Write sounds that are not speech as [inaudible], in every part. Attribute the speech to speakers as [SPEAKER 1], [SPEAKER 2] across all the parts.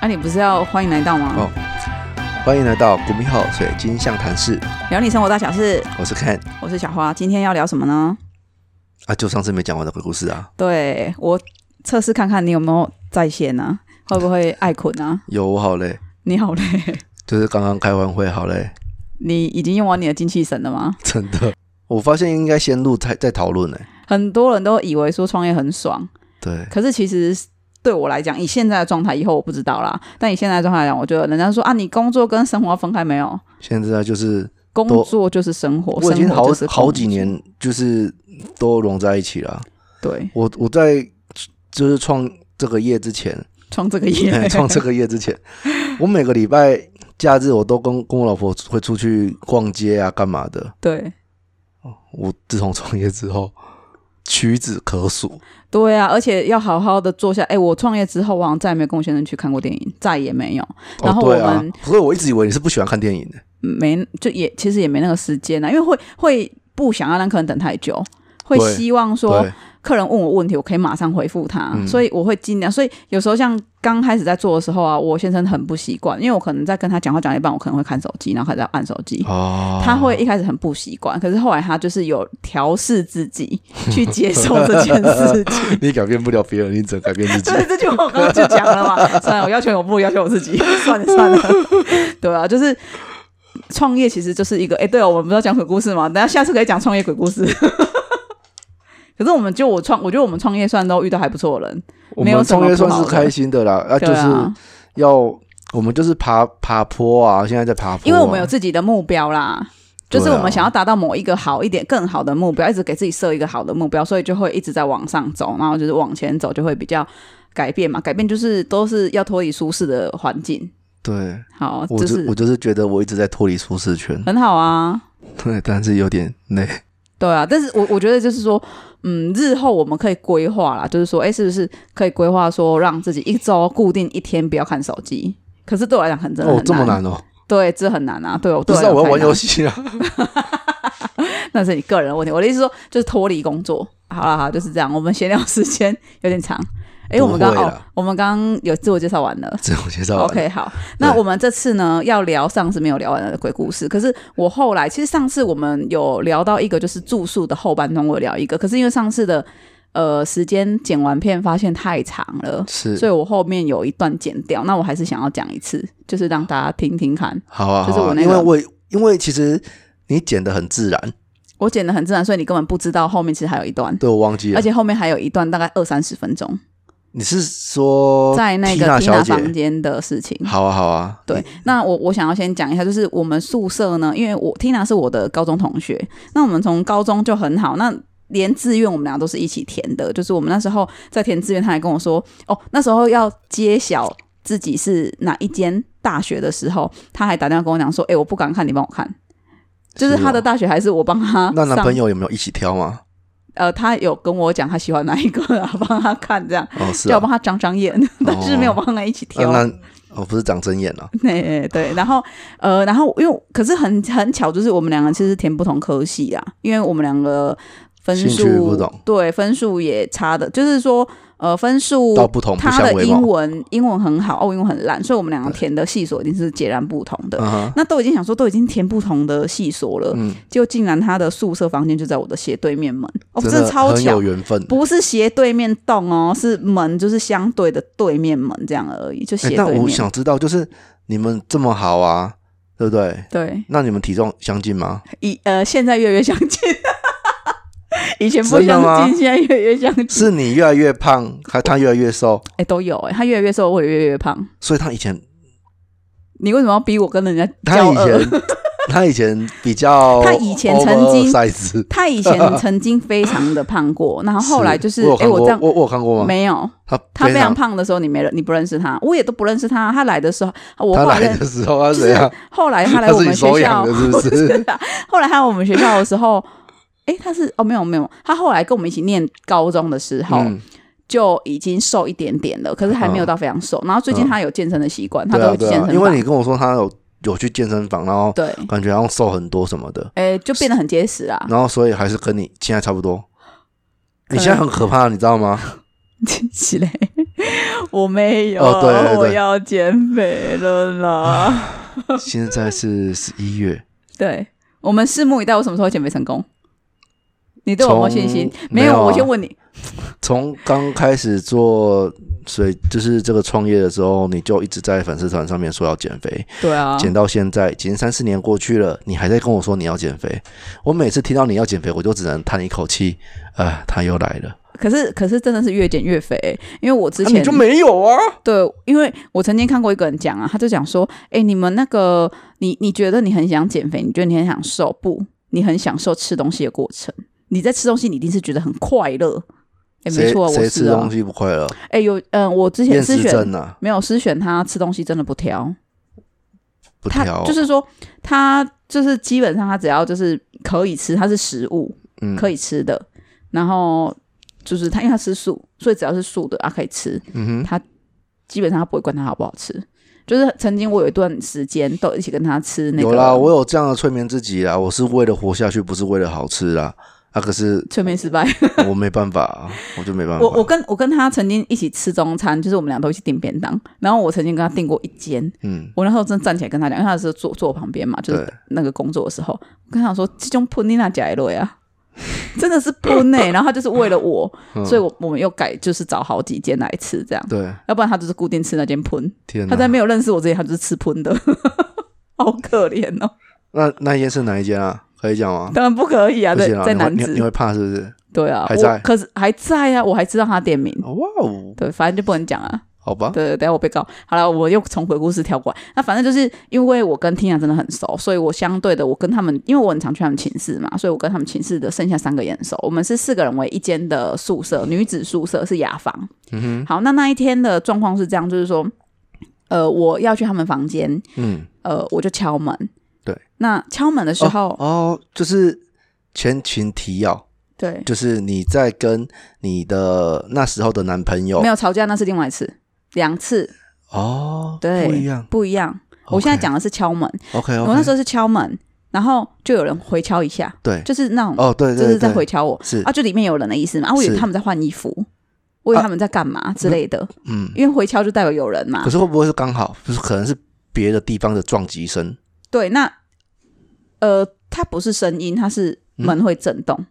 [SPEAKER 1] 啊，你不是要欢迎来到吗？
[SPEAKER 2] 哦欢迎来到古密号水晶象谈室，
[SPEAKER 1] 聊你生活大小事，
[SPEAKER 2] 我是 Ken
[SPEAKER 1] 我是小花。今天要聊什么呢？
[SPEAKER 2] 啊，就上次没讲完的鬼故事啊，
[SPEAKER 1] 对我测试看看你有没有在线啊，会不会爱困啊？
[SPEAKER 2] 有我好累，
[SPEAKER 1] 你好累，
[SPEAKER 2] 就是刚刚开完会好累，
[SPEAKER 1] 你已经用完你的精气神了吗？
[SPEAKER 2] 真的，我发现应该先录再再讨论呢。
[SPEAKER 1] 很多人都以为说创业很爽，
[SPEAKER 2] 对，
[SPEAKER 1] 可是其实对我来讲，以现在的状态，以后我不知道啦。但以现在的状态来讲，我觉得人家说啊，你工作跟生活分开没有？
[SPEAKER 2] 现在就是
[SPEAKER 1] 工作就是生活，
[SPEAKER 2] 我已经
[SPEAKER 1] 生活
[SPEAKER 2] 好
[SPEAKER 1] 就是工作
[SPEAKER 2] 好几年就是都融在一起了。
[SPEAKER 1] 对
[SPEAKER 2] 我我在就是创这个业之
[SPEAKER 1] [laughs]
[SPEAKER 2] 前，
[SPEAKER 1] 创这个业
[SPEAKER 2] [laughs] 哎，创这个业之前，我每个礼拜假日我都跟跟我老婆会出去逛街啊，干嘛的。
[SPEAKER 1] 对
[SPEAKER 2] 我自从创业之后，屈指可数。
[SPEAKER 1] 对啊，而且要好好的做下。哎，我创业之后，我好像再也没有跟我先生去看过电影，再也没有，然后
[SPEAKER 2] 哦、对
[SPEAKER 1] 我
[SPEAKER 2] 啊
[SPEAKER 1] 们，
[SPEAKER 2] 所以我一直以为你是不喜欢看电影的，
[SPEAKER 1] 没就也其实也没那个时间啊，因为会会不想要让客人等太久，会
[SPEAKER 2] 对
[SPEAKER 1] 希望说
[SPEAKER 2] 对，
[SPEAKER 1] 客人问我问题，我可以马上回复他，
[SPEAKER 2] 嗯
[SPEAKER 1] 所以我会尽量。所以有时候像刚开始在做的时候啊，我先生很不习惯，因为我可能在跟他讲话讲到一半，我可能会看手机，然后开始按手机。
[SPEAKER 2] 哦
[SPEAKER 1] 他会一开始很不习惯，可是后来他就是有调试自己去接受这件事情。
[SPEAKER 2] 你改变不了别人，你只能改变自己
[SPEAKER 1] 所。以 [laughs] 这句话我刚刚就讲了嘛，算了，我要求我不如要求我自己，算了算了，对啊，就是创业其实就是一个，哎、对哦，我们不是要讲鬼故事吗？等一下下次可以讲创业鬼故事。 [laughs] 可是我们就我创，我觉得我们创业算都遇到还不错的人，
[SPEAKER 2] 我
[SPEAKER 1] 没有
[SPEAKER 2] 们
[SPEAKER 1] 什么
[SPEAKER 2] 创业算
[SPEAKER 1] 不好的
[SPEAKER 2] 是开心的啦，啊，就
[SPEAKER 1] 对啊
[SPEAKER 2] 是，要我们就是爬爬坡啊，现在在爬坡啊、
[SPEAKER 1] 因为我们有自己的目标啦。就是
[SPEAKER 2] 对啊
[SPEAKER 1] 我们想要达到某一个好一点、更好的目标，一直给自己设一个好的目标，所以就会一直在往上走，然后就是往前走，就会比较改变嘛。改变就是都是要脱离舒适的环境，
[SPEAKER 2] 对，
[SPEAKER 1] 好，就
[SPEAKER 2] 我就是我就是觉得我一直在脱离舒适圈， [laughs]
[SPEAKER 1] 很好啊。
[SPEAKER 2] 对，但是有点累。
[SPEAKER 1] 对啊，但是我我觉得就是说，嗯，日后我们可以规划啦，就是说，哎，是不是可以规划说让自己一周固定一天不要看手机？可是对我来讲很真的很
[SPEAKER 2] 哦
[SPEAKER 1] 难，，
[SPEAKER 2] 这么难哦，
[SPEAKER 1] 对，这很难啊，对我
[SPEAKER 2] 不
[SPEAKER 1] 对
[SPEAKER 2] 是啊，我要
[SPEAKER 1] 来讲太
[SPEAKER 2] 玩
[SPEAKER 1] 难
[SPEAKER 2] 游戏啊。
[SPEAKER 1] [laughs]
[SPEAKER 2] [laughs]
[SPEAKER 1] 那是你个人的问题。我的意思说，就是脱离工作。好啦，好，就是这样。我们闲聊时间有点长，哎，我们刚
[SPEAKER 2] 不会
[SPEAKER 1] 哦
[SPEAKER 2] 啦，
[SPEAKER 1] 我们刚刚有自我介绍完了。
[SPEAKER 2] 自我介绍完
[SPEAKER 1] OK，好，那我们这次呢要聊上次没有聊完的鬼故事。可是我后来，其实上次我们有聊到一个就是住宿的后半段，我有聊一个。可是因为上次的呃时间剪完片发现太长了，所
[SPEAKER 2] 是
[SPEAKER 1] 以我后面有一段剪掉。那我还是想要讲一次，就是让大家听听看。
[SPEAKER 2] 好啊，
[SPEAKER 1] 就是
[SPEAKER 2] 好啊
[SPEAKER 1] 我那
[SPEAKER 2] 因为
[SPEAKER 1] 个
[SPEAKER 2] 我因为其实你剪的很自然，
[SPEAKER 1] 我剪的很自然，所以你根本不知道后面其实还有一段，
[SPEAKER 2] 对我忘记
[SPEAKER 1] 而
[SPEAKER 2] 了。
[SPEAKER 1] 且后面还有一段大概二三十分钟，
[SPEAKER 2] 你是说
[SPEAKER 1] 在那
[SPEAKER 2] 缇
[SPEAKER 1] 个缇
[SPEAKER 2] 娜哦小
[SPEAKER 1] 娜
[SPEAKER 2] 姐？
[SPEAKER 1] 房间的事情。
[SPEAKER 2] 好啊，好啊，
[SPEAKER 1] 对，那我我想要先讲一下，就是我们宿舍呢，因为我 Tina 是我的高中同学，那我们从高中就很好，那连志愿我们俩都是一起填的，就是我们那时候在填志愿，他还跟我说，哦，那时候要揭晓自己是哪一间大学的时候，他还打电话跟我讲说，哎、我不敢看，你帮我看。就是
[SPEAKER 2] 是
[SPEAKER 1] 他
[SPEAKER 2] 哦
[SPEAKER 1] 的大学还是我帮他
[SPEAKER 2] 那男
[SPEAKER 1] 上
[SPEAKER 2] 朋友有没有一起
[SPEAKER 1] [laughs]
[SPEAKER 2] 挑吗？
[SPEAKER 1] 呃，他有跟我讲他喜欢哪一个，然后帮他看这样，
[SPEAKER 2] 哦，是
[SPEAKER 1] 叫我
[SPEAKER 2] 啊哦
[SPEAKER 1] 帮，他长长眼， [laughs] 但是没有帮他一起
[SPEAKER 2] 那
[SPEAKER 1] 挑。
[SPEAKER 2] 那哦，不是长针眼
[SPEAKER 1] [laughs]
[SPEAKER 2] 啊，
[SPEAKER 1] 对对对，然后呃，然后因为可是很很巧，就是我们两个其实填不同科系啊，因为我们两个分
[SPEAKER 2] 兴趣不
[SPEAKER 1] 数
[SPEAKER 2] 同
[SPEAKER 1] 对分数也差的，就是说呃分数
[SPEAKER 2] 道不同不
[SPEAKER 1] 他
[SPEAKER 2] 相
[SPEAKER 1] 的
[SPEAKER 2] 为
[SPEAKER 1] 英
[SPEAKER 2] 谋。
[SPEAKER 1] 文英文很好，哦英文很烂，所以我们两个
[SPEAKER 2] 对
[SPEAKER 1] 填的系所一定是截然不同的。
[SPEAKER 2] 嗯哼，
[SPEAKER 1] 那都已经想说都已经填不同的系所了，
[SPEAKER 2] 嗯，
[SPEAKER 1] 就竟然他的宿舍房间就在我的斜对面门，哦，真
[SPEAKER 2] 的
[SPEAKER 1] 超
[SPEAKER 2] 很
[SPEAKER 1] 巧
[SPEAKER 2] 有，缘分。
[SPEAKER 1] 不是斜对面栋哦，是门就是相对的对面门这样而已，就
[SPEAKER 2] 哎
[SPEAKER 1] 斜
[SPEAKER 2] 那
[SPEAKER 1] 对
[SPEAKER 2] 我
[SPEAKER 1] 面。
[SPEAKER 2] 想知道，就是你们这么好啊，对不对？
[SPEAKER 1] 对，
[SPEAKER 2] 那你们体重相近
[SPEAKER 1] [laughs]
[SPEAKER 2] 吗？
[SPEAKER 1] 以呃，现在越来越相近， [laughs] 以前不
[SPEAKER 2] 真的
[SPEAKER 1] 相
[SPEAKER 2] 吗
[SPEAKER 1] 近，现在越来越相近。
[SPEAKER 2] 是你越来越胖，还他越来越瘦，
[SPEAKER 1] 哎、都有哎、他越来越瘦，我也越来越胖。
[SPEAKER 2] 所以他以前
[SPEAKER 1] 你为什么要逼我跟人家
[SPEAKER 2] 他
[SPEAKER 1] 交
[SPEAKER 2] 以
[SPEAKER 1] 恶？
[SPEAKER 2] 前 [laughs] 他以前比
[SPEAKER 1] [laughs]
[SPEAKER 2] 较
[SPEAKER 1] 他以前曾经
[SPEAKER 2] size，
[SPEAKER 1] 他以前曾经非常的胖
[SPEAKER 2] [laughs]
[SPEAKER 1] 过，然后后来就是
[SPEAKER 2] 我有
[SPEAKER 1] 哎、
[SPEAKER 2] 看
[SPEAKER 1] 我
[SPEAKER 2] 过，
[SPEAKER 1] 这样
[SPEAKER 2] 我我有看过吗？
[SPEAKER 1] 没有。
[SPEAKER 2] 他
[SPEAKER 1] 他非常
[SPEAKER 2] 常
[SPEAKER 1] 胖的时候，你没人，你不认识他，我也都不认识他。他来的时候，我
[SPEAKER 2] 他
[SPEAKER 1] 后来
[SPEAKER 2] 来的时候他
[SPEAKER 1] 就是
[SPEAKER 2] 怎样？
[SPEAKER 1] 后来他来
[SPEAKER 2] 他
[SPEAKER 1] 我
[SPEAKER 2] 是你
[SPEAKER 1] 们学
[SPEAKER 2] 收
[SPEAKER 1] 校
[SPEAKER 2] 养
[SPEAKER 1] [laughs]
[SPEAKER 2] 的，，是不是？
[SPEAKER 1] 后来他来我们学校的时候，哎、他是哦没有没有，他后来跟我们一起念高中的时候，
[SPEAKER 2] 嗯，
[SPEAKER 1] 就已经瘦一点点了，可是还没有到非常瘦。然后最近他有健身的习惯，他
[SPEAKER 2] 嗯对
[SPEAKER 1] 都
[SPEAKER 2] 啊
[SPEAKER 1] 会去
[SPEAKER 2] 对
[SPEAKER 1] 健身
[SPEAKER 2] 啊，
[SPEAKER 1] 房。
[SPEAKER 2] 因为你跟我说他有有去健身房，然后
[SPEAKER 1] 对，
[SPEAKER 2] 感觉好像瘦很多什么的，
[SPEAKER 1] 哎、就变得很结实啊。
[SPEAKER 2] 然后所以还是跟你现在差不多。
[SPEAKER 1] 可能 [laughs]
[SPEAKER 2] 你现在很可怕，你知道吗？
[SPEAKER 1] 起来，我没有，
[SPEAKER 2] 嗯哦对对对
[SPEAKER 1] 我要减肥了
[SPEAKER 2] [laughs]
[SPEAKER 1] 啦。
[SPEAKER 2] 现在是十一月，
[SPEAKER 1] 对，我们拭目以待，我什么时候会减肥成功？你对我有没有信心
[SPEAKER 2] 从？
[SPEAKER 1] 没
[SPEAKER 2] 没有啊
[SPEAKER 1] 我先问你，
[SPEAKER 2] 从刚开始做水，就是这个创业的时候，你就一直在粉丝团上面说要减肥，
[SPEAKER 1] 对啊，
[SPEAKER 2] 减到现在已经三四年过去了，你还在跟我说你要减肥。我每次听到你要减肥，我就只能叹一口气，啊，他又来了。
[SPEAKER 1] 可是可是真的是越减越肥、因为我之
[SPEAKER 2] 啊
[SPEAKER 1] 前、
[SPEAKER 2] 你就没有啊？
[SPEAKER 1] 对，因为我曾经看过一个人讲啊，他就讲说，哎、你们那个，你你觉得你很想减肥，你觉得你很想瘦，不，你很享受吃东西的过程。你在吃东西，你一定是觉得很快乐。哎、
[SPEAKER 2] 谁
[SPEAKER 1] 没错，我
[SPEAKER 2] 谁
[SPEAKER 1] 是
[SPEAKER 2] 吃
[SPEAKER 1] 啊
[SPEAKER 2] 东。西不快乐？
[SPEAKER 1] 哎、有，嗯，我之前
[SPEAKER 2] 厌
[SPEAKER 1] 思
[SPEAKER 2] 食
[SPEAKER 1] 璇
[SPEAKER 2] 症啊，
[SPEAKER 1] 没有思璇，他吃东西真的不挑，
[SPEAKER 2] 不
[SPEAKER 1] 他
[SPEAKER 2] 挑，
[SPEAKER 1] 就是说，他就是基本上他只要就是可以吃，它是食物
[SPEAKER 2] 嗯
[SPEAKER 1] 可以吃的，然后就是他因为他吃素，所以只要是素的啊可以吃，
[SPEAKER 2] 嗯哼，
[SPEAKER 1] 基本上他不会管它好不好吃。就是曾经我有一段时间都一起跟他吃那个，哦
[SPEAKER 2] 有啦，我有这样的催眠自己啦，我是为了活下去，不是为了好吃啦。啊，可是
[SPEAKER 1] 催眠失
[SPEAKER 2] [laughs]
[SPEAKER 1] 败。
[SPEAKER 2] 我没办法啊，我就没办法。
[SPEAKER 1] 我我跟 [laughs] 我跟他曾经一起吃中餐，就是我们俩都一起订便当，然后我曾经跟他订过一间，
[SPEAKER 2] 嗯，
[SPEAKER 1] 我那时候真的站起来跟他讲，因为他是坐坐我旁边嘛，就是
[SPEAKER 2] 对
[SPEAKER 1] 那个工作的时候，我跟他讲说这种喷你那假的呀， [laughs] 真的是喷呢、欸然后他就是为了我，
[SPEAKER 2] 嗯
[SPEAKER 1] 所以我我们又改就是找好几间来吃这样，
[SPEAKER 2] 对，
[SPEAKER 1] 要不然他就是固定吃那间喷，
[SPEAKER 2] 天
[SPEAKER 1] 他在
[SPEAKER 2] 哪，
[SPEAKER 1] 没有认识我之前他就是吃喷的， [laughs] 好可怜哦。
[SPEAKER 2] 那那一间是哪一间啊？可以讲吗？
[SPEAKER 1] 当然不可以啊，
[SPEAKER 2] 不
[SPEAKER 1] 在
[SPEAKER 2] 行啊，
[SPEAKER 1] 在
[SPEAKER 2] 你会
[SPEAKER 1] 男
[SPEAKER 2] 你你
[SPEAKER 1] 子，
[SPEAKER 2] 会怕是不是？
[SPEAKER 1] 对啊，
[SPEAKER 2] 还在
[SPEAKER 1] 我可是还在啊，我还知道他店名，
[SPEAKER 2] 哦哇哦，
[SPEAKER 1] 对，反正就不能讲啊，
[SPEAKER 2] 好吧，
[SPEAKER 1] 对，等下我被告。好了，我又从鬼故事跳过来，那反正就是因为我跟 Tina 真的很熟，所以我相对的，我跟他们，因为我很常去他们寝室嘛，所以我跟他们寝室的剩下三个人很熟，我们是四个人为一间的宿舍，女子宿舍是雅房。
[SPEAKER 2] 嗯
[SPEAKER 1] 好，那那一天的状况是这样，就是说，呃，我要去他们房间，
[SPEAKER 2] 哼，嗯，
[SPEAKER 1] 呃，我就敲门，
[SPEAKER 2] 对，
[SPEAKER 1] 那敲门的时候，
[SPEAKER 2] 哦，就是前情提要，
[SPEAKER 1] 对，
[SPEAKER 2] 就是你在跟你的那时候的男朋友
[SPEAKER 1] 没有吵架，那是另外一次，两次。
[SPEAKER 2] 哦，
[SPEAKER 1] 对，
[SPEAKER 2] 不一样。
[SPEAKER 1] 不一样。我现在讲的是敲门
[SPEAKER 2] OK，
[SPEAKER 1] 我那时
[SPEAKER 2] 候
[SPEAKER 1] 候是敲门，然后就有人回敲一下，
[SPEAKER 2] 对，
[SPEAKER 1] 就是那种，
[SPEAKER 2] 哦对
[SPEAKER 1] 就
[SPEAKER 2] 对
[SPEAKER 1] 是
[SPEAKER 2] 对，
[SPEAKER 1] 在回敲我
[SPEAKER 2] 是
[SPEAKER 1] 啊，就里面有人的意思嘛。啊，我以为
[SPEAKER 2] 是
[SPEAKER 1] 他们在换衣服，我以为他们在干嘛之类的，
[SPEAKER 2] 嗯，
[SPEAKER 1] 因为回敲就代表有人嘛
[SPEAKER 2] 可。是会不会是刚好，就是可能是别的地方的撞击声？
[SPEAKER 1] 对，那呃，它不是声音，它是门会震
[SPEAKER 2] 嗯
[SPEAKER 1] 动，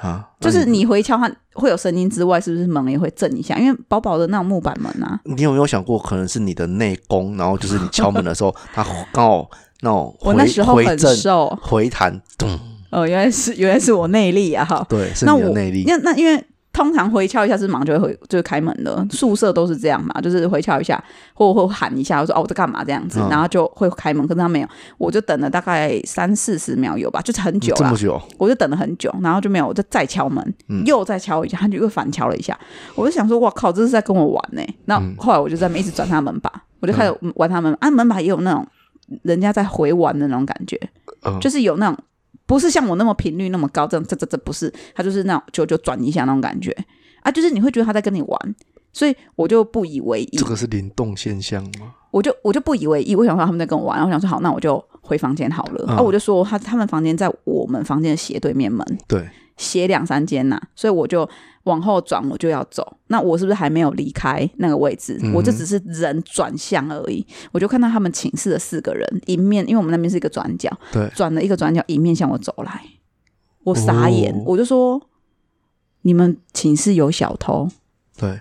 [SPEAKER 2] 啊，
[SPEAKER 1] 就是
[SPEAKER 2] 那
[SPEAKER 1] 你回敲它会有声音之外，是不是门也会震一下？因为薄薄的那种木板门啊，
[SPEAKER 2] 你有没有想过，可能是你的内功，然后就是你敲门的时候，它刚好那种
[SPEAKER 1] 我
[SPEAKER 2] 回
[SPEAKER 1] 那时候
[SPEAKER 2] 回
[SPEAKER 1] 很
[SPEAKER 2] 震
[SPEAKER 1] 瘦，
[SPEAKER 2] 回弹，咚，
[SPEAKER 1] 哦，原来是原来是我内力啊，哈。
[SPEAKER 2] 对，是
[SPEAKER 1] 那
[SPEAKER 2] 你的
[SPEAKER 1] 我
[SPEAKER 2] 内力，
[SPEAKER 1] 那那因为通常回敲一下是忙就会回就会开门
[SPEAKER 2] 嗯
[SPEAKER 1] 了，宿舍都是这样嘛，就是回敲一下或或喊一下，我说哦我在干嘛这样子，
[SPEAKER 2] 嗯
[SPEAKER 1] 然后就会开门。可是他没有，我就等了大概三四十秒有吧，就是很久
[SPEAKER 2] 嗯这
[SPEAKER 1] 啦
[SPEAKER 2] 么，久，
[SPEAKER 1] 我就等了很久，然后就没有，我就再敲门，
[SPEAKER 2] 嗯
[SPEAKER 1] 又再敲一下，他就又反敲了一下。我就想说，哇靠，这是在跟我玩呢、那
[SPEAKER 2] 嗯
[SPEAKER 1] 后来我就在那边一直转他门把，我就开始玩他门把，啊门把也有那种人家在回玩的那种感觉，
[SPEAKER 2] 嗯
[SPEAKER 1] 就是有那种不是像我那么频率那么高，这样这这这不是，他就是那种久久转一下那种感觉啊，就是你会觉得他在跟你玩，所以我就不以为意
[SPEAKER 2] 这，个是灵动现象吗？
[SPEAKER 1] 我就我就不以为意，我想说他们在跟我玩，然后我想说好，那我就回房间好了，
[SPEAKER 2] 嗯
[SPEAKER 1] 啊，我就说他他们房间在我们房间的斜对面门，
[SPEAKER 2] 对，
[SPEAKER 1] 斜两三间呐、所以我就往后转，我就要走。那我是不是还没有离开那个位置？
[SPEAKER 2] 嗯哼
[SPEAKER 1] 我就只是人转向而已。我就看到他们寝室的四个人迎面，因为我们那边是一个转角，
[SPEAKER 2] 对
[SPEAKER 1] 转了一个转角，迎面向我走来。我傻眼，
[SPEAKER 2] 哦
[SPEAKER 1] 我就说：“你们寝室有小偷？”
[SPEAKER 2] 对。
[SPEAKER 1] 啊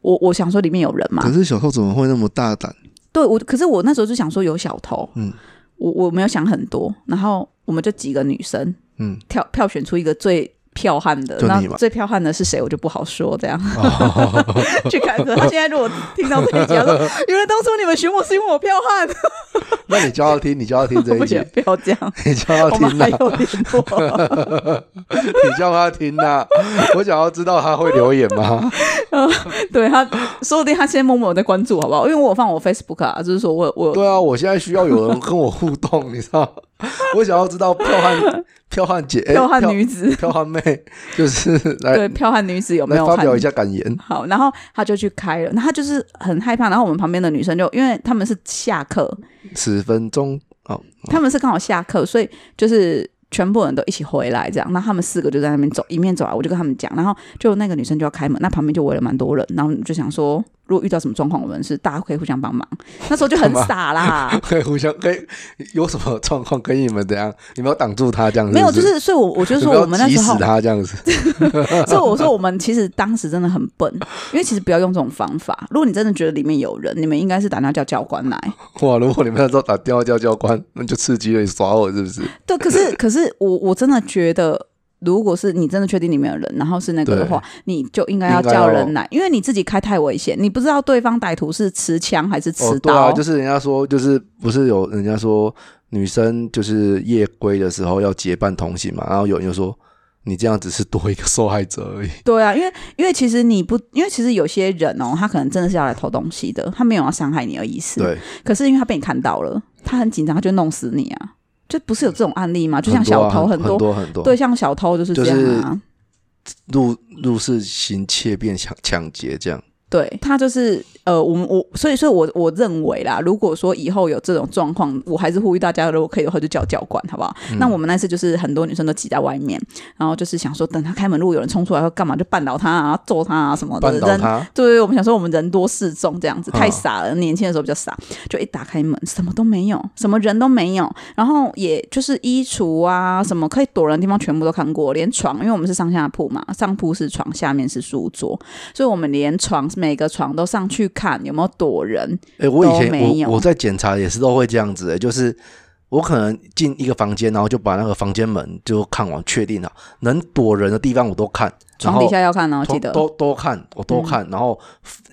[SPEAKER 1] 我我想说里面有人嘛
[SPEAKER 2] 可，是小偷怎么会那么大胆？
[SPEAKER 1] 对我，可是我那时候就想说有小偷，
[SPEAKER 2] 嗯
[SPEAKER 1] 我我没有想很多，然后我们就几个女生
[SPEAKER 2] 嗯，
[SPEAKER 1] 票票选出一个最彪悍的，
[SPEAKER 2] 就
[SPEAKER 1] 那
[SPEAKER 2] 你嘛
[SPEAKER 1] 最彪悍的是谁，我就不好说这样。
[SPEAKER 2] 哦
[SPEAKER 1] [laughs] 去开车。他现在如果听到这一集，
[SPEAKER 2] [laughs]
[SPEAKER 1] 他说：“原来当初你们选我是因为我彪悍。
[SPEAKER 2] 哎那你就要听，你就要听”这
[SPEAKER 1] 不
[SPEAKER 2] 一集
[SPEAKER 1] [laughs] 行，，不要
[SPEAKER 2] [laughs]
[SPEAKER 1] 这样，
[SPEAKER 2] 你就要
[SPEAKER 1] 我们
[SPEAKER 2] 听
[SPEAKER 1] 还
[SPEAKER 2] 啊，
[SPEAKER 1] 有联络。
[SPEAKER 2] 你叫他听啊。我想要知道他会留言吗？
[SPEAKER 1] [laughs] 对他，说不定他现在默默地在关注，好不好？因为我有放我 Facebook 啊，就是说我我
[SPEAKER 2] 对啊，我现在需要有人跟我互动， [laughs] 你知道？我想要知道彪悍彪悍姐、哎
[SPEAKER 1] 彪悍女子，
[SPEAKER 2] 彪悍妹，
[SPEAKER 1] [laughs]
[SPEAKER 2] 就是来
[SPEAKER 1] 对彪悍女子有没
[SPEAKER 2] 来
[SPEAKER 1] 有
[SPEAKER 2] 发
[SPEAKER 1] 看？
[SPEAKER 2] 表一下感言。
[SPEAKER 1] 好，然后他就去开了，那他就是很害怕。然后我们旁边的女生就，因为他们是下课，
[SPEAKER 2] 十分钟哦，
[SPEAKER 1] 他们是刚好下课，所以就是全部人都一起回来，这样，那他们四个就在那边走，一面走来，我就跟他们讲，然后就那个女生就要开门，那旁边就围了蛮多人，然后就想说，如果遇到什么状况，我们是大家可以互相帮忙。 [laughs] 那时候就
[SPEAKER 2] [laughs]
[SPEAKER 1] 很傻啦，
[SPEAKER 2] 可以互相可以有什么状况可以你们怎样？你们要挡住他这样子，
[SPEAKER 1] 没有，就是是所以我，我就是
[SPEAKER 2] 不是
[SPEAKER 1] 说我
[SPEAKER 2] [laughs]
[SPEAKER 1] 们那
[SPEAKER 2] 你
[SPEAKER 1] 时候
[SPEAKER 2] 们要急死，他这样子，
[SPEAKER 1] [laughs] 所以我说我们其实当时真的很笨，因为其实不要用这种方法。如果你真的觉得里面有人，你们应该是打电话叫教官来。
[SPEAKER 2] 哇！如果你们那时候打电话叫教官，那就刺激了，你耍我是不是？
[SPEAKER 1] 对，可
[SPEAKER 2] [laughs]
[SPEAKER 1] 是可是我我真的觉得，如果是你真的确定里面有人，然后是那个的
[SPEAKER 2] 对
[SPEAKER 1] 话，你就应该要
[SPEAKER 2] 应该
[SPEAKER 1] 叫
[SPEAKER 2] 要
[SPEAKER 1] 人来，因为你自己开太危险，你不知道对方歹徒是持枪还是持
[SPEAKER 2] 哦，对
[SPEAKER 1] 刀。
[SPEAKER 2] 啊，就是人家说，就是不是有人家说女生就是夜归的时候要结伴同行嘛，然后有人就说你这样只是多一个受害者而已。
[SPEAKER 1] 对啊，因为因为其实你不，因为其实有些人哦，他可能真的是要来偷东西的，他没有要伤害你的意思。。
[SPEAKER 2] 对，
[SPEAKER 1] 可是因为他被你看到了，他很紧张，他就弄死你啊！就不是有这种案例吗？就像小偷
[SPEAKER 2] 很
[SPEAKER 1] 很
[SPEAKER 2] 多啊很多很多
[SPEAKER 1] 对，像小偷就是这样啊。
[SPEAKER 2] 入入室行窃变抢抢劫这样。
[SPEAKER 1] 对他就是呃，我们我所以说我我认为啦，如果说以后有这种状况，我还是呼吁大家，如果可以的话，就叫教官，好不好？
[SPEAKER 2] 嗯
[SPEAKER 1] 那我们那次就是很多女生都挤在外面，然后就是想说，等他开门，如果有人冲出来要干嘛，就绊倒他啊，揍他啊什么的，
[SPEAKER 2] 绊倒
[SPEAKER 1] 人
[SPEAKER 2] 他，
[SPEAKER 1] 对，我们想说我们人多势众这样子，
[SPEAKER 2] 嗯
[SPEAKER 1] 太傻了。年轻的时候比较傻，就一打开门，什么都没有，什么人都没有，然后也就是衣橱啊，什么可以躲人的地方全部都看过，连床，因为我们是上下铺嘛，上铺是床，下面是书桌，所以我们连床每个床都上去看有没有躲人。
[SPEAKER 2] 哎、我以
[SPEAKER 1] 都没
[SPEAKER 2] 前
[SPEAKER 1] 有
[SPEAKER 2] 我我在检查也是都会这样子、欸，就是我可能进一个房间，然后就把那个房间门就看完，确定了能躲人的地方我都看，然
[SPEAKER 1] 床
[SPEAKER 2] 后
[SPEAKER 1] 底下要看哦，
[SPEAKER 2] 都
[SPEAKER 1] 记得。嗯
[SPEAKER 2] 都都看，我都看，然后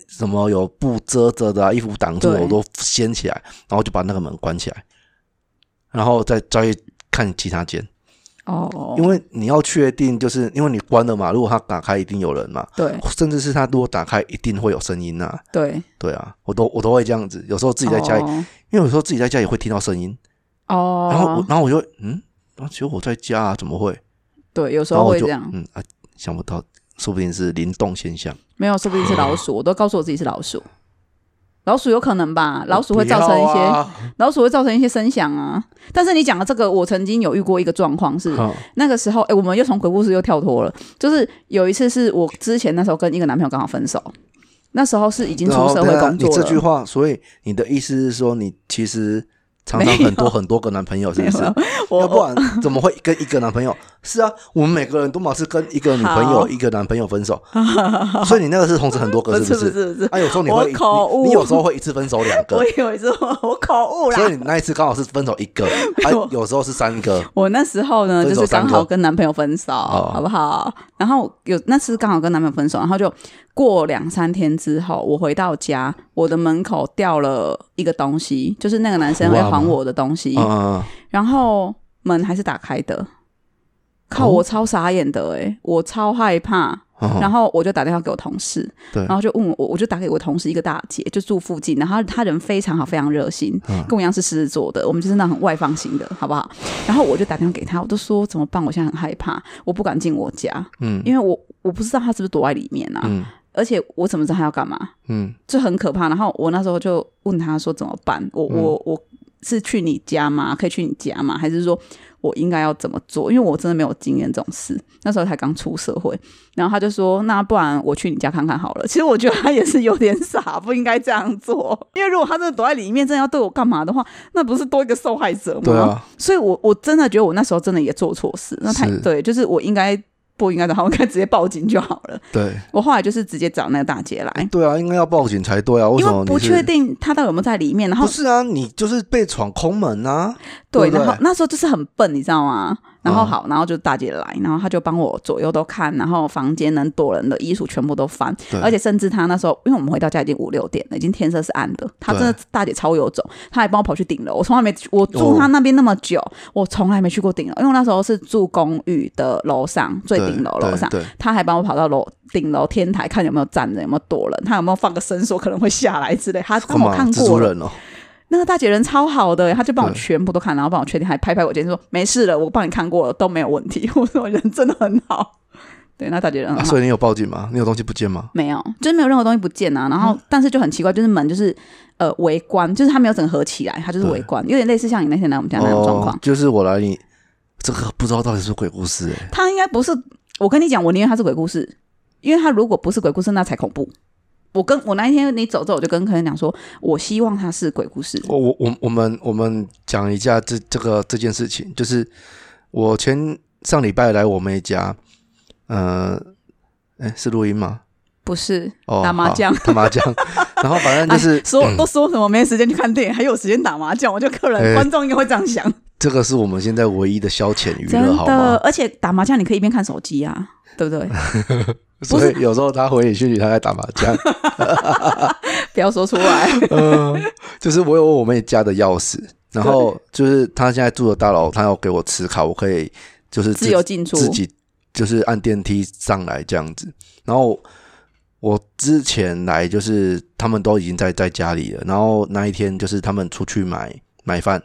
[SPEAKER 2] 什么有布遮遮的啊，衣服挡住的
[SPEAKER 1] 对
[SPEAKER 2] 我都掀起来，然后就把那个门关起来，然后再再去看其他间，
[SPEAKER 1] 哦
[SPEAKER 2] 因，为你要确定，就是因为你关了嘛，如果他打开一定有人嘛，
[SPEAKER 1] 对
[SPEAKER 2] 甚至是他如果打开一定会有声音呐、
[SPEAKER 1] 对，
[SPEAKER 2] 对啊，我都我都会这样子，有时候自己在家里，
[SPEAKER 1] 哦
[SPEAKER 2] 因为有时候自己在家也会听到声音，
[SPEAKER 1] 哦，
[SPEAKER 2] 然后我然后我就嗯，然后只有我在家啊，怎么会？
[SPEAKER 1] 对，有时
[SPEAKER 2] 然
[SPEAKER 1] 候
[SPEAKER 2] 后我
[SPEAKER 1] 会
[SPEAKER 2] 就
[SPEAKER 1] 这样，
[SPEAKER 2] 嗯啊，想不到，说不定是灵动现象。
[SPEAKER 1] 没有，说不定是老鼠，我都告诉我自己是老鼠。老鼠有可能吧，老鼠会造成一
[SPEAKER 2] 不
[SPEAKER 1] 些、
[SPEAKER 2] 要啊
[SPEAKER 1] 老鼠会造成一些声响啊。但是你讲的这个，我曾经有遇过一个状况是，
[SPEAKER 2] 好
[SPEAKER 1] 那个时候，哎、我们又从鬼故事又跳脱了。就是有一次是我之前那时候跟一个男朋友刚好分手，那时候是已经出
[SPEAKER 2] 然后
[SPEAKER 1] 社
[SPEAKER 2] 哦等
[SPEAKER 1] 会
[SPEAKER 2] 一下
[SPEAKER 1] 工作
[SPEAKER 2] 你这句
[SPEAKER 1] 了。
[SPEAKER 2] 话，所以你的意思是说，你
[SPEAKER 1] [laughs]
[SPEAKER 2] 其实常
[SPEAKER 1] 没
[SPEAKER 2] 常
[SPEAKER 1] 有
[SPEAKER 2] 很多很多个男朋友，是不是？
[SPEAKER 1] 我
[SPEAKER 2] 要不然怎么会跟一个男朋友？是啊，我们每个人都嘛是跟一个女朋友、
[SPEAKER 1] 好
[SPEAKER 2] 一个男朋友
[SPEAKER 1] [laughs]
[SPEAKER 2] 分手，所以你那个是同时很多
[SPEAKER 1] 不
[SPEAKER 2] 个，
[SPEAKER 1] 是
[SPEAKER 2] 是
[SPEAKER 1] 不是
[SPEAKER 2] 是？
[SPEAKER 1] 不是，
[SPEAKER 2] 啊，有时候你
[SPEAKER 1] [laughs] 我
[SPEAKER 2] 会一
[SPEAKER 1] 口误
[SPEAKER 2] 你，你有时候会一次分手两
[SPEAKER 1] [laughs] 我
[SPEAKER 2] 个，
[SPEAKER 1] 以为是我我口误啦
[SPEAKER 2] 所。以你那一次刚好是分手一
[SPEAKER 1] [laughs]
[SPEAKER 2] 个，啊，有时候是三个，
[SPEAKER 1] 我那时候呢，
[SPEAKER 2] 分
[SPEAKER 1] 就
[SPEAKER 2] 手
[SPEAKER 1] 是刚
[SPEAKER 2] 三
[SPEAKER 1] 好
[SPEAKER 2] 个
[SPEAKER 1] 跟男朋友分手，
[SPEAKER 2] 哦
[SPEAKER 1] 好不好？然后有那次刚好跟男朋友分手，然后就过两三天之后，我回到家，我的门口掉了一个东西，就是那个男生
[SPEAKER 2] 哇哦
[SPEAKER 1] 要还 [laughs] 我的东西，
[SPEAKER 2] 嗯，
[SPEAKER 1] 然后门还是打开的。靠！
[SPEAKER 2] 哦
[SPEAKER 1] 我超傻眼的哎、我超害怕，然
[SPEAKER 2] 然
[SPEAKER 1] 后我就打电话给我同事，
[SPEAKER 2] 对
[SPEAKER 1] 然后就问我，我就打给我同事一个大姐，就住附近，然后她她人非常好，非常热心，
[SPEAKER 2] 嗯
[SPEAKER 1] 跟我一样是狮子座的，我们就是那种很外放型的，好不好？然后我就打电话给她，我都说怎么办？我现在很害怕，我不敢进我家，
[SPEAKER 2] 嗯
[SPEAKER 1] 因为我我不知道她是不是躲在里面啊，
[SPEAKER 2] 嗯
[SPEAKER 1] 而且我怎么知道她要干嘛？
[SPEAKER 2] 嗯
[SPEAKER 1] 就很可怕。然后我那时候就问她说怎么办？我
[SPEAKER 2] 嗯
[SPEAKER 1] 我我是去你家吗？可以去你家吗？还是说我应该要怎么做？因为我真的没有经验这种事，那时候才刚出社会。然后他就说：“那不然我去你家看看好了。”其实我觉得他也是有点傻，不应该这样做。因为如果他真的躲在里面，真的要对我干嘛的话，那不是多一个受害者吗？
[SPEAKER 2] 对啊，
[SPEAKER 1] 所以我我真的觉得我那时候真的也做错事。那太
[SPEAKER 2] 是
[SPEAKER 1] 对，就是我应该不应该的话，我应该直接报警就好了。
[SPEAKER 2] 对
[SPEAKER 1] 我后来就是直接找那个大姐来，
[SPEAKER 2] 对啊，应该要报警才对啊，为
[SPEAKER 1] 因
[SPEAKER 2] 什么
[SPEAKER 1] 为
[SPEAKER 2] 你
[SPEAKER 1] 不
[SPEAKER 2] 是
[SPEAKER 1] 确定他到底有没有在里面。然后
[SPEAKER 2] 不是啊，你就是被闯空门啊，
[SPEAKER 1] 对，
[SPEAKER 2] 对不对
[SPEAKER 1] 然后那时候就是很笨，你知道吗？然后
[SPEAKER 2] 嗯
[SPEAKER 1] 好，然后就大姐来，然后她就帮我左右都看，然后房间能躲人的衣橱全部都翻，
[SPEAKER 2] 对
[SPEAKER 1] 而且甚至她那时候，因为我们回到家已经五六点了，已经天色是暗的，她真的大姐超有种，她还帮我跑去顶楼，我从来没去我住
[SPEAKER 2] 哦
[SPEAKER 1] 她那边那么久，我从来没去过顶楼，因为我那时候是住公寓的楼上最顶楼
[SPEAKER 2] 对
[SPEAKER 1] 楼上，
[SPEAKER 2] 对，
[SPEAKER 1] 他还帮我跑到楼顶楼天台看有没有站着，有没有躲人，他有没有放个绳索可能会下来之类，他
[SPEAKER 2] 干
[SPEAKER 1] 帮我
[SPEAKER 2] 嘛
[SPEAKER 1] 看
[SPEAKER 2] 蜘
[SPEAKER 1] 过
[SPEAKER 2] 蛛
[SPEAKER 1] 了。
[SPEAKER 2] 人哦，
[SPEAKER 1] 那个大姐人超好的，她就帮我
[SPEAKER 2] 对
[SPEAKER 1] 全部都看，然后帮我确定，还拍拍我肩说没事了，我帮你看过了，都没有问题。 [laughs] 我说我人真的很好，对，那大姐人很
[SPEAKER 2] 啊，
[SPEAKER 1] 嗯好，
[SPEAKER 2] 所以你有报警吗？你有东西不见吗？
[SPEAKER 1] 没有，就是没有任何东西不见啊。然后，但是就很奇怪，就是门就是呃围观，就是它没有整个合起来，它就是
[SPEAKER 2] 对哦
[SPEAKER 1] 围观，有点类似像你那天来我们家那种状况
[SPEAKER 2] 哦，。就是我来你，这个不知道到底是不是鬼故事哎、
[SPEAKER 1] 他应该不是，我跟你讲，我宁愿他是鬼故事，因为他如果不是鬼故事，那才恐怖。我跟我那一天你走之后，我就跟客人讲说，我希望他是鬼故事。
[SPEAKER 2] 我我我我们我们讲一下这这个这件事情，就是我前上礼拜来我妹家，呃，哎是录音吗？
[SPEAKER 1] 不是
[SPEAKER 2] 哦，
[SPEAKER 1] 打麻
[SPEAKER 2] 好
[SPEAKER 1] 将
[SPEAKER 2] 打
[SPEAKER 1] [laughs]
[SPEAKER 2] 麻将，然后反正就是
[SPEAKER 1] 哎说都说什么没时间去看电影，还有时间打麻将，我就客人、
[SPEAKER 2] 嗯哎
[SPEAKER 1] 观众应该会这样想，
[SPEAKER 2] 这个是我们现在唯一的消遣娱
[SPEAKER 1] 真
[SPEAKER 2] 乐，好
[SPEAKER 1] 的。
[SPEAKER 2] 吗？
[SPEAKER 1] 而且打麻将你可以一边看手机啊，对不对？不
[SPEAKER 2] 所以有时候他回你讯息，他在打麻将。
[SPEAKER 1] 不要说出 [laughs] 来。
[SPEAKER 2] 嗯，就是我有我妹家的钥匙，然后就是她现在住的大楼，她要给我持卡，我可以就是
[SPEAKER 1] 自由进出
[SPEAKER 2] 自己就是按电梯上来这样子。然后我之前来就是他们都已经在在家里了，然后那一天就是他们出去买买饭，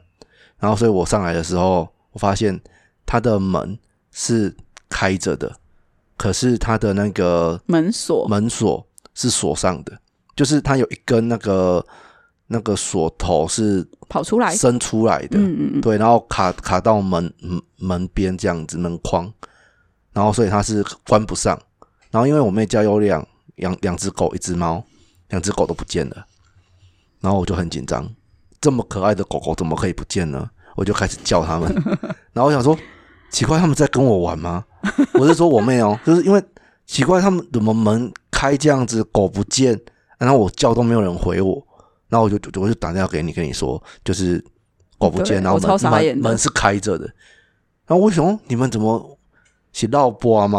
[SPEAKER 2] 然后所以我上来的时候，我发现他的门是开着的，可是他的那个
[SPEAKER 1] 门锁，
[SPEAKER 2] 门锁是锁上的，就是它有一根那个那个锁头是
[SPEAKER 1] 跑出来，
[SPEAKER 2] 伸出来的，
[SPEAKER 1] 嗯嗯嗯，
[SPEAKER 2] 对，然后卡卡到门嗯门边这样子门框，然后所以它是关不上。然后因为我妹家有两养两只狗，一只猫，两只狗都不见了，然后我就很紧张，这么可爱的狗狗怎么可以不见呢？我就开始叫它们，然后我想说，奇怪，他们在跟我
[SPEAKER 1] [laughs]
[SPEAKER 2] 玩吗？我是说我妹哦，就是因为奇怪，他们怎么门开这样子，狗不见，然后我叫都没有人回我，然后我就我就打电话给你，跟你说，就是狗不见，
[SPEAKER 1] 对
[SPEAKER 2] 然后
[SPEAKER 1] 我超
[SPEAKER 2] 门
[SPEAKER 1] 傻眼
[SPEAKER 2] 门
[SPEAKER 1] 的
[SPEAKER 2] 门是开着的，然后我想说你们怎么是绕波吗？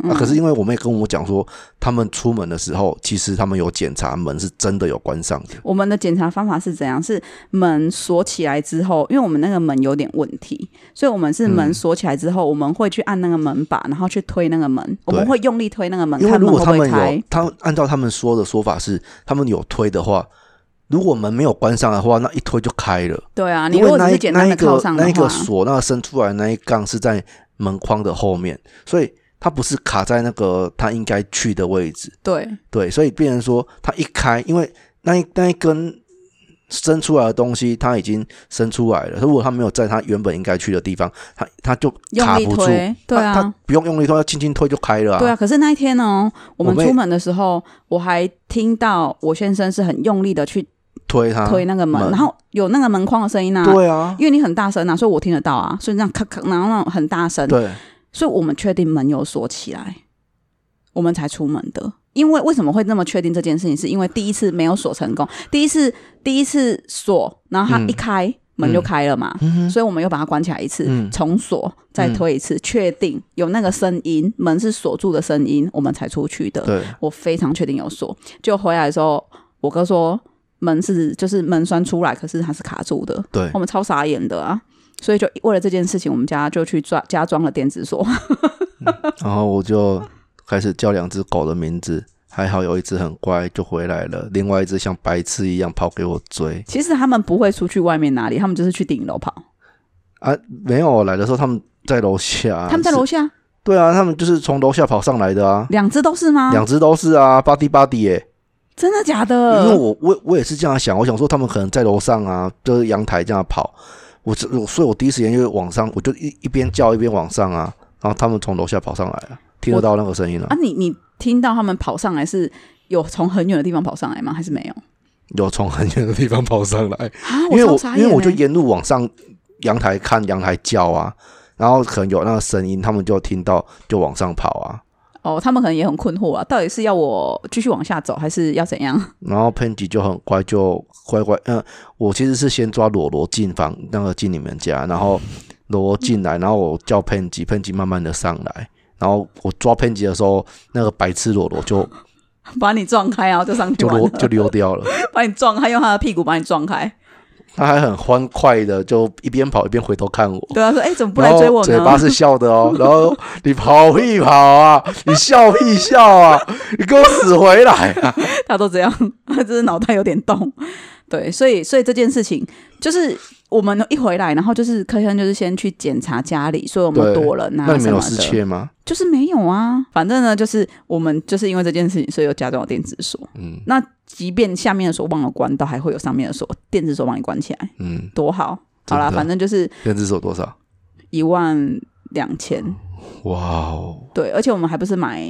[SPEAKER 2] 啊，
[SPEAKER 1] 嗯
[SPEAKER 2] 可是因为我妹跟我讲说，他们出门的时候，其实他们有检查门是真的有关上的，
[SPEAKER 1] 我们的检查方法是怎样？是门锁起来之后，因为我们那个门有点问题，所以我们
[SPEAKER 2] 嗯
[SPEAKER 1] 是门锁起来之后，我们会去按那个门把，然后去推那个门，我们会用力推那个门，
[SPEAKER 2] 因为
[SPEAKER 1] 看
[SPEAKER 2] 如
[SPEAKER 1] 门
[SPEAKER 2] 果
[SPEAKER 1] 会
[SPEAKER 2] 他
[SPEAKER 1] 不
[SPEAKER 2] 们
[SPEAKER 1] 会
[SPEAKER 2] 有
[SPEAKER 1] 开。，
[SPEAKER 2] 他们按照他们说的说法是，他们有推的话，如果门没有关上的话，那一推就开了。
[SPEAKER 1] 对啊，你
[SPEAKER 2] 因
[SPEAKER 1] 如
[SPEAKER 2] 为
[SPEAKER 1] 果只
[SPEAKER 2] 那
[SPEAKER 1] 是
[SPEAKER 2] 一
[SPEAKER 1] 简
[SPEAKER 2] 那
[SPEAKER 1] 单
[SPEAKER 2] 一
[SPEAKER 1] 的
[SPEAKER 2] 个
[SPEAKER 1] 靠上的
[SPEAKER 2] 那
[SPEAKER 1] 话，
[SPEAKER 2] 一个锁，那个伸出来的那一杠是在门框的后面，所以它不是卡在那个它应该去的位置。
[SPEAKER 1] 对
[SPEAKER 2] 对，所以变成说它一开，因为那一那一根伸出来的东西，它已经伸出来了。如果它没有在它原本应该去的地方，它它就
[SPEAKER 1] 用
[SPEAKER 2] 卡
[SPEAKER 1] 力
[SPEAKER 2] 不住。
[SPEAKER 1] 推，对
[SPEAKER 2] 它
[SPEAKER 1] 啊
[SPEAKER 2] 它。不用用力推，它轻轻推就开了、啊。
[SPEAKER 1] 对啊，可是那一天呢，我们
[SPEAKER 2] 我妹
[SPEAKER 1] 出门的时候，我还听到我先生是很用力的去
[SPEAKER 2] 推它。
[SPEAKER 1] 推那个门，
[SPEAKER 2] 啊门
[SPEAKER 1] 然后有那个门框的声音啊，
[SPEAKER 2] 对啊，
[SPEAKER 1] 因为你很大声啊，所以我听得到啊，所以这样咔咔，然后那种很大声，
[SPEAKER 2] 对，
[SPEAKER 1] 所以我们确定门有锁起来，我们才出门的。因为为什么会那么确定这件事情？是因为第一次没有锁成功，第一次第一次锁，然后它
[SPEAKER 2] 嗯
[SPEAKER 1] 一开、门就开了嘛，
[SPEAKER 2] 嗯哼，
[SPEAKER 1] 所以我们又把它关起来一次，
[SPEAKER 2] 嗯
[SPEAKER 1] 重锁再推一次，确定有那个声音，门是锁住的声音，我们才出去的。
[SPEAKER 2] 对，
[SPEAKER 1] 我非常确定有锁。就回来的时候，我哥说门是就是门栓出来，可是它是卡住的，
[SPEAKER 2] 对
[SPEAKER 1] 我们超傻眼的啊！所以就为了这件事情，我们家就去抓加装了电子锁。
[SPEAKER 2] 然后我就开始叫两只狗的名字，还好有一只很乖就回来了，另外一只像白痴一样跑给我追
[SPEAKER 1] 其实他们不会出去外面哪里，他们就是去顶楼跑。
[SPEAKER 2] 啊！没有我来的时候他们在楼下啊，
[SPEAKER 1] 他们在楼
[SPEAKER 2] 是
[SPEAKER 1] 下，
[SPEAKER 2] 对啊，他们就是从楼下跑上来的啊，
[SPEAKER 1] 两只都是吗？
[SPEAKER 2] 两只都是啊，巴迪巴迪耶。
[SPEAKER 1] 真的假
[SPEAKER 2] 因为
[SPEAKER 1] 的？
[SPEAKER 2] 我我我也是这样想，我想说他们可能在楼上啊，就是阳台这样跑，我这我所以我第一时间就是往上，我就一一边叫一边往上啊，然后他们从楼下跑上来啊，听得到那个声音了、
[SPEAKER 1] 啊，你你听到他们跑上来是有从很远的地方跑上来吗？还是没有？
[SPEAKER 2] 有从很远的地方跑上来。
[SPEAKER 1] 啊，
[SPEAKER 2] 因为
[SPEAKER 1] 超
[SPEAKER 2] 我
[SPEAKER 1] 傻
[SPEAKER 2] 因
[SPEAKER 1] 眼、
[SPEAKER 2] 为
[SPEAKER 1] 欸。
[SPEAKER 2] 我就沿路往上阳台看阳台叫啊，然后可能有那个声音，他们就听到就往上跑啊。
[SPEAKER 1] 哦，他们可能也很困惑啊，到底是要我继续往下走，还是要怎样？ [laughs]
[SPEAKER 2] 然后 Pendy 就很乖，就乖乖。嗯、我其实是先抓裸罗进房那个进你们家，然后裸罗进来，然后我叫 Pendy，Pendy 慢慢的上来。然后我抓 Pendy 的时候，那个白痴裸罗就
[SPEAKER 1] 把你撞开，然后就上去 [laughs]
[SPEAKER 2] 就
[SPEAKER 1] 玩
[SPEAKER 2] 溜
[SPEAKER 1] 了，
[SPEAKER 2] 就溜掉了。
[SPEAKER 1] 把你撞开，用他的屁股把你撞开。
[SPEAKER 2] 他还很欢快的，就一边跑一边回头看我。
[SPEAKER 1] 对啊，说哎、怎么不
[SPEAKER 2] 然
[SPEAKER 1] 来
[SPEAKER 2] 后
[SPEAKER 1] 追我
[SPEAKER 2] 嘴巴
[SPEAKER 1] 呢？
[SPEAKER 2] 是笑
[SPEAKER 1] [laughs]
[SPEAKER 2] 的哦，然后你跑屁跑啊，你笑屁笑啊，你给我死回来
[SPEAKER 1] [laughs]
[SPEAKER 2] 啊！
[SPEAKER 1] 他都这样， [laughs] 他只是脑袋有点动。对，所以所以这件事情就是我们一回来，然后就是科先生就是先去检查家里，说有没有
[SPEAKER 2] 对
[SPEAKER 1] 多人啊
[SPEAKER 2] 那你
[SPEAKER 1] 什
[SPEAKER 2] 们
[SPEAKER 1] 么
[SPEAKER 2] 有失
[SPEAKER 1] 的，
[SPEAKER 2] 窃吗？
[SPEAKER 1] 就是没有啊。反正呢，就是我们就是因为这件事情，所以有加装了电子锁。
[SPEAKER 2] 嗯
[SPEAKER 1] 那即便下面的锁忘了关，到还会有上面的锁，电子锁帮你关起来，
[SPEAKER 2] 嗯，
[SPEAKER 1] 多好。好
[SPEAKER 2] 真
[SPEAKER 1] 啦，
[SPEAKER 2] 的
[SPEAKER 1] 反正就是
[SPEAKER 2] 电子锁多少？
[SPEAKER 1] 一万两千，
[SPEAKER 2] 哇哦，
[SPEAKER 1] 对，而且我们还不是买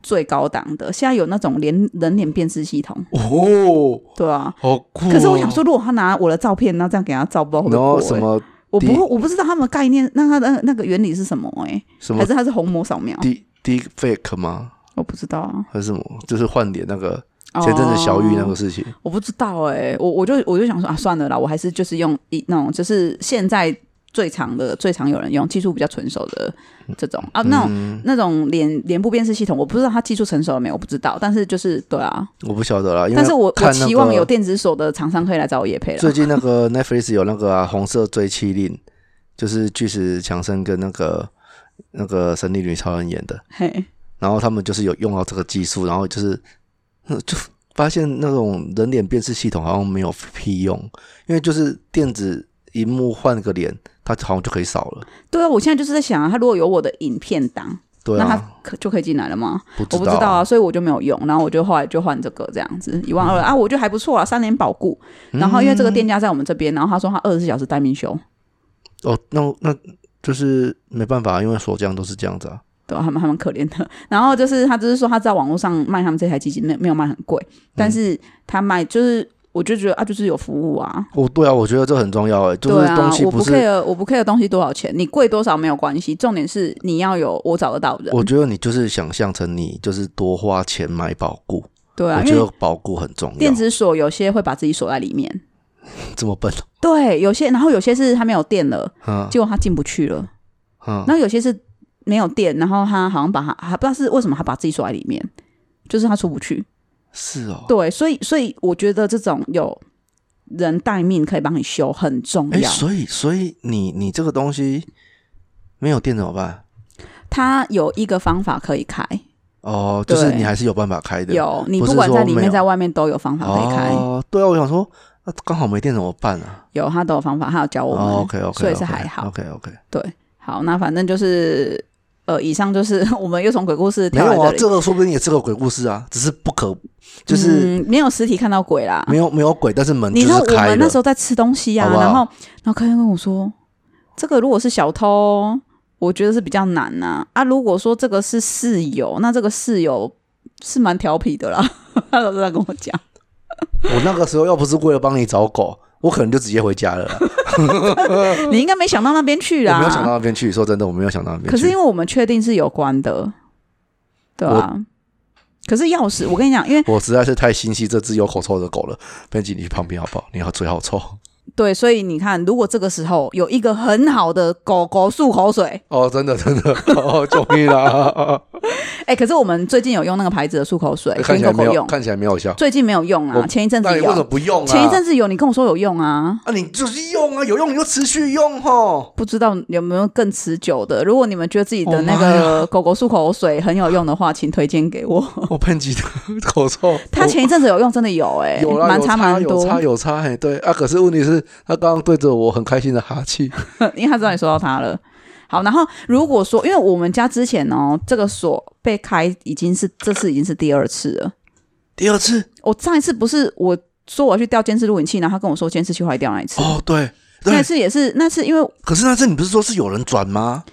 [SPEAKER 1] 最高档的，现在有那种连人脸辨识系统，
[SPEAKER 2] 哦，
[SPEAKER 1] 对啊。
[SPEAKER 2] 好酷、哦
[SPEAKER 1] 可是我想，说，如果他拿我的照片，然后这样给他照，不知道会不
[SPEAKER 2] 然
[SPEAKER 1] 会
[SPEAKER 2] 后
[SPEAKER 1] 过
[SPEAKER 2] 什
[SPEAKER 1] 欸
[SPEAKER 2] 么
[SPEAKER 1] 我不
[SPEAKER 2] 第
[SPEAKER 1] 会，我不知道他们概念，那他的那个原理是什么、欸？
[SPEAKER 2] 什
[SPEAKER 1] 哎，
[SPEAKER 2] 么
[SPEAKER 1] 还是哦他是虹膜扫描？
[SPEAKER 2] deep deep fake 吗？
[SPEAKER 1] 我不知道啊。
[SPEAKER 2] 还是什么？就是换脸那个前阵子小玉那个
[SPEAKER 1] 哦
[SPEAKER 2] 事情，
[SPEAKER 1] 我不知道哎、我我就我就想说啊，算了啦，我还是就是用一那种就是现在最常的最常有人用技术比较成熟的这种啊，那种、
[SPEAKER 2] 嗯
[SPEAKER 1] 那种脸脸部辨识系统，我不知道它技术成熟了没有，我不知道，但是就是对啊，
[SPEAKER 2] 我不晓得啦。因为
[SPEAKER 1] 但是我、
[SPEAKER 2] 看
[SPEAKER 1] 我
[SPEAKER 2] 那个
[SPEAKER 1] 期望有电子锁的厂商可以来找我叶配
[SPEAKER 2] 最
[SPEAKER 1] 了。
[SPEAKER 2] 近那个 Netflix 有那个、啊、红色追妻令，就是巨石强森跟那个那个神力女超人演的，
[SPEAKER 1] 嘿，
[SPEAKER 2] 然后他们就是有用到这个技术，然后就是嗯就发现那种人脸辨识系统好像没有屁用，因为就是电子荧幕换个脸，它好像就可以扫了。
[SPEAKER 1] 对啊，我现在就是在想啊，他如果有我的影片档，
[SPEAKER 2] 对
[SPEAKER 1] 那
[SPEAKER 2] 啊
[SPEAKER 1] 他，可就可以进来了吗？
[SPEAKER 2] 不
[SPEAKER 1] 我
[SPEAKER 2] 知
[SPEAKER 1] 不知
[SPEAKER 2] 道
[SPEAKER 1] 道啊，所以我就没有用，然后我就后来就换这个这样子一万
[SPEAKER 2] 嗯
[SPEAKER 1] 二啊，我觉得还不错啊，三年保固。然后因为这个店家在我们这边，然后他说他二十四小时待命休，
[SPEAKER 2] 哦，那那就是没办法，因为锁匠都是这样子啊。
[SPEAKER 1] 对吧、他们还蛮可怜的。 [laughs] 然后就是他只是说他在网络上卖他们这台机器没没有卖很贵，
[SPEAKER 2] 嗯
[SPEAKER 1] 但是他卖就是我就觉得啊，就是有服务啊。
[SPEAKER 2] 哦，对啊，我觉得这很重要哎，就
[SPEAKER 1] 对
[SPEAKER 2] 是
[SPEAKER 1] 啊
[SPEAKER 2] 东，西
[SPEAKER 1] 我不
[SPEAKER 2] 是，
[SPEAKER 1] care，我不 care 东西多少钱，你贵多少没有关系，重点是你要有我找得到人。
[SPEAKER 2] 我觉得你就是想象成你就是多花钱买保固，
[SPEAKER 1] 对啊
[SPEAKER 2] 我，觉
[SPEAKER 1] 因
[SPEAKER 2] 得
[SPEAKER 1] 为
[SPEAKER 2] 保固很重要。
[SPEAKER 1] 电子锁有些会把自己锁在里面，
[SPEAKER 2] 这么笨，
[SPEAKER 1] 对，有些然后有些是他没有电了，
[SPEAKER 2] 嗯
[SPEAKER 1] 结果他进不去了。
[SPEAKER 2] 嗯，
[SPEAKER 1] 那有些是没有电，然后他好像把他还不知道是为什么他把自己锁在里面，就是他出不去。
[SPEAKER 2] 是哦。
[SPEAKER 1] 对，所以所以我觉得这种有人待命可以帮你修很重
[SPEAKER 2] 哎，
[SPEAKER 1] 要。
[SPEAKER 2] 所以所以你你这个东西没有电怎么办？
[SPEAKER 1] 他有一个方法可以开，
[SPEAKER 2] 哦，就是
[SPEAKER 1] 对
[SPEAKER 2] 你还是有办法开的。
[SPEAKER 1] 有你
[SPEAKER 2] 不
[SPEAKER 1] 不
[SPEAKER 2] 是
[SPEAKER 1] 管
[SPEAKER 2] 说
[SPEAKER 1] 在里
[SPEAKER 2] 没
[SPEAKER 1] 面
[SPEAKER 2] 有
[SPEAKER 1] 在外面都有方法可以开，
[SPEAKER 2] 哦，对啊，我想说，那刚好没电怎么办啊？
[SPEAKER 1] 有他都有方法，他有教我们，
[SPEAKER 2] 哦，OK OK，
[SPEAKER 1] 所以是还好。
[SPEAKER 2] OK OK，
[SPEAKER 1] 对，好，那反正就是。呃，以上就是 [laughs] 我们又从鬼故事
[SPEAKER 2] 没
[SPEAKER 1] 跳来
[SPEAKER 2] 有啊，
[SPEAKER 1] 这里，
[SPEAKER 2] 这个说不定也是个鬼故事啊，只是不可就是
[SPEAKER 1] 嗯、没有实体看到鬼啦，
[SPEAKER 2] 没有没有鬼，但是门就
[SPEAKER 1] 你知道
[SPEAKER 2] 是
[SPEAKER 1] 我
[SPEAKER 2] 开
[SPEAKER 1] 们那时
[SPEAKER 2] 的。
[SPEAKER 1] 候在吃东西啊，
[SPEAKER 2] 好不好
[SPEAKER 1] 然后然后客人跟我说，这个如果是小偷，我觉得是比较难呐、啊。如果说这个是室友，那这个室友是蛮调皮的啦。他都在跟我讲，
[SPEAKER 2] 我那个时候要不是为了帮你找狗，我可能就直接回家了
[SPEAKER 1] [laughs]
[SPEAKER 2] 啦。
[SPEAKER 1] 你应该没想到那边去啦。
[SPEAKER 2] 嗯我没有想到那边去，说真的，我没有想到那边去。
[SPEAKER 1] 啊可是因为我们确定是有关的，对吧、可是钥匙，我跟你讲，因为
[SPEAKER 2] 我实在是太心系这只有口臭的狗了，编辑你去旁边好不好？你要嘴好臭
[SPEAKER 1] 对，所以你看，如果这个时候有一个很好的狗狗漱口水，
[SPEAKER 2] 哦，真的真的，哦，救
[SPEAKER 1] [laughs]
[SPEAKER 2] 命啦！
[SPEAKER 1] 哎、可是我们最近有用那个牌子的漱口水
[SPEAKER 2] 看
[SPEAKER 1] 跟
[SPEAKER 2] 起来
[SPEAKER 1] 狗
[SPEAKER 2] 没
[SPEAKER 1] 狗
[SPEAKER 2] 有，
[SPEAKER 1] 用，
[SPEAKER 2] 看起来没有效。
[SPEAKER 1] 最近没有用
[SPEAKER 2] 我
[SPEAKER 1] 啊，前一阵子
[SPEAKER 2] 那你为
[SPEAKER 1] 有
[SPEAKER 2] 什么不用啊？
[SPEAKER 1] 前一阵子有你跟我说有用啊，
[SPEAKER 2] 啊，你就是用啊，有用你就持续用吼。
[SPEAKER 1] 不知道有没有更持久的。如果你们觉得自己的那
[SPEAKER 2] 哦
[SPEAKER 1] 个狗狗漱口水很有用的话，请推荐给
[SPEAKER 2] [laughs]
[SPEAKER 1] 我。 [laughs]
[SPEAKER 2] 我喷几的口臭，
[SPEAKER 1] 它前一阵子有用，真的有哎、
[SPEAKER 2] 有啦，
[SPEAKER 1] 蛮
[SPEAKER 2] 有
[SPEAKER 1] 差蛮
[SPEAKER 2] 有
[SPEAKER 1] 多，
[SPEAKER 2] 差有差，嘿，对啊。可是问题是，他刚刚对着我很开心的哈气，
[SPEAKER 1] [laughs] [laughs] 因为他知道你收到它了。好，然后如果说，因为我们家之前哦，这个锁被开已经是这次已经是第二次了。
[SPEAKER 2] 第二次
[SPEAKER 1] 我上一次不是我说我要去调监视录影器，然后他跟我说监视器坏掉那一次，
[SPEAKER 2] 哦，对
[SPEAKER 1] 那
[SPEAKER 2] 对
[SPEAKER 1] 一。次也是那次因为
[SPEAKER 2] 可是那次你不是说是有人转吗？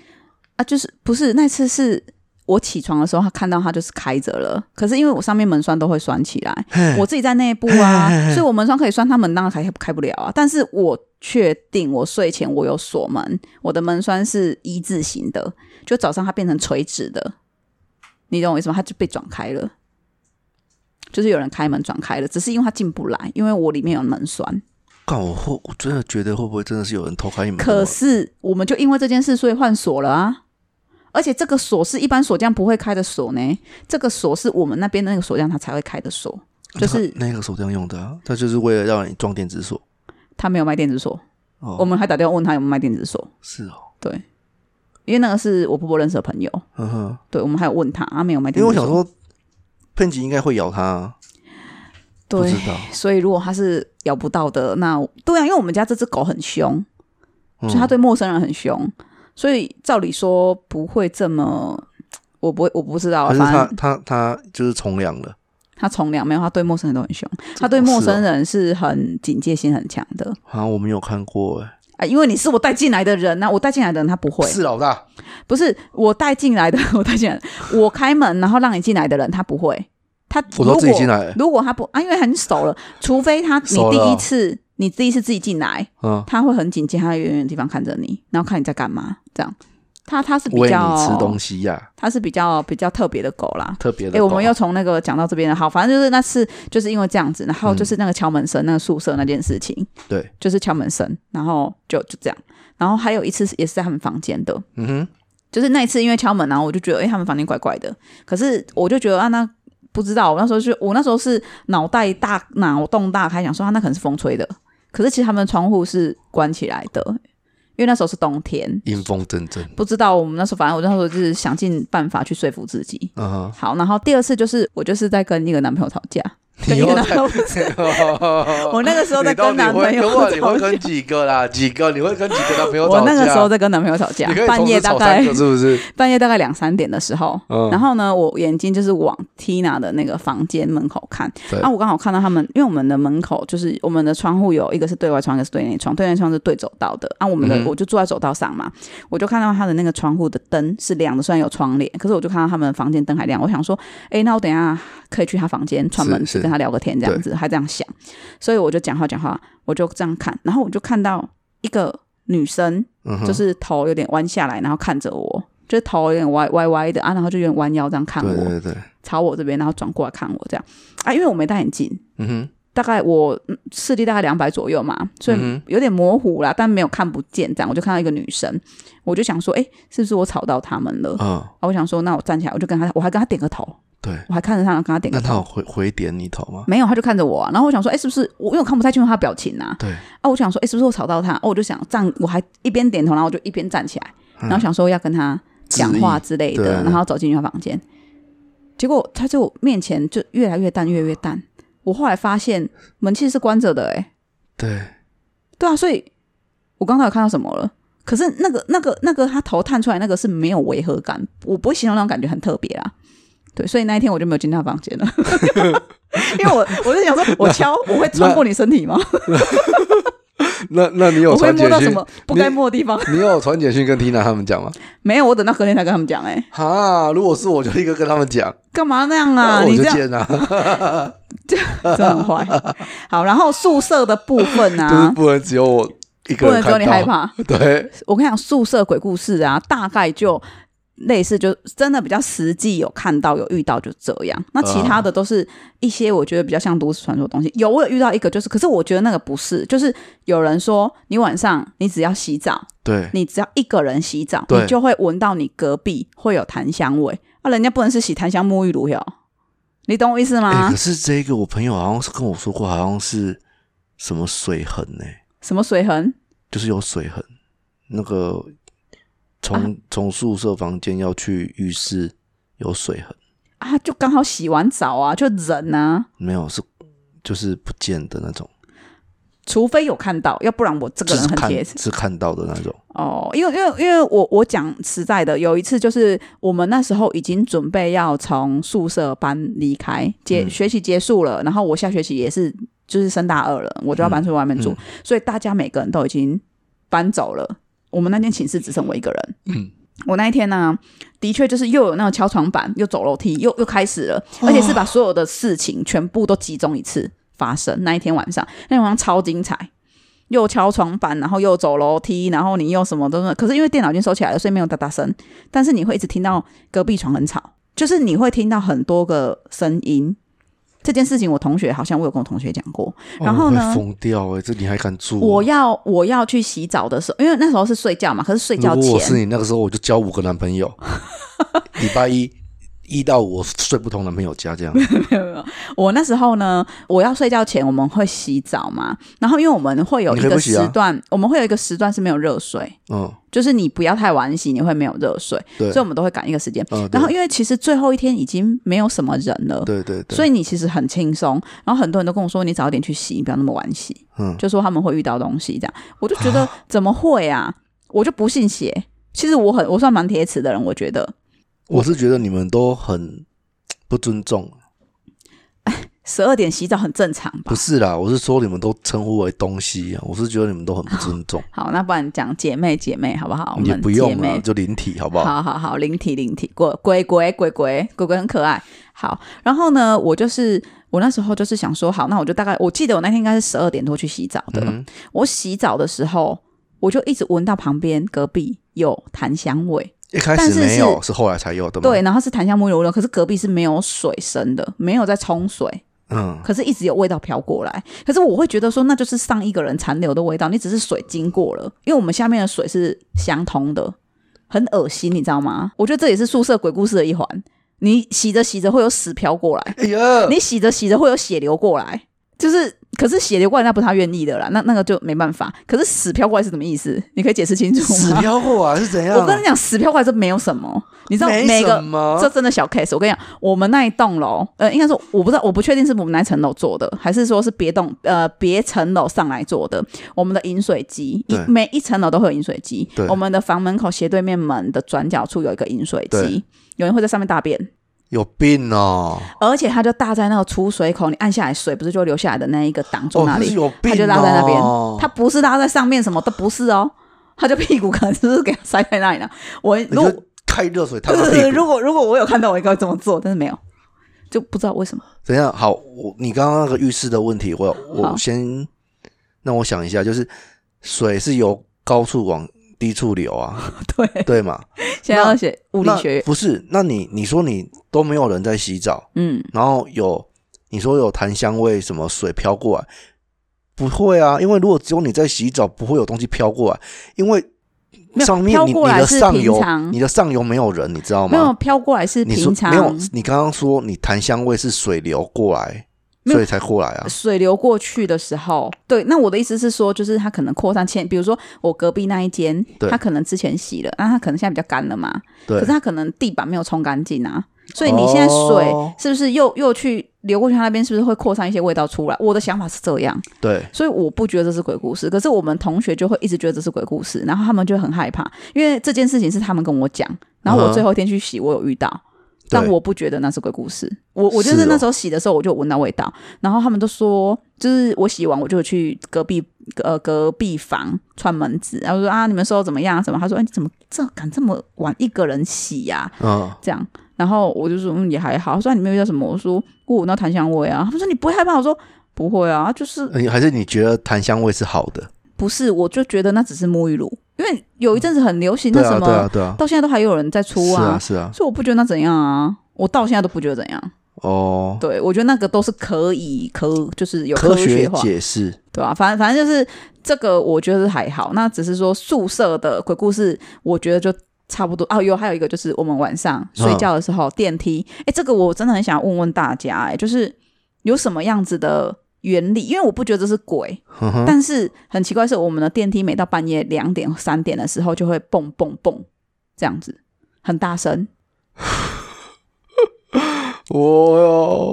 [SPEAKER 1] 啊，就是不是那次是我起床的时候，他看到他就是开着了，可是因为我上面门栓都会栓起来，我自己在内部啊，所以我门栓可以栓，他门当然开开不了啊。但是我确定我睡前我有锁门，我的门栓是一字形的，就早上它变成垂直的，你懂我意思吗？它就被转开了。就是有人开门转开了，只是因为他进不来，因为我里面有门栓。
[SPEAKER 2] 干，我会我真的觉得会不会真的是有人偷开你们的门？
[SPEAKER 1] 可是我们就因为这件事，所以换锁了啊。而且这个锁是一般锁匠不会开的锁呢，这个锁是我们那边的那个锁匠他才会开的锁，
[SPEAKER 2] 啊
[SPEAKER 1] 就是
[SPEAKER 2] 那个那个手这样用的、啊，它就是为了让你装电子锁。
[SPEAKER 1] 他没有卖电子锁。
[SPEAKER 2] 哦，
[SPEAKER 1] 我们还打电话问他有没有卖电子锁，
[SPEAKER 2] 是哦，
[SPEAKER 1] 因为那个是我婆婆认识的朋友，
[SPEAKER 2] 呵呵，
[SPEAKER 1] 对我们还有问他，他没有卖
[SPEAKER 2] 因
[SPEAKER 1] 电
[SPEAKER 2] 为
[SPEAKER 1] 子
[SPEAKER 2] 我
[SPEAKER 1] 锁。
[SPEAKER 2] 想说，喷吉应该会咬它、啊，不知
[SPEAKER 1] 对，
[SPEAKER 2] 道，
[SPEAKER 1] 所以如果他是咬不到的，那对啊，因为我们家这只狗很凶，
[SPEAKER 2] 嗯
[SPEAKER 1] 所以它对陌生人很凶，所以照理说不会这么，我不会，我不知道啊，
[SPEAKER 2] 还是
[SPEAKER 1] 反
[SPEAKER 2] 它
[SPEAKER 1] 正
[SPEAKER 2] 它它就是从良了。
[SPEAKER 1] 他从良没有，他对陌生人都很凶，他对陌生人是很警戒心很强的
[SPEAKER 2] 好像我没有看过哎、
[SPEAKER 1] 啊，因为你是我带进来的人呐、我带进来的人他不会，
[SPEAKER 2] 是老大，
[SPEAKER 1] 不是我带进来的，我带进来的，我开门然后让你进来的人他不会，他如
[SPEAKER 2] 我都
[SPEAKER 1] 果
[SPEAKER 2] 自己进来了，
[SPEAKER 1] 如果他不啊，因为很熟了，除非他你
[SPEAKER 2] 熟了
[SPEAKER 1] 第一
[SPEAKER 2] 哦
[SPEAKER 1] 次你第一次自己进来，
[SPEAKER 2] 嗯，
[SPEAKER 1] 他会很警戒，他在远远的地方看着你，然后看你在干嘛，这样。他他是比
[SPEAKER 2] 喂
[SPEAKER 1] 较
[SPEAKER 2] 你吃东西呀、
[SPEAKER 1] 它是比较比较特别的狗啦。
[SPEAKER 2] 特别的
[SPEAKER 1] 哎、
[SPEAKER 2] 狗。
[SPEAKER 1] 我们又从那个讲到这边了。好，反正就是那次就是因为这样子，然后
[SPEAKER 2] 嗯
[SPEAKER 1] 就是那个敲门声、那个宿舍那件事情，
[SPEAKER 2] 对，
[SPEAKER 1] 就是敲门声，然后就就这样。然后还有一次是也是在他们房间的，
[SPEAKER 2] 嗯哼，
[SPEAKER 1] 就是那一次因为敲门，然后我就觉得哎、诶他们房间怪怪的，可是我就觉得啊那。不知道，我那时候就我那时候是脑袋大脑洞大开，想说啊，那可能是风吹的。可是其实他们的窗户是关起来的，因为那时候是冬天，
[SPEAKER 2] 阴风阵阵，
[SPEAKER 1] 不知道我们那时候，反正我那时候就是想尽办法去说服自己。
[SPEAKER 2] 嗯哼，
[SPEAKER 1] 好，然后第二次就是我就是在跟一个男朋友吵架，跟
[SPEAKER 2] 你
[SPEAKER 1] 一个
[SPEAKER 2] 又
[SPEAKER 1] 男朋友， [laughs] [laughs] 我那个时候在
[SPEAKER 2] 你到
[SPEAKER 1] 跟
[SPEAKER 2] 底
[SPEAKER 1] 男
[SPEAKER 2] 会
[SPEAKER 1] 朋友 [laughs]
[SPEAKER 2] 如果你
[SPEAKER 1] 吵
[SPEAKER 2] 会
[SPEAKER 1] 架
[SPEAKER 2] 跟，几个啦？几个？你会跟几个男朋友
[SPEAKER 1] [laughs] 我
[SPEAKER 2] 吵架？
[SPEAKER 1] 那个时候在跟男朋友吵架
[SPEAKER 2] 你可，以
[SPEAKER 1] 半
[SPEAKER 2] 同
[SPEAKER 1] 夜
[SPEAKER 2] 时
[SPEAKER 1] 大
[SPEAKER 2] 吵三
[SPEAKER 1] 概
[SPEAKER 2] 个，是不是？ [laughs]
[SPEAKER 1] 半夜大概两三点的时候，
[SPEAKER 2] 嗯
[SPEAKER 1] 然后呢，我眼睛就是往 Tina 的那个房间门口看
[SPEAKER 2] 对，
[SPEAKER 1] 啊，我刚好看到他们，因为我们的门口就是我们的窗户有一个是对外窗，一个是对内窗，对内窗是对走道的，啊，我们的、
[SPEAKER 2] 嗯哼
[SPEAKER 1] 我就坐在走道上嘛，我就看到他的那个窗户的灯是亮的，虽然有窗帘，可是我就看到他们房间灯还亮，我想说，哎，那我等一下可以去他房间串门
[SPEAKER 2] 是
[SPEAKER 1] 子
[SPEAKER 2] 是
[SPEAKER 1] 跟他聊个天，这样
[SPEAKER 2] 对
[SPEAKER 1] 子，还这样想，所以我就讲话讲话，我就这样看，然后我就看到一个女生。
[SPEAKER 2] 嗯哼，
[SPEAKER 1] 就是头有点弯下来，然后看着我，就是头有点歪歪歪的啊，然后就有点弯腰这样看我，
[SPEAKER 2] 对对对，
[SPEAKER 1] 朝我这边，然后转过来看我这样啊，因为我没戴眼镜，
[SPEAKER 2] 嗯哼，
[SPEAKER 1] 大概我嗯视力大概两百左右嘛，所以
[SPEAKER 2] 嗯
[SPEAKER 1] 有点模糊啦，但没有看不见这样，我就看到一个女生，我就想说，哎、是不是我吵到他们了？
[SPEAKER 2] 嗯，
[SPEAKER 1] 啊，我想说，那我站起来，我就跟他，我还跟他点个头，
[SPEAKER 2] 对。
[SPEAKER 1] 我还看着他，然后跟他点
[SPEAKER 2] 那
[SPEAKER 1] 个
[SPEAKER 2] 他有
[SPEAKER 1] 头。
[SPEAKER 2] 回回嗯点你头吗？
[SPEAKER 1] 没有，他就看着我啊、然后我想说，哎、是不是我因为我看不太清楚他的表情啊，
[SPEAKER 2] 对，
[SPEAKER 1] 啊，我想说，哎、是不是我吵到他？哦，我就想站，我还一边点头，然后我就一边站起来，然后想说要跟他讲话
[SPEAKER 2] 致
[SPEAKER 1] 之类
[SPEAKER 2] 致意
[SPEAKER 1] 的，
[SPEAKER 2] 嗯对
[SPEAKER 1] 然后走进去他房间，结果他就我面前就越来越淡，越来越淡。我后来发现门其实是关着的、欸，哎，
[SPEAKER 2] 意对，
[SPEAKER 1] 对啊，所以我刚才有看到什么了。可是那个、那个、那个，他头探出来那个是没有违和感，我不会形容那种感觉很特别啦。对，所以那一天我就没有进他房间了，
[SPEAKER 2] [laughs]
[SPEAKER 1] 因为我我就想说，我敲我会穿过你身体吗？
[SPEAKER 2] 那那你
[SPEAKER 1] 我
[SPEAKER 2] 有
[SPEAKER 1] 会
[SPEAKER 2] 传
[SPEAKER 1] 摸
[SPEAKER 2] 简
[SPEAKER 1] 到什
[SPEAKER 2] 讯？
[SPEAKER 1] 么不该摸的地方？
[SPEAKER 2] [laughs] 你有传简讯跟 Tina 他们讲吗？
[SPEAKER 1] 没有，我等到隔天才跟他们讲、欸。哎，
[SPEAKER 2] 哈，如果是我就立刻跟他们讲，
[SPEAKER 1] 干嘛那样
[SPEAKER 2] 那
[SPEAKER 1] 啊？
[SPEAKER 2] 我
[SPEAKER 1] 你
[SPEAKER 2] 就
[SPEAKER 1] 这样
[SPEAKER 2] 见啊，
[SPEAKER 1] [laughs] 真的很坏。好，然后宿舍的部分
[SPEAKER 2] [laughs] 就是
[SPEAKER 1] 啊，
[SPEAKER 2] 不能只有我一个
[SPEAKER 1] 不能
[SPEAKER 2] 人
[SPEAKER 1] 说
[SPEAKER 2] 看到。
[SPEAKER 1] 你害怕。
[SPEAKER 2] 对，
[SPEAKER 1] 我跟你讲，宿舍鬼故事啊，大概就类似，就真的比较实际有看到有遇到就这样。那其他的都是一些我觉得比较像都市传说的东西。有我有遇到一个，就是可是我觉得那个不是，就是有人说你晚上你只要洗澡，
[SPEAKER 2] 对，
[SPEAKER 1] 你只要一个人洗澡，
[SPEAKER 2] 对
[SPEAKER 1] 你就会闻到你隔壁会有檀香味。啊，人家不能是洗檀香沐浴露哟，你懂我意思吗？
[SPEAKER 2] 哎、可是这个我朋友好像是跟我说过，好像是什么水痕呢、
[SPEAKER 1] 什么水痕？
[SPEAKER 2] 就是有水痕。那个
[SPEAKER 1] 啊
[SPEAKER 2] 从从、宿舍房间要去浴室有水痕，
[SPEAKER 1] 啊，就刚好洗完澡啊，就人啊，
[SPEAKER 2] 没有是就是不见的那种，
[SPEAKER 1] 除非有看到，要不然我这个
[SPEAKER 2] 就
[SPEAKER 1] 人
[SPEAKER 2] 是
[SPEAKER 1] 很贴
[SPEAKER 2] 看
[SPEAKER 1] 实
[SPEAKER 2] 是看到的那种。
[SPEAKER 1] 哦。因为因为因为我我讲实在的，有一次就是我们那时候已经准备要从宿舍搬离开，结、
[SPEAKER 2] 嗯
[SPEAKER 1] 学期结束了，然后我下学期也是就是升大二了，我就要搬出去外面住，
[SPEAKER 2] 嗯
[SPEAKER 1] 所以大家每个人都已经搬走了。我们那间寝室只剩我一个人。
[SPEAKER 2] 嗯
[SPEAKER 1] 我那一天呢、的确就是又有那种敲床板，又走楼梯，又又开始了，而且是把所有的事情全部都集中一次发生。那一天晚上，那天晚上超精彩，又敲床板，然后又走楼梯，然后你又什么都没有。可是因为电脑已经收起来了，所以没有哒哒声，但是你会一直听到隔壁床很吵，就是你会听到很多个声音。这件事情，我同学好像我有跟我同学讲过，然后
[SPEAKER 2] 哦我会
[SPEAKER 1] 呢
[SPEAKER 2] 疯掉哎、这你还敢住？
[SPEAKER 1] 我要我要去洗澡的时候，因为那时候是睡觉嘛，可是睡觉
[SPEAKER 2] 如果我是
[SPEAKER 1] 前
[SPEAKER 2] 你，那个时候我就交五个男朋友，
[SPEAKER 1] [laughs]
[SPEAKER 2] 礼拜一一到五我睡不同男朋友家
[SPEAKER 1] [laughs]
[SPEAKER 2] 这样。
[SPEAKER 1] 没有没有，我那时候呢，我要睡觉前我们会洗澡嘛，然后因为我们会有一
[SPEAKER 2] 你可以
[SPEAKER 1] 个
[SPEAKER 2] 不洗
[SPEAKER 1] 时
[SPEAKER 2] 啊
[SPEAKER 1] 段，我们会有一个时段是没有热水，
[SPEAKER 2] 嗯，
[SPEAKER 1] 就是你不要太晚洗，你会没有热水，
[SPEAKER 2] 对
[SPEAKER 1] 所以我们都会赶一个时间。
[SPEAKER 2] 嗯，
[SPEAKER 1] 然后
[SPEAKER 2] 对
[SPEAKER 1] 因为其实最后一天已经没有什么人了。
[SPEAKER 2] 对对对，
[SPEAKER 1] 所
[SPEAKER 2] 以
[SPEAKER 1] 以你其实很轻松，然后很多人都跟我说你早点去洗，你不要那么晚洗，
[SPEAKER 2] 嗯
[SPEAKER 1] 就说他们会遇到东西这样，我就觉得怎么会啊？我就不信邪。其实我很我算蛮铁齿的人，我啊觉得
[SPEAKER 2] 我是觉得你们都很不尊重，
[SPEAKER 1] 十二点洗澡很正常吧，
[SPEAKER 2] 不？是啦，我是说你们都称呼为东西、啊，我是觉得你们都很不尊重
[SPEAKER 1] 好，那不然讲姐妹姐妹好不好？我
[SPEAKER 2] 也
[SPEAKER 1] 们
[SPEAKER 2] 不
[SPEAKER 1] 姐
[SPEAKER 2] 用了，
[SPEAKER 1] 妹
[SPEAKER 2] 就灵体好不好？
[SPEAKER 1] 好好好，灵体灵体，鬼鬼鬼鬼鬼鬼鬼很可爱。好，然后呢，我就是我那时候就是想说，好，那我就大概我记得我那天应该是十二点多去洗澡的。
[SPEAKER 2] 嗯
[SPEAKER 1] 我洗澡的时候，我就一直闻到旁边隔壁有檀香味，
[SPEAKER 2] 一开
[SPEAKER 1] 但
[SPEAKER 2] 始
[SPEAKER 1] 是
[SPEAKER 2] 没有，
[SPEAKER 1] 是
[SPEAKER 2] 是后来才有的嘛。
[SPEAKER 1] 对，，然后是檀香木油了，可是隔壁是没有水声的，没有在冲水，
[SPEAKER 2] 嗯，
[SPEAKER 1] 可是一直有味道飘过来。可是我会觉得说，那就是上一个人残留的味道，你只是水经过了，因为我们下面的水是相通的，很恶心，你知道吗？我觉得这也是宿舍鬼故事的一环。你洗着洗着会有屎飘过来，
[SPEAKER 2] 哎呀， [laughs]
[SPEAKER 1] 你洗着洗着会有血流过来，就是可是血流过来那不是他愿意的啦，那那个就没办法。可是屎飘过来是什么意思？你可以解释清楚
[SPEAKER 2] 死
[SPEAKER 1] 吗？
[SPEAKER 2] 飘过啊来是怎样？
[SPEAKER 1] 我跟你讲，屎飘过来这没有什么，你知道
[SPEAKER 2] 没
[SPEAKER 1] 每个
[SPEAKER 2] 什么
[SPEAKER 1] 这真的小 case。我跟你讲，我们那一栋楼，呃，应该说我不知道，我不确定是我们那一层楼做的，还是说是别栋呃别层楼上来做的。我们的饮水机，一
[SPEAKER 2] 对
[SPEAKER 1] 每一层楼都会有饮水机
[SPEAKER 2] 对。
[SPEAKER 1] 我们的房门口斜对面门的转角处有一个饮水
[SPEAKER 2] 对
[SPEAKER 1] 机，有人会在上面大便，
[SPEAKER 2] 有病哦！
[SPEAKER 1] 而且它就搭在那个出水口，你按下来水不是就流下来的那一个挡住
[SPEAKER 2] 哦，
[SPEAKER 1] 那
[SPEAKER 2] 那是
[SPEAKER 1] 里，
[SPEAKER 2] 有
[SPEAKER 1] 它
[SPEAKER 2] 病、哦，
[SPEAKER 1] 就拉在那边，它不是搭在上面，什么都不是哦。它就屁股可能就是给它塞在那里了。
[SPEAKER 2] [laughs]
[SPEAKER 1] 我
[SPEAKER 2] 你
[SPEAKER 1] 如果
[SPEAKER 2] 就开热水烫
[SPEAKER 1] 对
[SPEAKER 2] 他
[SPEAKER 1] 对对，
[SPEAKER 2] 屁股。
[SPEAKER 1] 如果如果我有看到，我应该会这么做，但是没有，就不知道为什么。 [laughs]
[SPEAKER 2] 等一下，好，我你刚刚那个浴室的问题，我
[SPEAKER 1] 好
[SPEAKER 2] 我先让我想一下，就是水是由高处往低处
[SPEAKER 1] [laughs]
[SPEAKER 2] 流啊，
[SPEAKER 1] 对，
[SPEAKER 2] 对嘛？
[SPEAKER 1] 现在要写物理
[SPEAKER 2] 那
[SPEAKER 1] 学，
[SPEAKER 2] 不是？那你你说你都没有人在洗澡，
[SPEAKER 1] 嗯，
[SPEAKER 2] 然后有你说有檀香味，什么水飘过来？不会啊，因为如果只有你在洗澡，不会有东西飘过来，因为
[SPEAKER 1] 没有
[SPEAKER 2] 上面
[SPEAKER 1] 飘
[SPEAKER 2] 你
[SPEAKER 1] 过
[SPEAKER 2] 你
[SPEAKER 1] 来
[SPEAKER 2] 的
[SPEAKER 1] 是
[SPEAKER 2] 上
[SPEAKER 1] 平
[SPEAKER 2] 游
[SPEAKER 1] 常
[SPEAKER 2] 你的上游没有人，你知道吗？
[SPEAKER 1] 没有飘过来是
[SPEAKER 2] 你说
[SPEAKER 1] 平常
[SPEAKER 2] 没有？你刚刚说你檀香味是水流过来，
[SPEAKER 1] 没有
[SPEAKER 2] 所以才过来啊？
[SPEAKER 1] 水流过去的时候，对，那我的意思是说，就是它可能扩散前，比如说我隔壁那一间，
[SPEAKER 2] 对
[SPEAKER 1] 它可能之前洗了，那它可能现在比较干了嘛，
[SPEAKER 2] 对
[SPEAKER 1] 可是，它可能地板没有冲干净啊，所以你现在水
[SPEAKER 2] 哦
[SPEAKER 1] 是不是又又去流过去它那边，是不是会扩散一些味道出来？我的想法是这样，
[SPEAKER 2] 对，
[SPEAKER 1] 所以我不觉得这是鬼故事，可是我们同学就会一直觉得这是鬼故事，然后他们就很害怕，因为这件事情是他们跟我讲，然后
[SPEAKER 2] 嗯
[SPEAKER 1] 我
[SPEAKER 2] 哼
[SPEAKER 1] 最后一天去洗，我有遇到，
[SPEAKER 2] 对
[SPEAKER 1] 但我不觉得那是鬼故事。我我就是是
[SPEAKER 2] 哦
[SPEAKER 1] 那时候洗的时候，我就闻到味道，然后他们都说，就是我洗完我就去隔壁呃隔壁房串门子，然后说啊你们说怎么样啊什么？他说哎你怎么这敢这么晚一个人洗呀、
[SPEAKER 2] 嗯，
[SPEAKER 1] 这样。然后我就说，嗯，也还好。他说啊你没有遇到什么？我说我闻到檀香味啊。他说你不会害怕？我说不会啊，就是
[SPEAKER 2] 你呃还是你觉得檀香味是好的？
[SPEAKER 1] 不是，我就觉得那只是沐浴露，因为有一阵子很流行那
[SPEAKER 2] 对
[SPEAKER 1] 什
[SPEAKER 2] 啊，
[SPEAKER 1] 么，
[SPEAKER 2] 对啊，对啊，
[SPEAKER 1] 到现在都还有人在出
[SPEAKER 2] 是
[SPEAKER 1] 啊，
[SPEAKER 2] 啊，是啊，
[SPEAKER 1] 所以我不觉得那怎样啊，我到现在都不觉得怎样。
[SPEAKER 2] 哦，
[SPEAKER 1] 对，我觉得那个都是可以可就是有
[SPEAKER 2] 科
[SPEAKER 1] 学化，
[SPEAKER 2] 解释，
[SPEAKER 1] 对吧、反正反正就是这个，我觉得还好。那只是说宿舍的鬼故事，我觉得就。差不多哦，有还有一个就是我们晚上睡觉的时候、电梯，哎，这个我真的很想问问大家，哎，就是有什么样子的原理？因为我不觉得这是鬼，
[SPEAKER 2] 哼嗯哼，
[SPEAKER 1] 但是很奇怪是，我们的电梯每到半夜两点、三点的时候就会蹦蹦蹦这样子，很大声。
[SPEAKER 2] 我哦
[SPEAKER 1] 哦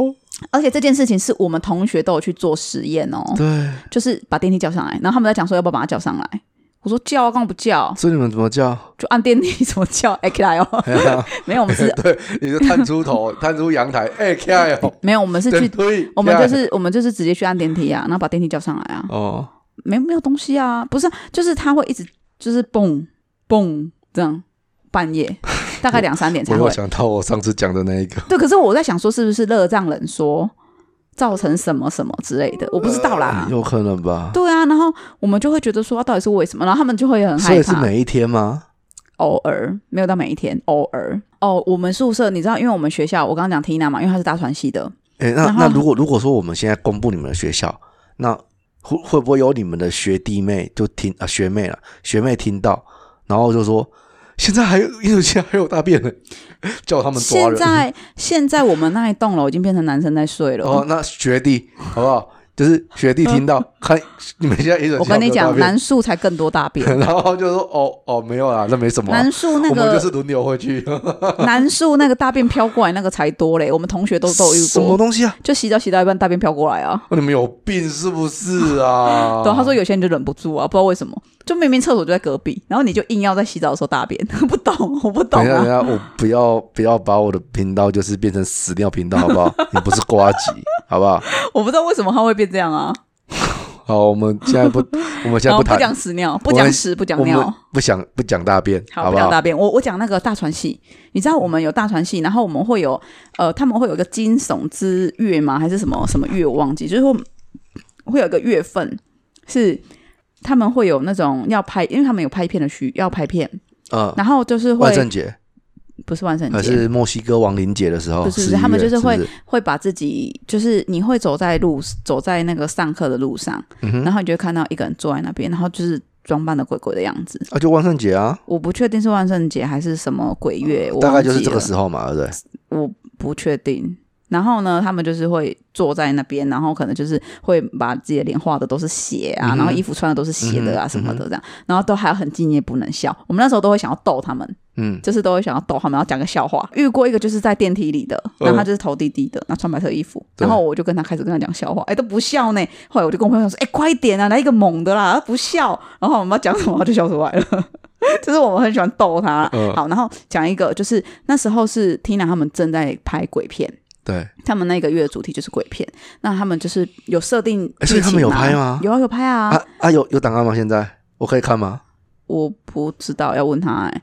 [SPEAKER 2] 哟，
[SPEAKER 1] 而且这件事情是我们同学都有去做实验哦，
[SPEAKER 2] 对，
[SPEAKER 1] 就是把电梯叫上来，然后他们在讲说要不要把它叫上来。我说叫啊，干嘛不叫？
[SPEAKER 2] 所以你们怎么叫？
[SPEAKER 1] [laughs] 就按电梯怎么叫？ [laughs] 哎、起来
[SPEAKER 2] [laughs]
[SPEAKER 1] 哦！
[SPEAKER 2] 哎呀
[SPEAKER 1] 没有，我们是
[SPEAKER 2] 对，你就探出头， [laughs] 探出阳台，哎，起来哦，
[SPEAKER 1] 没有，我们是去，
[SPEAKER 2] 推
[SPEAKER 1] 我们就是我们就是直接去按电梯啊，然后把电梯叫上来啊，
[SPEAKER 2] 哦，
[SPEAKER 1] 没没有东西啊，不是啊，就是他会一直就是蹦蹦这样，半夜大概两三点才
[SPEAKER 2] 我
[SPEAKER 1] 会
[SPEAKER 2] 又。想到我上次讲的那一个，
[SPEAKER 1] 对，可是我在想说，是不是热胀冷缩造成什么什么之类
[SPEAKER 2] 呃
[SPEAKER 1] 的，我不知道啦。
[SPEAKER 2] 有可能吧？
[SPEAKER 1] 对啊，然后我们就会觉得说，到底是为什么？然后他们就会很
[SPEAKER 2] 所
[SPEAKER 1] 害
[SPEAKER 2] 以是
[SPEAKER 1] 怕。
[SPEAKER 2] 每一天吗？
[SPEAKER 1] 偶尔没有到每一天，偶尔哦。我们宿舍你知道，因为我们学校我刚刚讲 Tina 嘛，因为她是大传系的，
[SPEAKER 2] 哎，那
[SPEAKER 1] 然后
[SPEAKER 2] 那如果如果说我们现在公布你们的学校，那会会不会有你们的学弟妹就听啊学妹了，学妹听到，然后就说现在还有，因为现在还有大便呢， [laughs] 叫他们啊抓
[SPEAKER 1] 现
[SPEAKER 2] 人。
[SPEAKER 1] 在现在我们那一栋楼已经变成男生在睡了。
[SPEAKER 2] 哦，那学弟好不好？就是学弟听到，看你们现在一整
[SPEAKER 1] 嗯我跟你
[SPEAKER 2] 校
[SPEAKER 1] 讲，
[SPEAKER 2] 没有大
[SPEAKER 1] 南树才更多大
[SPEAKER 2] [laughs]
[SPEAKER 1] 便。
[SPEAKER 2] 便然后就说哦哦没有啦，那没什么啊、
[SPEAKER 1] 南树那
[SPEAKER 2] 我们就
[SPEAKER 1] 个
[SPEAKER 2] 是轮流会去。
[SPEAKER 1] [laughs] 南树那个大便飘过来那个才多嘞，我们同学都都有遇
[SPEAKER 2] 什么
[SPEAKER 1] 过，
[SPEAKER 2] 东西啊？
[SPEAKER 1] 就洗澡洗到一半大便飘过来啊。？
[SPEAKER 2] 哦你们有病是不是啊
[SPEAKER 1] [laughs] 对，他说有些人就忍不住啊，不知道为什么，就明明厕所就在隔壁，然后你就硬要在洗澡的时候大便， [laughs] 不懂，我不懂
[SPEAKER 2] 等一下，等一
[SPEAKER 1] 啊。
[SPEAKER 2] [laughs] 下，我不要不要把我的频道就是变成屎尿频道，好不好？你不是瓜吉，好不好？
[SPEAKER 1] 我不知道为什么它会变这样啊。
[SPEAKER 2] 好，我们
[SPEAKER 1] [laughs]
[SPEAKER 2] 现在不，我们现在
[SPEAKER 1] 好，
[SPEAKER 2] 不
[SPEAKER 1] 哦不
[SPEAKER 2] 谈，
[SPEAKER 1] 讲屎尿，不
[SPEAKER 2] 我
[SPEAKER 1] 讲
[SPEAKER 2] 们
[SPEAKER 1] 屎，不讲
[SPEAKER 2] 我们
[SPEAKER 1] 尿。
[SPEAKER 2] 不想不讲大便，
[SPEAKER 1] 好，
[SPEAKER 2] 不
[SPEAKER 1] 不讲
[SPEAKER 2] 好？
[SPEAKER 1] 大便，我我讲那个大船戏，你知道我们有大船戏，然后我们会有呃，他们会有一个惊悚之月吗？还是什么什么月？我忘记，就是会会有一个月份是他们会有那种要拍，因为他们有拍片的需要拍片，
[SPEAKER 2] 嗯，
[SPEAKER 1] 然后就是会
[SPEAKER 2] 万圣节
[SPEAKER 1] 不是万圣
[SPEAKER 2] 还
[SPEAKER 1] 节，
[SPEAKER 2] 是墨西哥亡灵节的时候，
[SPEAKER 1] 不是不是
[SPEAKER 2] 11
[SPEAKER 1] 他们就
[SPEAKER 2] 月
[SPEAKER 1] 是会
[SPEAKER 2] 不
[SPEAKER 1] 会把自己就是你会走在路走在那个上课的路上，
[SPEAKER 2] 嗯哼
[SPEAKER 1] 然后你就会看到一个人坐在那边，然后就是装扮的鬼鬼的样子。
[SPEAKER 2] 啊，就万圣节啊，
[SPEAKER 1] 我不确定是万圣节还是什么鬼月，我
[SPEAKER 2] 哦大概
[SPEAKER 1] 忘
[SPEAKER 2] 就是
[SPEAKER 1] 记
[SPEAKER 2] 这个
[SPEAKER 1] 了啊
[SPEAKER 2] 时候嘛，对不对？
[SPEAKER 1] 我不确定。然后呢，他们就是会坐在那边，然后可能就是会把自己的脸画的都是血啊，
[SPEAKER 2] 嗯哼
[SPEAKER 1] 然后衣服穿的都是血的啊、
[SPEAKER 2] 嗯哼
[SPEAKER 1] 什么的这样，然后都还很敬业不能笑。我们那时候都会想要逗他们，
[SPEAKER 2] 嗯，
[SPEAKER 1] 就是都会想要逗他们，要讲个笑话。遇过一个就是在电梯里的，
[SPEAKER 2] 嗯
[SPEAKER 1] 然后他就是头低低的，然后穿白色衣服，
[SPEAKER 2] 对
[SPEAKER 1] 然后我就跟他开始跟他讲笑话，哎都不笑呢。后来我就跟我朋友说，哎快点啊，来一个猛的啦，他不笑。然后我们要讲什么他就笑出来了， [laughs] 就是我们很喜欢逗他。
[SPEAKER 2] 嗯
[SPEAKER 1] 好，然后讲一个就是那时候是 Tina 他们正在拍鬼片。
[SPEAKER 2] 对，
[SPEAKER 1] 他们那个月的主题就是鬼片，那他们就是有设定
[SPEAKER 2] 哎所以
[SPEAKER 1] 剧
[SPEAKER 2] 他
[SPEAKER 1] 情
[SPEAKER 2] 们有拍吗
[SPEAKER 1] 吗？有啊，有拍啊。
[SPEAKER 2] 啊啊，有有档案吗？现在我可以看吗？
[SPEAKER 1] 我不知道，要问他、哎，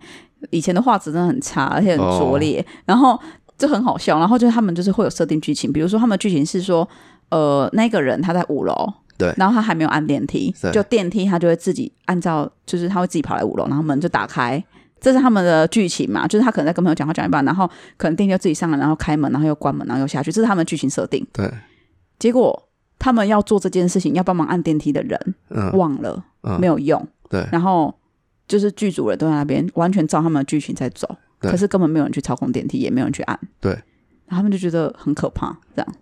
[SPEAKER 1] 以前的画质真的很差，而且很拙劣，
[SPEAKER 2] 哦
[SPEAKER 1] 然后就很好笑。然后就是他们就是会有设定剧情，比如说他们剧情是说，呃，那个人他在五楼，
[SPEAKER 2] 对
[SPEAKER 1] 然后他还没有按电梯
[SPEAKER 2] 对，
[SPEAKER 1] 就电梯他就会自己按照，就是他会自己跑来五楼，然后门就打开。这是他们的剧情嘛，就是他可能在跟朋友讲话讲一半，然后可能电梯就自己上来，然后开门，然后又关门，然后又下去，这是他们的剧情设定。
[SPEAKER 2] 对，
[SPEAKER 1] 结果他们要做这件事情，要帮忙按电梯的人
[SPEAKER 2] 嗯
[SPEAKER 1] 忘了，没
[SPEAKER 2] 嗯，
[SPEAKER 1] 有用，
[SPEAKER 2] 对
[SPEAKER 1] 然后就是剧组人都在那边完全照他们的剧情在走，
[SPEAKER 2] 对
[SPEAKER 1] 可是根本没有人去操控电梯，也没有人去按，
[SPEAKER 2] 对
[SPEAKER 1] 然后他们就觉得很可怕，这样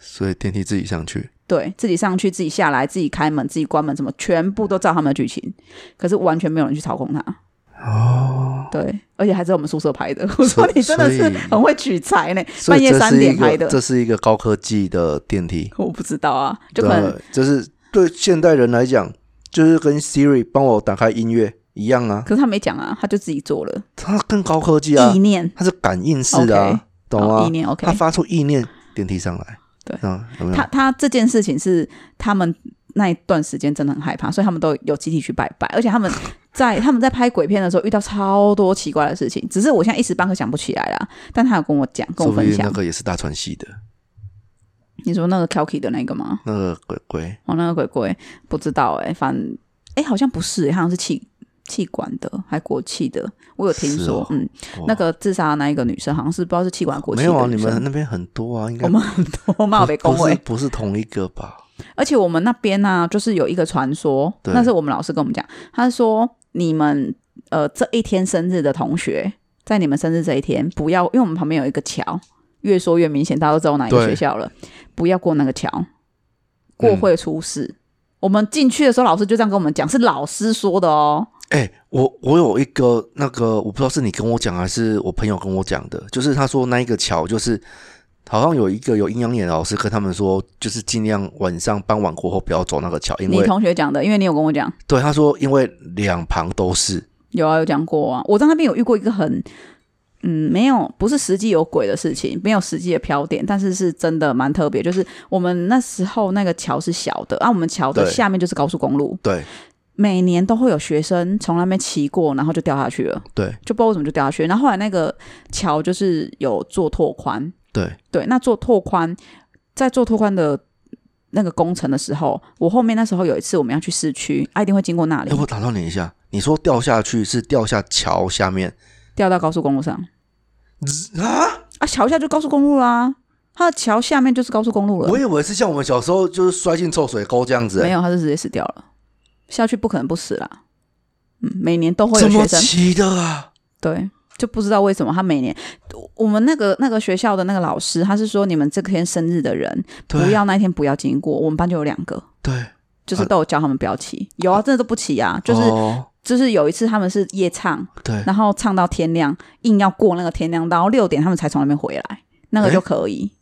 [SPEAKER 2] 所以电梯自己上去，
[SPEAKER 1] 对自己上去、自己下来、自己开门、自己关门，什么全部都照他们的剧情，可是完全没有人去操控它。哦，对，而且还在我们宿舍拍的，我说你真的是
[SPEAKER 2] 所以
[SPEAKER 1] 很会取材呢，
[SPEAKER 2] 所
[SPEAKER 1] 半
[SPEAKER 2] 以
[SPEAKER 1] 夜
[SPEAKER 2] 这
[SPEAKER 1] 三
[SPEAKER 2] 是一
[SPEAKER 1] 点拍
[SPEAKER 2] 个
[SPEAKER 1] 的，
[SPEAKER 2] 这是一个高科技的电梯，
[SPEAKER 1] 我不知道啊，就可能
[SPEAKER 2] 对就是对现代人来讲，就是跟 Siri 帮我打开音乐一样啊，
[SPEAKER 1] 可是他没讲啊，他就自己做了，
[SPEAKER 2] 它更高科技啊
[SPEAKER 1] 意，念，
[SPEAKER 2] 它是感应式
[SPEAKER 1] OK，
[SPEAKER 2] 的啊，懂
[SPEAKER 1] 好
[SPEAKER 2] 吗
[SPEAKER 1] 意？念 OK，
[SPEAKER 2] 它发出意念，电梯上来，
[SPEAKER 1] 对
[SPEAKER 2] 啊，有没有
[SPEAKER 1] 他？他这件事情是他们那一段时间真的很害怕，所以他们都有集体去拜拜，而且
[SPEAKER 2] [laughs]
[SPEAKER 1] 他们在他们在拍鬼片的时候遇到超多奇怪的事情，只是我现在一时半刻想不起来啦。但他有跟我讲，跟
[SPEAKER 2] 说
[SPEAKER 1] 我
[SPEAKER 2] 不
[SPEAKER 1] 分
[SPEAKER 2] 定那
[SPEAKER 1] 享。
[SPEAKER 2] 个也是大川系的
[SPEAKER 1] 你说那个 Kalki 的那个吗？
[SPEAKER 2] 那个鬼鬼，
[SPEAKER 1] 哦，那个鬼鬼不知道哎、反正哎、好像不是、欸，好像是气气管的，还国气的，我有听
[SPEAKER 2] 是
[SPEAKER 1] 说，
[SPEAKER 2] 哦
[SPEAKER 1] 嗯，
[SPEAKER 2] 哇
[SPEAKER 1] 那个自杀的那一个女生好像是不知道是气管还国气
[SPEAKER 2] 没
[SPEAKER 1] 的
[SPEAKER 2] 有啊，
[SPEAKER 1] 女
[SPEAKER 2] 你们
[SPEAKER 1] 生
[SPEAKER 2] 那边很多啊，应该
[SPEAKER 1] 我们很多骂被
[SPEAKER 2] 不
[SPEAKER 1] 恭维
[SPEAKER 2] 是，不是同一个吧？
[SPEAKER 1] 而且我们那边呢、就是有一个传说，
[SPEAKER 2] 对
[SPEAKER 1] 那是我们老师跟我们讲，他说你们呃这一天生日的同学，在你们生日这一天不要，因为我们旁边有一个桥，越说越明显，大家都知道哪一个
[SPEAKER 2] 对
[SPEAKER 1] 学校了，不要过那个桥，过
[SPEAKER 2] 嗯
[SPEAKER 1] 会出事。我们进去的时候，老师就这样跟我们讲，是老师说的哦。
[SPEAKER 2] 哎、我我有一个那个，我不知道是你跟我讲还是我朋友跟我讲的，就是他说那一个桥，就是好像有一个有阴阳眼的老师跟他们说，就是尽量晚上傍晚过后不要走那个桥，因
[SPEAKER 1] 你
[SPEAKER 2] 为
[SPEAKER 1] 同学讲的，因为你有跟我讲，
[SPEAKER 2] 对他说，因为两旁都是，
[SPEAKER 1] 有啊，有讲过啊。我在那边有遇过一个很，嗯，没有，不是实际有鬼的事情，没有实际的飘点，但是是真的蛮特别。就是我们那时候那个桥是小的，啊，我们桥的
[SPEAKER 2] 对
[SPEAKER 1] 下面就是高速公路，
[SPEAKER 2] 对
[SPEAKER 1] 每年都会有学生从那边骑过，然后就掉下去了，
[SPEAKER 2] 对
[SPEAKER 1] 就不知道为什么就掉下去。然后后来那个桥就是有做拓宽，
[SPEAKER 2] 对，
[SPEAKER 1] 对，那做拓宽，在做拓宽的。那个工程的时候，我后面那时候有一次我们要去市区，啊、一定会经过那
[SPEAKER 2] 哎、
[SPEAKER 1] 里，
[SPEAKER 2] 我打断你一下，你说掉下去是掉下桥下面
[SPEAKER 1] 掉到高速公路上。
[SPEAKER 2] 啊？
[SPEAKER 1] 啊，桥下就高速公路啦，它的桥下面就是高速公路
[SPEAKER 2] 我
[SPEAKER 1] 了。
[SPEAKER 2] 以为是像我们小时候就是摔进臭水沟这样子、欸
[SPEAKER 1] 没
[SPEAKER 2] 有，
[SPEAKER 1] 有，它是直接死掉了。下去不可能不死啦。嗯，每年都会有
[SPEAKER 2] 怎么
[SPEAKER 1] 学生，
[SPEAKER 2] 骑的啊？
[SPEAKER 1] 对，就不知道为什么他每年，我们那个那个学校的那个老师，他是说你们这天生日的人不
[SPEAKER 2] 对
[SPEAKER 1] 要那一天不要经过。我们班就有两个，
[SPEAKER 2] 对，
[SPEAKER 1] 就是
[SPEAKER 2] 啊
[SPEAKER 1] 都有教他们不要骑，有啊，真的都不骑啊，就是、
[SPEAKER 2] 哦、
[SPEAKER 1] 就是有一次他们是夜唱，
[SPEAKER 2] 对
[SPEAKER 1] 然后唱到天亮，硬要过那个天亮，然后六点他们才从那边回来，那个
[SPEAKER 2] 诶
[SPEAKER 1] 就可以。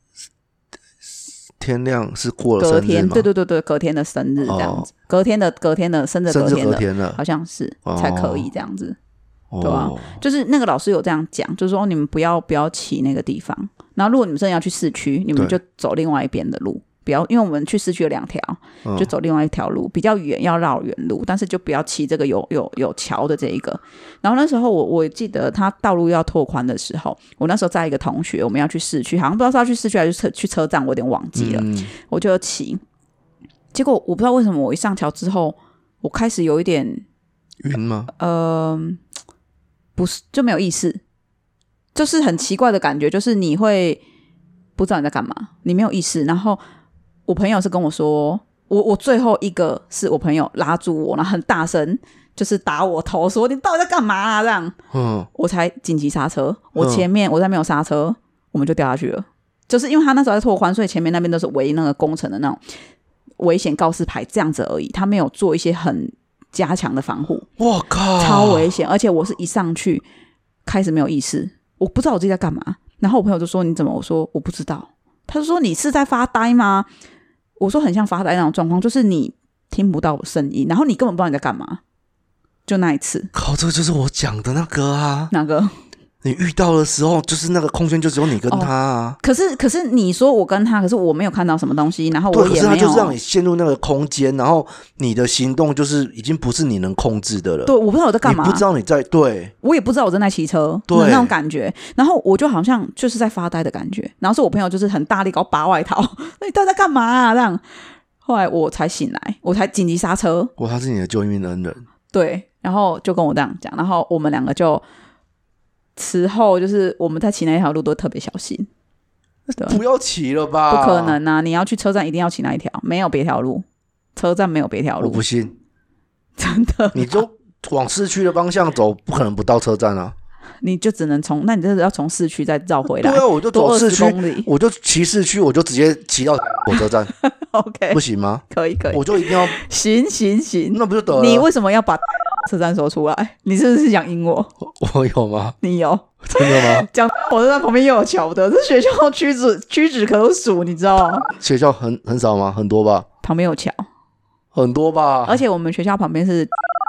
[SPEAKER 2] 天亮是过了
[SPEAKER 1] 隔
[SPEAKER 2] 生日
[SPEAKER 1] 天，
[SPEAKER 2] 吗？哦
[SPEAKER 1] 对对对对，隔天的生日这样子，隔天的隔天的生日，
[SPEAKER 2] 甚
[SPEAKER 1] 隔
[SPEAKER 2] 至
[SPEAKER 1] 天
[SPEAKER 2] 隔
[SPEAKER 1] 的
[SPEAKER 2] 天了，
[SPEAKER 1] 好像是
[SPEAKER 2] 哦
[SPEAKER 1] 才可以这样子。
[SPEAKER 2] 哦
[SPEAKER 1] 对啊就是那个老师有这样讲，就是说、哦你们不要不要骑那个地方，然后如果你们真的要去市区，你们
[SPEAKER 2] 对
[SPEAKER 1] 就走另外一边的路，不要因为我们去市区有两条，
[SPEAKER 2] 嗯
[SPEAKER 1] 就走另外一条路，比较远要绕远路，但是就不要骑这个有有有桥的这一个。然后那时候我我记得他道路要拓宽的时候，我那时候载一个同学，我们要去市区，好像不知道是要去市区还是车去车站，我有点忘记了，
[SPEAKER 2] 嗯，
[SPEAKER 1] 我就骑。结果我不知道为什么我一上桥之后，我开始有一点
[SPEAKER 2] 晕吗？
[SPEAKER 1] 呃，不是就没有意识，就是很奇怪的感觉，就是你会不知道你在干嘛，你没有意识。然后我朋友是跟我说，我我最后一个是我朋友拉住我，然后很大声就是打我头，说你到底在干嘛啊？这样
[SPEAKER 2] 嗯，
[SPEAKER 1] 我才紧急刹车，我
[SPEAKER 2] 嗯
[SPEAKER 1] 前面我再没有刹车，我们就掉下去了。就是因为他那时候在拓宽，所以前面那边都是围那个工程的那种危险告示牌这样子而已，他没有做一些很加强的防护。
[SPEAKER 2] 我靠，
[SPEAKER 1] 超危险，而且我是一上去开始没有意识，我不知道我自己在干嘛。然后我朋友就说：“你怎么？”我说：“我不知道。”他就说：“你是在发呆吗？”我说：“很像发呆那种状况，就是你听不到声音，然后你根本不知道你在干嘛。”就那一次，
[SPEAKER 2] 靠，这个就是我讲的那个啊！
[SPEAKER 1] 那个？
[SPEAKER 2] 你遇到的时候，就是那个空间就只有你
[SPEAKER 1] 哦
[SPEAKER 2] 跟他啊。
[SPEAKER 1] 可是可是你说我跟他，可是我没有看到什么东西，然后
[SPEAKER 2] 对，
[SPEAKER 1] 哦我
[SPEAKER 2] 可
[SPEAKER 1] 也
[SPEAKER 2] 是他
[SPEAKER 1] 没
[SPEAKER 2] 就
[SPEAKER 1] 有
[SPEAKER 2] 是。让你陷入那个空间，然后你的行动就是已经不是你能控制的了。
[SPEAKER 1] 对，我不知道我在干嘛，
[SPEAKER 2] 你不知道你在对，
[SPEAKER 1] 我也不知道我正在骑车，
[SPEAKER 2] 对
[SPEAKER 1] 那种感觉。然后我就好像就是在发呆的感觉。然后是我朋友就是很大力搞拔外套， [laughs] 那你到底在干嘛、啊？这样，后来我才醒来，我才紧急刹车，
[SPEAKER 2] 哇，他是你的救命恩人。
[SPEAKER 1] 对，然后就跟我这样讲，然后我们两个就此后就是我们在骑那条路都特别小
[SPEAKER 2] [laughs]
[SPEAKER 1] 心，对
[SPEAKER 2] 不要骑了吧？
[SPEAKER 1] 不可，能啊！你要去车站一定要骑那一条，没有别条路，车站没有别条
[SPEAKER 2] 我
[SPEAKER 1] 路
[SPEAKER 2] 不，信，
[SPEAKER 1] 真的，
[SPEAKER 2] 你就往市区的方向走，不可能不到车站啊。
[SPEAKER 1] 你就只能从，那你真的要从市区再绕回来
[SPEAKER 2] 对，啊，我就
[SPEAKER 1] 多
[SPEAKER 2] 走
[SPEAKER 1] 二
[SPEAKER 2] 市
[SPEAKER 1] 十
[SPEAKER 2] 区，
[SPEAKER 1] 公里
[SPEAKER 2] 我就骑市区，我就直接骑到火车
[SPEAKER 1] [laughs]
[SPEAKER 2] 站，
[SPEAKER 1] ，OK，
[SPEAKER 2] 不行吗？
[SPEAKER 1] 可以可以，
[SPEAKER 2] 我就一定要，
[SPEAKER 1] 行行行，
[SPEAKER 2] 那不就得了？
[SPEAKER 1] 你为什么要把车站说出来？你是不是想赢我？
[SPEAKER 2] 我有吗？
[SPEAKER 1] 你有
[SPEAKER 2] 真的吗？
[SPEAKER 1] 讲火车站旁边又有桥的，这学校屈指屈指可数，你知道吗？
[SPEAKER 2] 学校很很少吗？很多吧，
[SPEAKER 1] 旁边有桥，
[SPEAKER 2] 啊很多吧。
[SPEAKER 1] 而且我们学校旁边是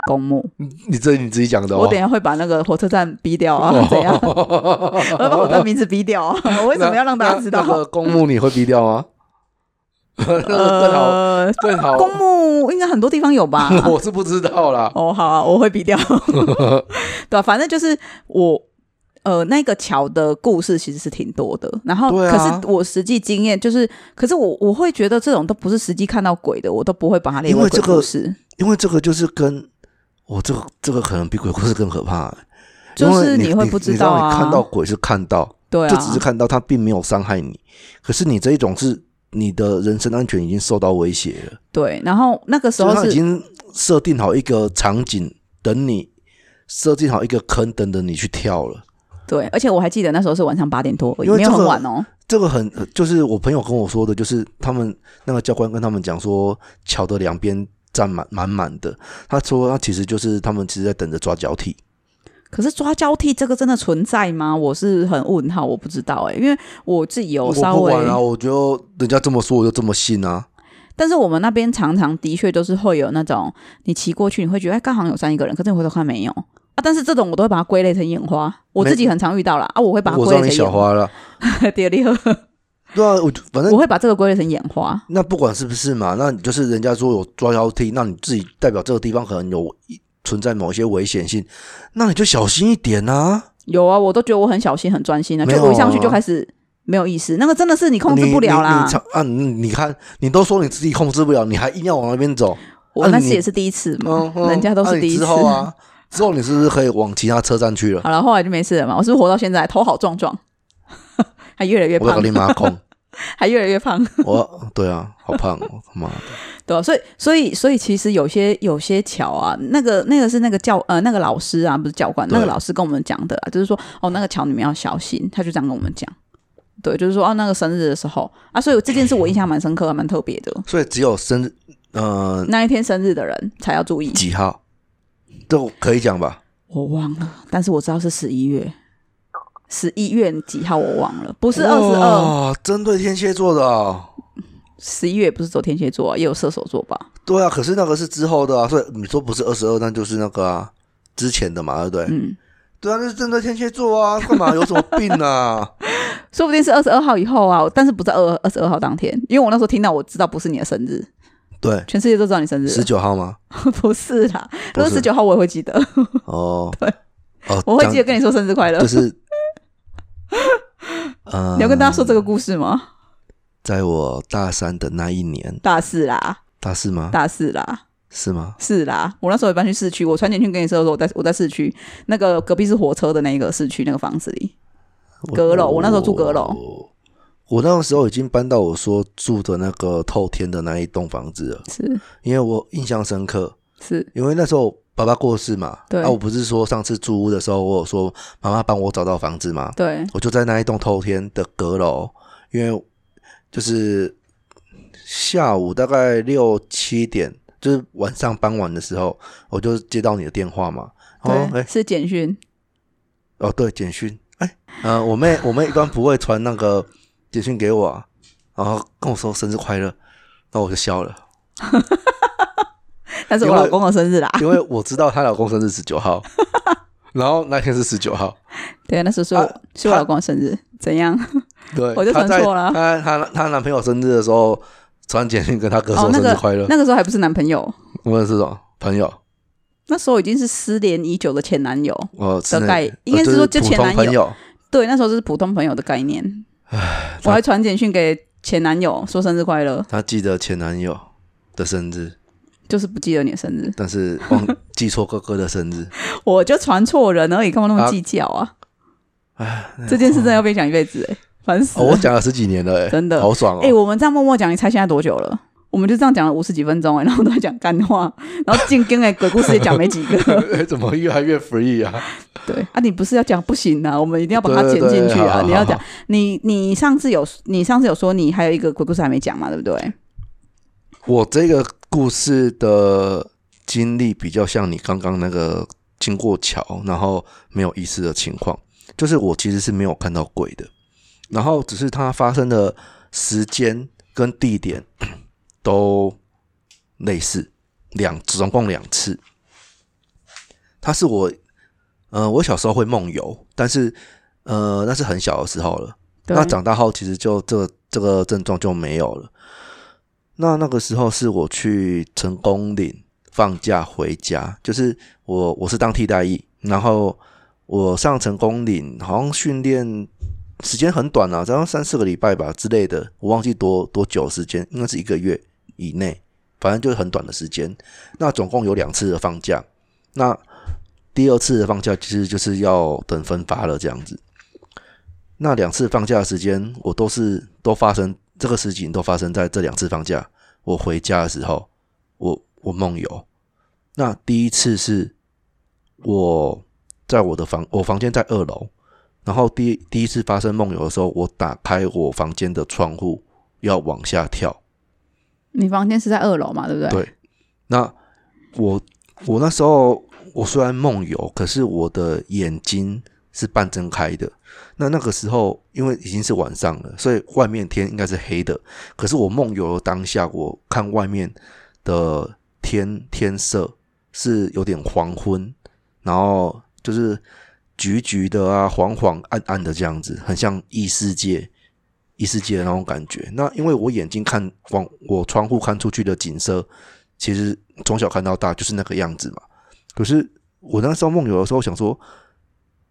[SPEAKER 1] 公墓，
[SPEAKER 2] 你这你自己讲的、哦，哦
[SPEAKER 1] 我等一下会把那个火车站逼掉啊，怎样？
[SPEAKER 2] [laughs]
[SPEAKER 1] 我要把我的名字逼掉啊，我为什么要让大家知道
[SPEAKER 2] 那？那那个公墓你会逼掉吗？ [laughs] 那个更好，
[SPEAKER 1] 呃，
[SPEAKER 2] 更好。
[SPEAKER 1] 公墓应啊该很多地方有
[SPEAKER 2] [laughs]
[SPEAKER 1] 吧？
[SPEAKER 2] 我是不知道啦。
[SPEAKER 1] 哦，好啊，我会
[SPEAKER 2] [laughs]
[SPEAKER 1] 比掉。 [laughs] 对、啊，反正就是我呃，那个桥的故事其实是挺多的。然后，
[SPEAKER 2] 对啊
[SPEAKER 1] 可是我实际经验就是，可是我我会觉得这种都不是实际看到鬼的，我都不会把它列
[SPEAKER 2] 因为
[SPEAKER 1] 鬼
[SPEAKER 2] 这个
[SPEAKER 1] 故事。
[SPEAKER 2] 因为这个就是跟我、这个这个可能比鬼故事更可怕、
[SPEAKER 1] 就
[SPEAKER 2] 因
[SPEAKER 1] 是
[SPEAKER 2] 为你
[SPEAKER 1] 会
[SPEAKER 2] 你
[SPEAKER 1] 不知
[SPEAKER 2] 你
[SPEAKER 1] 道
[SPEAKER 2] 你
[SPEAKER 1] 啊，
[SPEAKER 2] 看到鬼是看到，
[SPEAKER 1] 对
[SPEAKER 2] 就
[SPEAKER 1] 啊，
[SPEAKER 2] 只是看到他并没有伤害你，可是你这一种是你的人身安全已经受到威胁了，
[SPEAKER 1] 对。然后那个时
[SPEAKER 2] 所以
[SPEAKER 1] 候
[SPEAKER 2] 他已
[SPEAKER 1] 是
[SPEAKER 2] 经设定好一个场景等你，设定好一个坑等着你去跳了。
[SPEAKER 1] 对，而且我还记得那时候是晚上八点多而已，
[SPEAKER 2] 因为
[SPEAKER 1] 没有
[SPEAKER 2] 这个
[SPEAKER 1] 很晚哦。
[SPEAKER 2] 这个很就是我朋友跟我说的，就是他们那个教官跟他们讲说，桥的两边站满满满的。他说他其实就是他们其实在等着抓交替，
[SPEAKER 1] 可是抓交替这个真的存在吗？我是很问号，我不知道哎、因为我自己有
[SPEAKER 2] 我
[SPEAKER 1] 稍
[SPEAKER 2] 不
[SPEAKER 1] 微
[SPEAKER 2] 管啊，我就人家这么说，我就这么信啊。
[SPEAKER 1] 但是我们那边常常的确就是会有那种，你骑过去你会觉得哎，刚好有站一个人，可是你回头看没有啊。但是这种我都会把它归类成眼花，我自己很常遇到啦啊，我会把它
[SPEAKER 2] 我
[SPEAKER 1] 归
[SPEAKER 2] 让
[SPEAKER 1] 类
[SPEAKER 2] 你
[SPEAKER 1] 成
[SPEAKER 2] 小
[SPEAKER 1] 眼花。
[SPEAKER 2] 花了，
[SPEAKER 1] 第二，
[SPEAKER 2] 对啊，我就反
[SPEAKER 1] [laughs]
[SPEAKER 2] 正
[SPEAKER 1] 我会把这个归类成眼花。
[SPEAKER 2] 那不管是不是嘛，那你就是人家说有抓交替，那你自己代表这个地方可能有存在某一些危险性，那你就小心一点啊。
[SPEAKER 1] 有啊，我都觉得我很小心很专心的，
[SPEAKER 2] 没
[SPEAKER 1] 就
[SPEAKER 2] 有啊
[SPEAKER 1] 我一上去就开始没有意思，那个真的是你控制不了
[SPEAKER 2] 你你
[SPEAKER 1] 啦
[SPEAKER 2] 你。常啊，你你看，你都说你自己控制不了，你还硬要往那边走，
[SPEAKER 1] 我
[SPEAKER 2] 啊
[SPEAKER 1] 那
[SPEAKER 2] 你
[SPEAKER 1] 次也是第一次嘛
[SPEAKER 2] 嗯，，嗯
[SPEAKER 1] 人家都
[SPEAKER 2] 那
[SPEAKER 1] 是
[SPEAKER 2] 你
[SPEAKER 1] 第一次。
[SPEAKER 2] 之后啊，之后你是不是可以往其他车站去了？
[SPEAKER 1] 好了，后来就没事了嘛。我是不是活到现在头好壮壮， [laughs] 还越来越
[SPEAKER 2] 我要
[SPEAKER 1] 胖
[SPEAKER 2] 跟，你
[SPEAKER 1] [laughs]
[SPEAKER 2] 妈控，
[SPEAKER 1] 还越来越胖。
[SPEAKER 2] 我对啊，好胖哦，他妈的！
[SPEAKER 1] 对、啊，所以所以所以其实有些有些桥啊，那个那个是那个教呃那个老师啊，不是教官，
[SPEAKER 2] 对
[SPEAKER 1] 那个老师跟我们讲的啊，就是说哦那个桥你们要小心，他就这样跟我们讲。对，就是说哦那个生日的时候啊，所以这件事我印象蛮深刻，还蛮特别的。
[SPEAKER 2] 所以只有生日，呃，
[SPEAKER 1] 那一天生日的人才要注意，
[SPEAKER 2] 几号？这我可以讲吧？
[SPEAKER 1] 我忘了，但是我知道是十一月，十一月几号我忘了，不
[SPEAKER 2] 不
[SPEAKER 1] 是二十二，，
[SPEAKER 2] 针对天蝎座的哦。
[SPEAKER 1] 十一月不是走天蝎座、也有射手座吧？
[SPEAKER 2] 对啊，可是那个是之后的啊，所以你说不是二十二，那就是那个啊，之前的嘛，对不对？
[SPEAKER 1] 嗯， [laughs]
[SPEAKER 2] 对啊，那是针对天蝎座啊，干嘛有什么病啊？
[SPEAKER 1] 说不定是二十二号以后啊，但是不是二二十二号当天，因为我那时候听到我知道不是你的生日，
[SPEAKER 2] 对，
[SPEAKER 1] 全世界都知道你生日了
[SPEAKER 2] 十九号吗？
[SPEAKER 1] [laughs] 不是啦，
[SPEAKER 2] 不
[SPEAKER 1] 如
[SPEAKER 2] 是
[SPEAKER 1] 果十九号我也会记
[SPEAKER 2] [laughs]
[SPEAKER 1] 得，
[SPEAKER 2] 哦，对，哦，
[SPEAKER 1] 我会
[SPEAKER 2] 讲
[SPEAKER 1] 记得跟你说生日快乐。 [laughs]
[SPEAKER 2] 就是，呃，
[SPEAKER 1] 你要跟大家说这个故事吗？
[SPEAKER 2] 在我大三的那一年，
[SPEAKER 1] 大四啦，
[SPEAKER 2] 大四吗？
[SPEAKER 1] 大四啦，
[SPEAKER 2] 是吗？
[SPEAKER 1] 是啦。我那时候也搬去市区，我穿简讯跟你说的时候，我在我在市区那个隔壁是火车的那个市区那个房子里，阁楼我那时候住阁楼
[SPEAKER 2] 我哦我那个时候已经搬到我说住的那个透天的那一栋房子了，
[SPEAKER 1] 是
[SPEAKER 2] 因为我印象深刻，
[SPEAKER 1] 是，
[SPEAKER 2] 因为那时候爸爸过世嘛，
[SPEAKER 1] 对
[SPEAKER 2] 啊，我不是说上次住屋的时候，我有说妈妈帮我找到房子嘛，
[SPEAKER 1] 对
[SPEAKER 2] 我就在那一栋透天的阁楼，因为就是下午大概六七点，就是晚上傍晚的时候，我就接到你的电话嘛。哦，哎、
[SPEAKER 1] 对，是简讯，
[SPEAKER 2] 哦，对，简讯，哎、呃，我妹，我妹一般不会传那个简讯给我、啊，然后跟我说生日快乐，那我就笑了，
[SPEAKER 1] 但是我
[SPEAKER 2] 因为
[SPEAKER 1] 老公的生日啦。
[SPEAKER 2] 因为我知道她老公生日十
[SPEAKER 1] [laughs]
[SPEAKER 2] 九号，然后那天是十九号，
[SPEAKER 1] 对，那时候是我、
[SPEAKER 2] 啊
[SPEAKER 1] 是我
[SPEAKER 2] 他
[SPEAKER 1] 老公的生日，怎样？
[SPEAKER 2] 对，
[SPEAKER 1] 我就
[SPEAKER 2] 她
[SPEAKER 1] 传
[SPEAKER 2] 在
[SPEAKER 1] 错了
[SPEAKER 2] 她她她男朋友生日的时候传简讯跟她哥
[SPEAKER 1] 哦
[SPEAKER 2] 说
[SPEAKER 1] 那
[SPEAKER 2] 生
[SPEAKER 1] 个
[SPEAKER 2] 日快乐，
[SPEAKER 1] 那个时候还不是男朋友，
[SPEAKER 2] 我有这种朋友。
[SPEAKER 1] 那时候已经是失联已久的前男友。
[SPEAKER 2] 我是
[SPEAKER 1] 大
[SPEAKER 2] 那
[SPEAKER 1] 概
[SPEAKER 2] 呃
[SPEAKER 1] 应该是
[SPEAKER 2] 就
[SPEAKER 1] 说就前
[SPEAKER 2] 普通
[SPEAKER 1] 男
[SPEAKER 2] 朋
[SPEAKER 1] 友
[SPEAKER 2] 友，
[SPEAKER 1] 对，那时候就是普通朋友的概念。我还传简讯给前男友说生日快乐，
[SPEAKER 2] 他记得前男友的生日，
[SPEAKER 1] 就是不记得你的生日，
[SPEAKER 2] 但是忘记错哥哥的生
[SPEAKER 1] [laughs]
[SPEAKER 2] 日。
[SPEAKER 1] 我就传错人而已，干嘛那么
[SPEAKER 2] 啊
[SPEAKER 1] 计较啊？这件事真的要被讲一辈子、欸，烦死
[SPEAKER 2] 哦，
[SPEAKER 1] 了！
[SPEAKER 2] 我讲了十几年了、欸，
[SPEAKER 1] 真的
[SPEAKER 2] 好爽哦。
[SPEAKER 1] 哎、我们这样默默讲，你猜现在多久了？我们就这样讲了五十几分钟哎、然后都在讲干话，然后进跟哎鬼故事也讲没几
[SPEAKER 2] [laughs]
[SPEAKER 1] 个。
[SPEAKER 2] 怎么越来越 free 啊？
[SPEAKER 1] 对啊，你不是要讲不行啊，我们一定要把它
[SPEAKER 2] 对
[SPEAKER 1] 剪
[SPEAKER 2] 对
[SPEAKER 1] 进去
[SPEAKER 2] 好
[SPEAKER 1] 啊！
[SPEAKER 2] 好
[SPEAKER 1] 你要讲
[SPEAKER 2] 好
[SPEAKER 1] 你你上次有你上次有说你还有一个鬼故事还没讲嘛，对不对？
[SPEAKER 2] 我这个故事的经历比较像你刚刚那个经过桥然后没有意识的情况，就是我其实是没有看到鬼的，然后只是它发生的时间跟地点都类似，两总共两次。它是我，呃，我小时候会梦游，但是呃，那是很小的时候了。
[SPEAKER 1] 对
[SPEAKER 2] 那长大后，其实就这个这个症状就没有了。那那个时候是我去成功岭放假回家，就是我我是当替代役，然后我上成功岭好像训练时间很短啊，只要三四个礼拜吧之类的，我忘记多多久时间，应该是一个月以内，反正就是很短的时间。那总共有两次的放假，那第二次的放假其实就是要等分发了这样子。那两次放假的时间，我都是都发生这个事情都发生在这两次放假。我回家的时候，我我梦游。那第一次是我在我的房，我房间在二楼，然后第第一次发生梦游的时候，我打开我房间的窗户要往下跳，
[SPEAKER 1] 你房间是在二楼嘛，对不对？
[SPEAKER 2] 对那我我那时候我虽然梦游，可是我的眼睛是半睁开的。那那个时候因为已经是晚上了，所以外面天应该是黑的。可是我梦游的当下，我看外面的天天色是有点黄昏，然后就是橘橘的啊，黄黄暗暗的这样子，很像异世界。异世界的那种感觉。那因为我眼睛看往我窗户看出去的景色，其实从小看到大就是那个样子嘛。可是我那时候梦游的时候，想说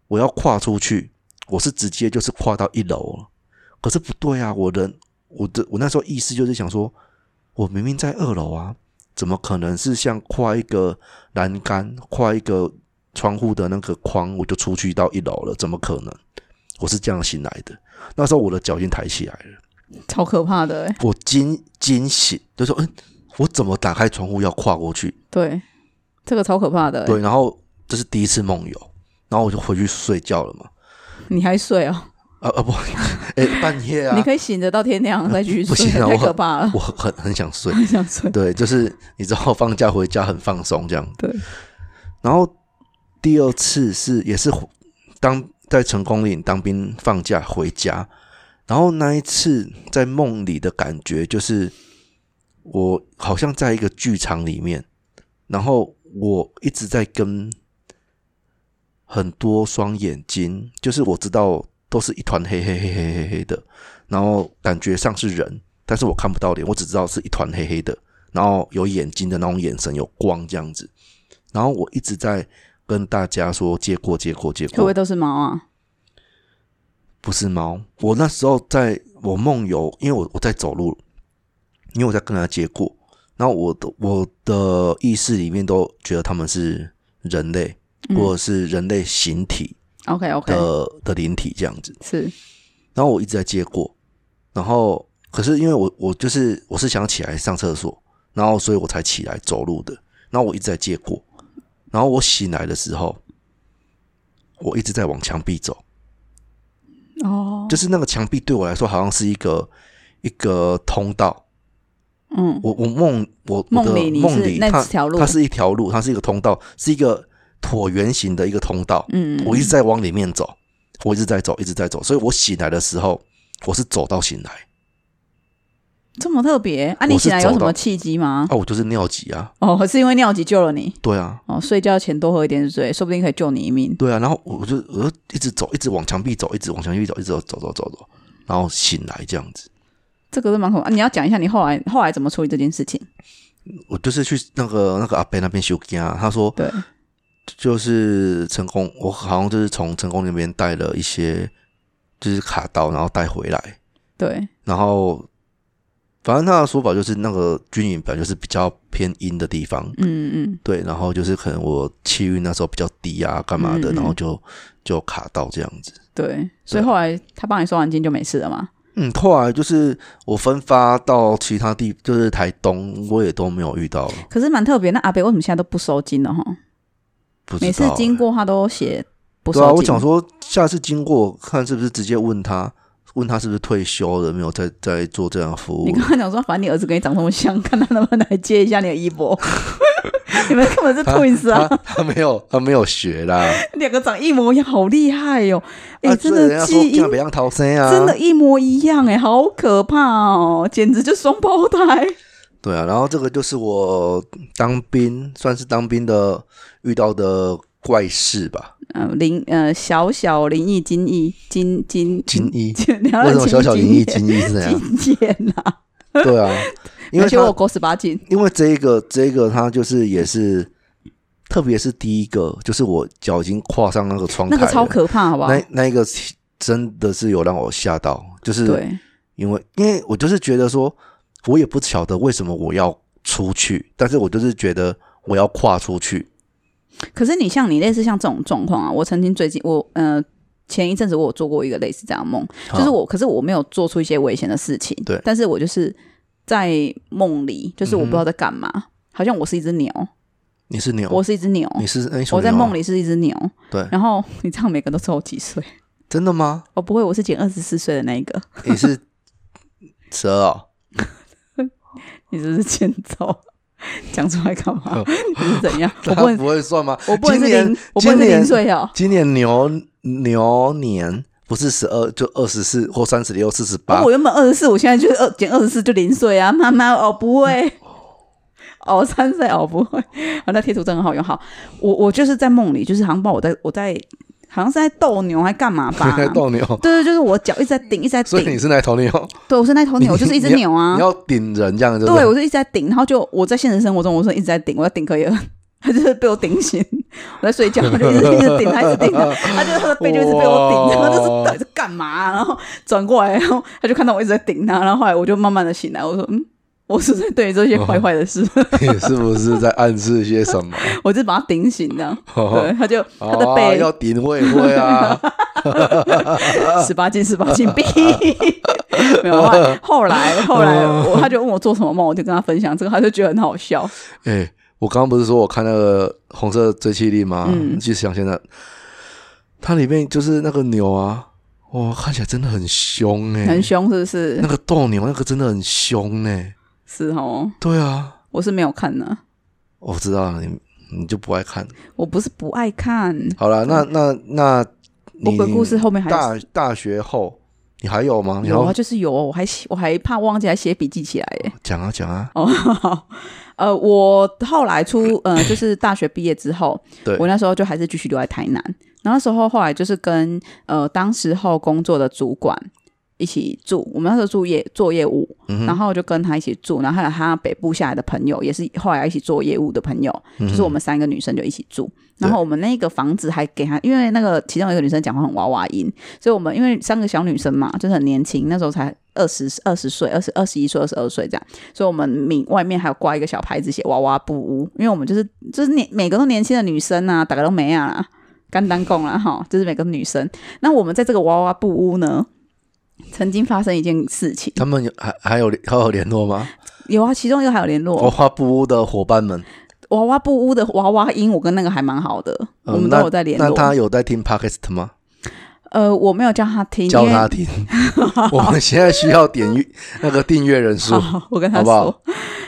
[SPEAKER 2] 我要跨出去，我是直接就是跨到一楼了。可是不对啊，我人我的我那时候意思就是想说，我明明在二楼啊，怎么可能是像跨一个栏杆、跨一个窗户的那个框，我就出去到一楼了？怎么可能？我是这样醒来的。那时候我的脚已经抬起来了，
[SPEAKER 1] 超可怕的、欸，
[SPEAKER 2] 我惊惊醒，就说：“嗯，我怎么打开窗户要跨过去？”
[SPEAKER 1] 对，这个超可怕的、欸。
[SPEAKER 2] 对，然后这是第一次梦游，然后我就回去睡觉了嘛。
[SPEAKER 1] 你还睡哦？
[SPEAKER 2] 啊啊不， [laughs] 哎、半夜啊
[SPEAKER 1] 你，可以醒着到天亮再继续
[SPEAKER 2] [laughs] 不
[SPEAKER 1] 睡，
[SPEAKER 2] 行啊
[SPEAKER 1] 太
[SPEAKER 2] 我
[SPEAKER 1] 可怕了，
[SPEAKER 2] 我很很很想睡。
[SPEAKER 1] 很 [laughs] 想睡。
[SPEAKER 2] 对，就是你知道放假回家很放松这样。
[SPEAKER 1] 对，
[SPEAKER 2] 然后第二次是也是当在成功岭当兵放假回家，然后那一次在梦里的感觉就是我好像在一个剧场里面，然后我一直在跟很多双眼睛，就是我知道都是一团黑黑黑黑黑黑的，然后感觉上是人，但是我看不到脸，我只知道是一团黑黑的，然后有眼睛的那种眼神，有光这样子。然后我一直在跟大家说借过借过借
[SPEAKER 1] 会不
[SPEAKER 2] 过
[SPEAKER 1] 会，都是猫啊？
[SPEAKER 2] 不是猫。我那时候在我梦游，因为我我在走路，因为我在跟他接过，然后我的我的意识里面都觉得他们是人类，或者是人类形体
[SPEAKER 1] OK OK，
[SPEAKER 2] 的、的灵体这样子。
[SPEAKER 1] 是
[SPEAKER 2] 然后我一直在接过，然后可是因为我我就是我是想起来上厕所，然后所以我才起来走路的。然后我一直在接过，然后我醒来的时候，我一直在往墙壁走，
[SPEAKER 1] 哦，
[SPEAKER 2] 就是那个墙壁对我来说好像是一个一个通道。
[SPEAKER 1] 嗯，
[SPEAKER 2] 我我梦我我
[SPEAKER 1] 梦
[SPEAKER 2] 的
[SPEAKER 1] 里你
[SPEAKER 2] 梦
[SPEAKER 1] 是
[SPEAKER 2] 里
[SPEAKER 1] 那
[SPEAKER 2] 它
[SPEAKER 1] 条路
[SPEAKER 2] 它，是一条路，它是一个通道，是一个椭圆形的一个通道。
[SPEAKER 1] 嗯，
[SPEAKER 2] 我一直在往里面走，我一直在走，一直在走，所以我醒来的时候，我是走到醒
[SPEAKER 1] 啊
[SPEAKER 2] 来。
[SPEAKER 1] 这么特别啊？
[SPEAKER 2] 我
[SPEAKER 1] 你
[SPEAKER 2] 是
[SPEAKER 1] 醒来有
[SPEAKER 2] 走
[SPEAKER 1] 什么
[SPEAKER 2] 到
[SPEAKER 1] 契机吗？
[SPEAKER 2] 啊，我就是尿急啊，
[SPEAKER 1] 哦，是因为尿急救了你
[SPEAKER 2] 对啊，
[SPEAKER 1] 哦，睡觉前多喝一点水，说不定可以救你一命。
[SPEAKER 2] 对啊，然后我就我就一直走，一直往墙壁走，一直往墙壁走，一直走走走走走，然后醒来这样子。
[SPEAKER 1] 这个是蛮恐怖、啊，你要讲一下你后来后来怎么处理这件事情？
[SPEAKER 2] 我就是去那个那个阿伯那边修家、啊，他说
[SPEAKER 1] 对，
[SPEAKER 2] 就是成功，我好像就是从成功那边带了一些就是卡刀，然后带回来，
[SPEAKER 1] 对，
[SPEAKER 2] 然后反正他的说法就是那个军营本来就是比较偏阴的地方，
[SPEAKER 1] 嗯嗯，
[SPEAKER 2] 对，然后就是可能我气运那时候比较低啊，干嘛的，
[SPEAKER 1] 嗯嗯
[SPEAKER 2] 然后就就卡到这样子。
[SPEAKER 1] 对，所以后来他帮你收完金就没事了嘛。
[SPEAKER 2] 嗯，后来就是我分发到其他地，就是台东，我也都没有遇到了，
[SPEAKER 1] 可是蛮特别，那阿北为什么现在都不收金了哈？
[SPEAKER 2] 不知道欸。
[SPEAKER 1] 每次经过他都写不收
[SPEAKER 2] 对
[SPEAKER 1] 金。
[SPEAKER 2] 啊，我想说下次经过看是不是直接问他，问他是不是退休了，没有再再做这样的服务
[SPEAKER 1] 你
[SPEAKER 2] 了。
[SPEAKER 1] 跟他讲说，反正你儿子跟你长这么像， [laughs] 看他能不能来接一下你的衣钵。 [laughs] 你们根本是 twins 啊，
[SPEAKER 2] 他他没有他没有学啦，
[SPEAKER 1] 两个长一模一样，好厉害哟、哎、
[SPEAKER 2] 啊
[SPEAKER 1] 真
[SPEAKER 2] 所以人
[SPEAKER 1] 的
[SPEAKER 2] 家
[SPEAKER 1] 基
[SPEAKER 2] 说
[SPEAKER 1] 因
[SPEAKER 2] 干不让逃生啊，
[SPEAKER 1] 真的，一模一样哎、好可怕哦，简直就双胞胎。
[SPEAKER 2] 对啊。然后这个就是我当兵，算是当兵的遇到的怪事吧，
[SPEAKER 1] 呃，灵呃，小小灵异精异精精
[SPEAKER 2] 精一。
[SPEAKER 1] 精，为
[SPEAKER 2] 为什么小小灵异精一是怎样？
[SPEAKER 1] 精简啊？[laughs]
[SPEAKER 2] 对啊，因为
[SPEAKER 1] 而且
[SPEAKER 2] 他
[SPEAKER 1] 我狗十八禁，
[SPEAKER 2] 因为这一个这一个，它就是也是，特别是第一个，就是我脚已经跨上那个窗台
[SPEAKER 1] 那
[SPEAKER 2] 了，
[SPEAKER 1] 个超可怕，好不好？
[SPEAKER 2] 那那一个真的是有让我吓到，就是
[SPEAKER 1] 对，
[SPEAKER 2] 因为因为我就是觉得说，我也不晓得为什么我要出去，但是我就是觉得我要跨出去，
[SPEAKER 1] 可是你像你类似像这种状况啊，我曾经最近我呃前一阵子我有做过一个类似这样的梦，就是
[SPEAKER 2] 啊
[SPEAKER 1] 我，可是我没有做出一些危险的事情，
[SPEAKER 2] 对嗯
[SPEAKER 1] 但是我就是在梦里，就是我不知道在干嘛，好像我是一只牛，
[SPEAKER 2] 你是牛，
[SPEAKER 1] 我是一只牛，
[SPEAKER 2] 哦你是你属
[SPEAKER 1] 我在
[SPEAKER 2] 牛啊
[SPEAKER 1] 梦里是一只牛，
[SPEAKER 2] 对
[SPEAKER 1] 然后你知道每个都是我几岁？
[SPEAKER 2] 真的吗？
[SPEAKER 1] 哦，不会，我是减二十四岁的那一个，
[SPEAKER 2] 你是
[SPEAKER 1] [laughs]
[SPEAKER 2] 蛇哦，
[SPEAKER 1] 你这是欠揍，讲出来干嘛？你是怎样？我
[SPEAKER 2] 哦 [laughs] 他
[SPEAKER 1] 不能，
[SPEAKER 2] 不会算吗？
[SPEAKER 1] 我不能是
[SPEAKER 2] 今年
[SPEAKER 1] 零，我不能是
[SPEAKER 2] 今年
[SPEAKER 1] 零岁哦。
[SPEAKER 2] 今年牛牛年不是十二就二十四或三十六、四十八
[SPEAKER 1] 哦我，
[SPEAKER 2] [laughs]
[SPEAKER 1] 原本二十四，我现在就是二减二十四就零岁啊！妈妈哦，不会，
[SPEAKER 2] 嗯
[SPEAKER 1] 哦三岁哦不会，啊那贴图真的很好用。好，我我就是在梦里，就是好像把我在我在好像是在斗牛还干嘛吧？
[SPEAKER 2] [laughs] 在斗牛，
[SPEAKER 1] 对对，就是我脚一直在顶，一直在
[SPEAKER 2] 所以你
[SPEAKER 1] 顶。
[SPEAKER 2] 是那头牛，
[SPEAKER 1] 对，我是哦那头牛，
[SPEAKER 2] 你
[SPEAKER 1] 我就是一只牛啊
[SPEAKER 2] 你。要顶人这样子。
[SPEAKER 1] 对，我就一直在顶，然后就我在现实生活中，我是一直在顶，我在顶可以了。 [laughs] 他就是被我顶醒，我在睡觉，他就一直一直顶，他一直
[SPEAKER 2] [laughs]
[SPEAKER 1] 顶，他就他的背就一直被我顶，
[SPEAKER 2] 哇
[SPEAKER 1] 然后就是到底是干嘛啊、然后转过来，然后他就看到我一直在顶他，然后后来我就慢慢的醒来，我说嗯，我是在对这些坏坏的
[SPEAKER 2] [laughs]
[SPEAKER 1] 事， [laughs]
[SPEAKER 2] 你是不是在暗示些什么？
[SPEAKER 1] 我就把他顶醒的。对，他就他的
[SPEAKER 2] 哦啊
[SPEAKER 1] 背
[SPEAKER 2] 要顶会会啊，
[SPEAKER 1] 十八禁，十八禁闭。没有，后来后
[SPEAKER 2] [laughs]
[SPEAKER 1] 来后来
[SPEAKER 2] 哦
[SPEAKER 1] 我他就问我做什么梦，我就跟他分享这个，他就觉得很好笑。
[SPEAKER 2] [laughs] 哎。我刚刚不是说我看那个红色追气力吗？
[SPEAKER 1] 嗯
[SPEAKER 2] 就想现在，它里面就是那个牛啊，哇，看起来真的很凶哎、
[SPEAKER 1] 很凶是不是
[SPEAKER 2] 那？个斗牛那个真的很凶哎、
[SPEAKER 1] 是哦，
[SPEAKER 2] 对啊，
[SPEAKER 1] 我是没有看呢，
[SPEAKER 2] 我知道了，你你就不爱看。
[SPEAKER 1] 我不是不爱看，
[SPEAKER 2] 好了，那那那
[SPEAKER 1] 我
[SPEAKER 2] 你
[SPEAKER 1] 鬼故事后面还
[SPEAKER 2] 大大学后你还有吗？你
[SPEAKER 1] 有啊，
[SPEAKER 2] 要
[SPEAKER 1] 就是有哦，我还写我还怕忘记，还写笔记起来 [laughs] 耶。
[SPEAKER 2] 讲啊讲啊，
[SPEAKER 1] 哦，好呃，
[SPEAKER 2] [coughs]
[SPEAKER 1] 我后来出呃，就是大学毕业之后
[SPEAKER 2] 对，
[SPEAKER 1] 我那时候就还是继续留在台南，然后那时候后来就是跟呃当时候工作的主管一起住，我们那时候住业做业务，
[SPEAKER 2] 嗯
[SPEAKER 1] 然后就跟他一起住，然后还有他北部下来的朋友，也是后来一起做业务的朋友，
[SPEAKER 2] 嗯
[SPEAKER 1] 就是我们三个女生就一起住。然后我们那个房子还给他，因为那个其中一个女生讲话很娃娃音，所以我们因为三个小女生嘛，就是很年轻，那时候才二十二十岁、二十二十一岁、二十二岁这样，所以我们名外面还有挂一个小牌子写“娃娃布屋”，因为我们就是就是年每个都年轻的女生啊，大概都没啊啦。干单供啦哈，就是每个女生。那我们在这个娃娃布屋呢，曾经发生一件事情，
[SPEAKER 2] 他们有还还有还有联络吗？
[SPEAKER 1] 有啊，其中一个还有联络、
[SPEAKER 2] 我花布屋的伙伴们，
[SPEAKER 1] 娃娃布屋的娃娃音，我跟那个还蛮好的，
[SPEAKER 2] 嗯
[SPEAKER 1] 我们都有在联
[SPEAKER 2] 那
[SPEAKER 1] 络。
[SPEAKER 2] 他有在听 podcast 吗？
[SPEAKER 1] 呃，我没有叫他听，
[SPEAKER 2] 教
[SPEAKER 1] 因为
[SPEAKER 2] 他
[SPEAKER 1] [laughs]
[SPEAKER 2] 听。我们现在需要点阅那个订阅人数。
[SPEAKER 1] 好，哦 [laughs] 我跟他
[SPEAKER 2] 好不
[SPEAKER 1] 说。
[SPEAKER 2] 好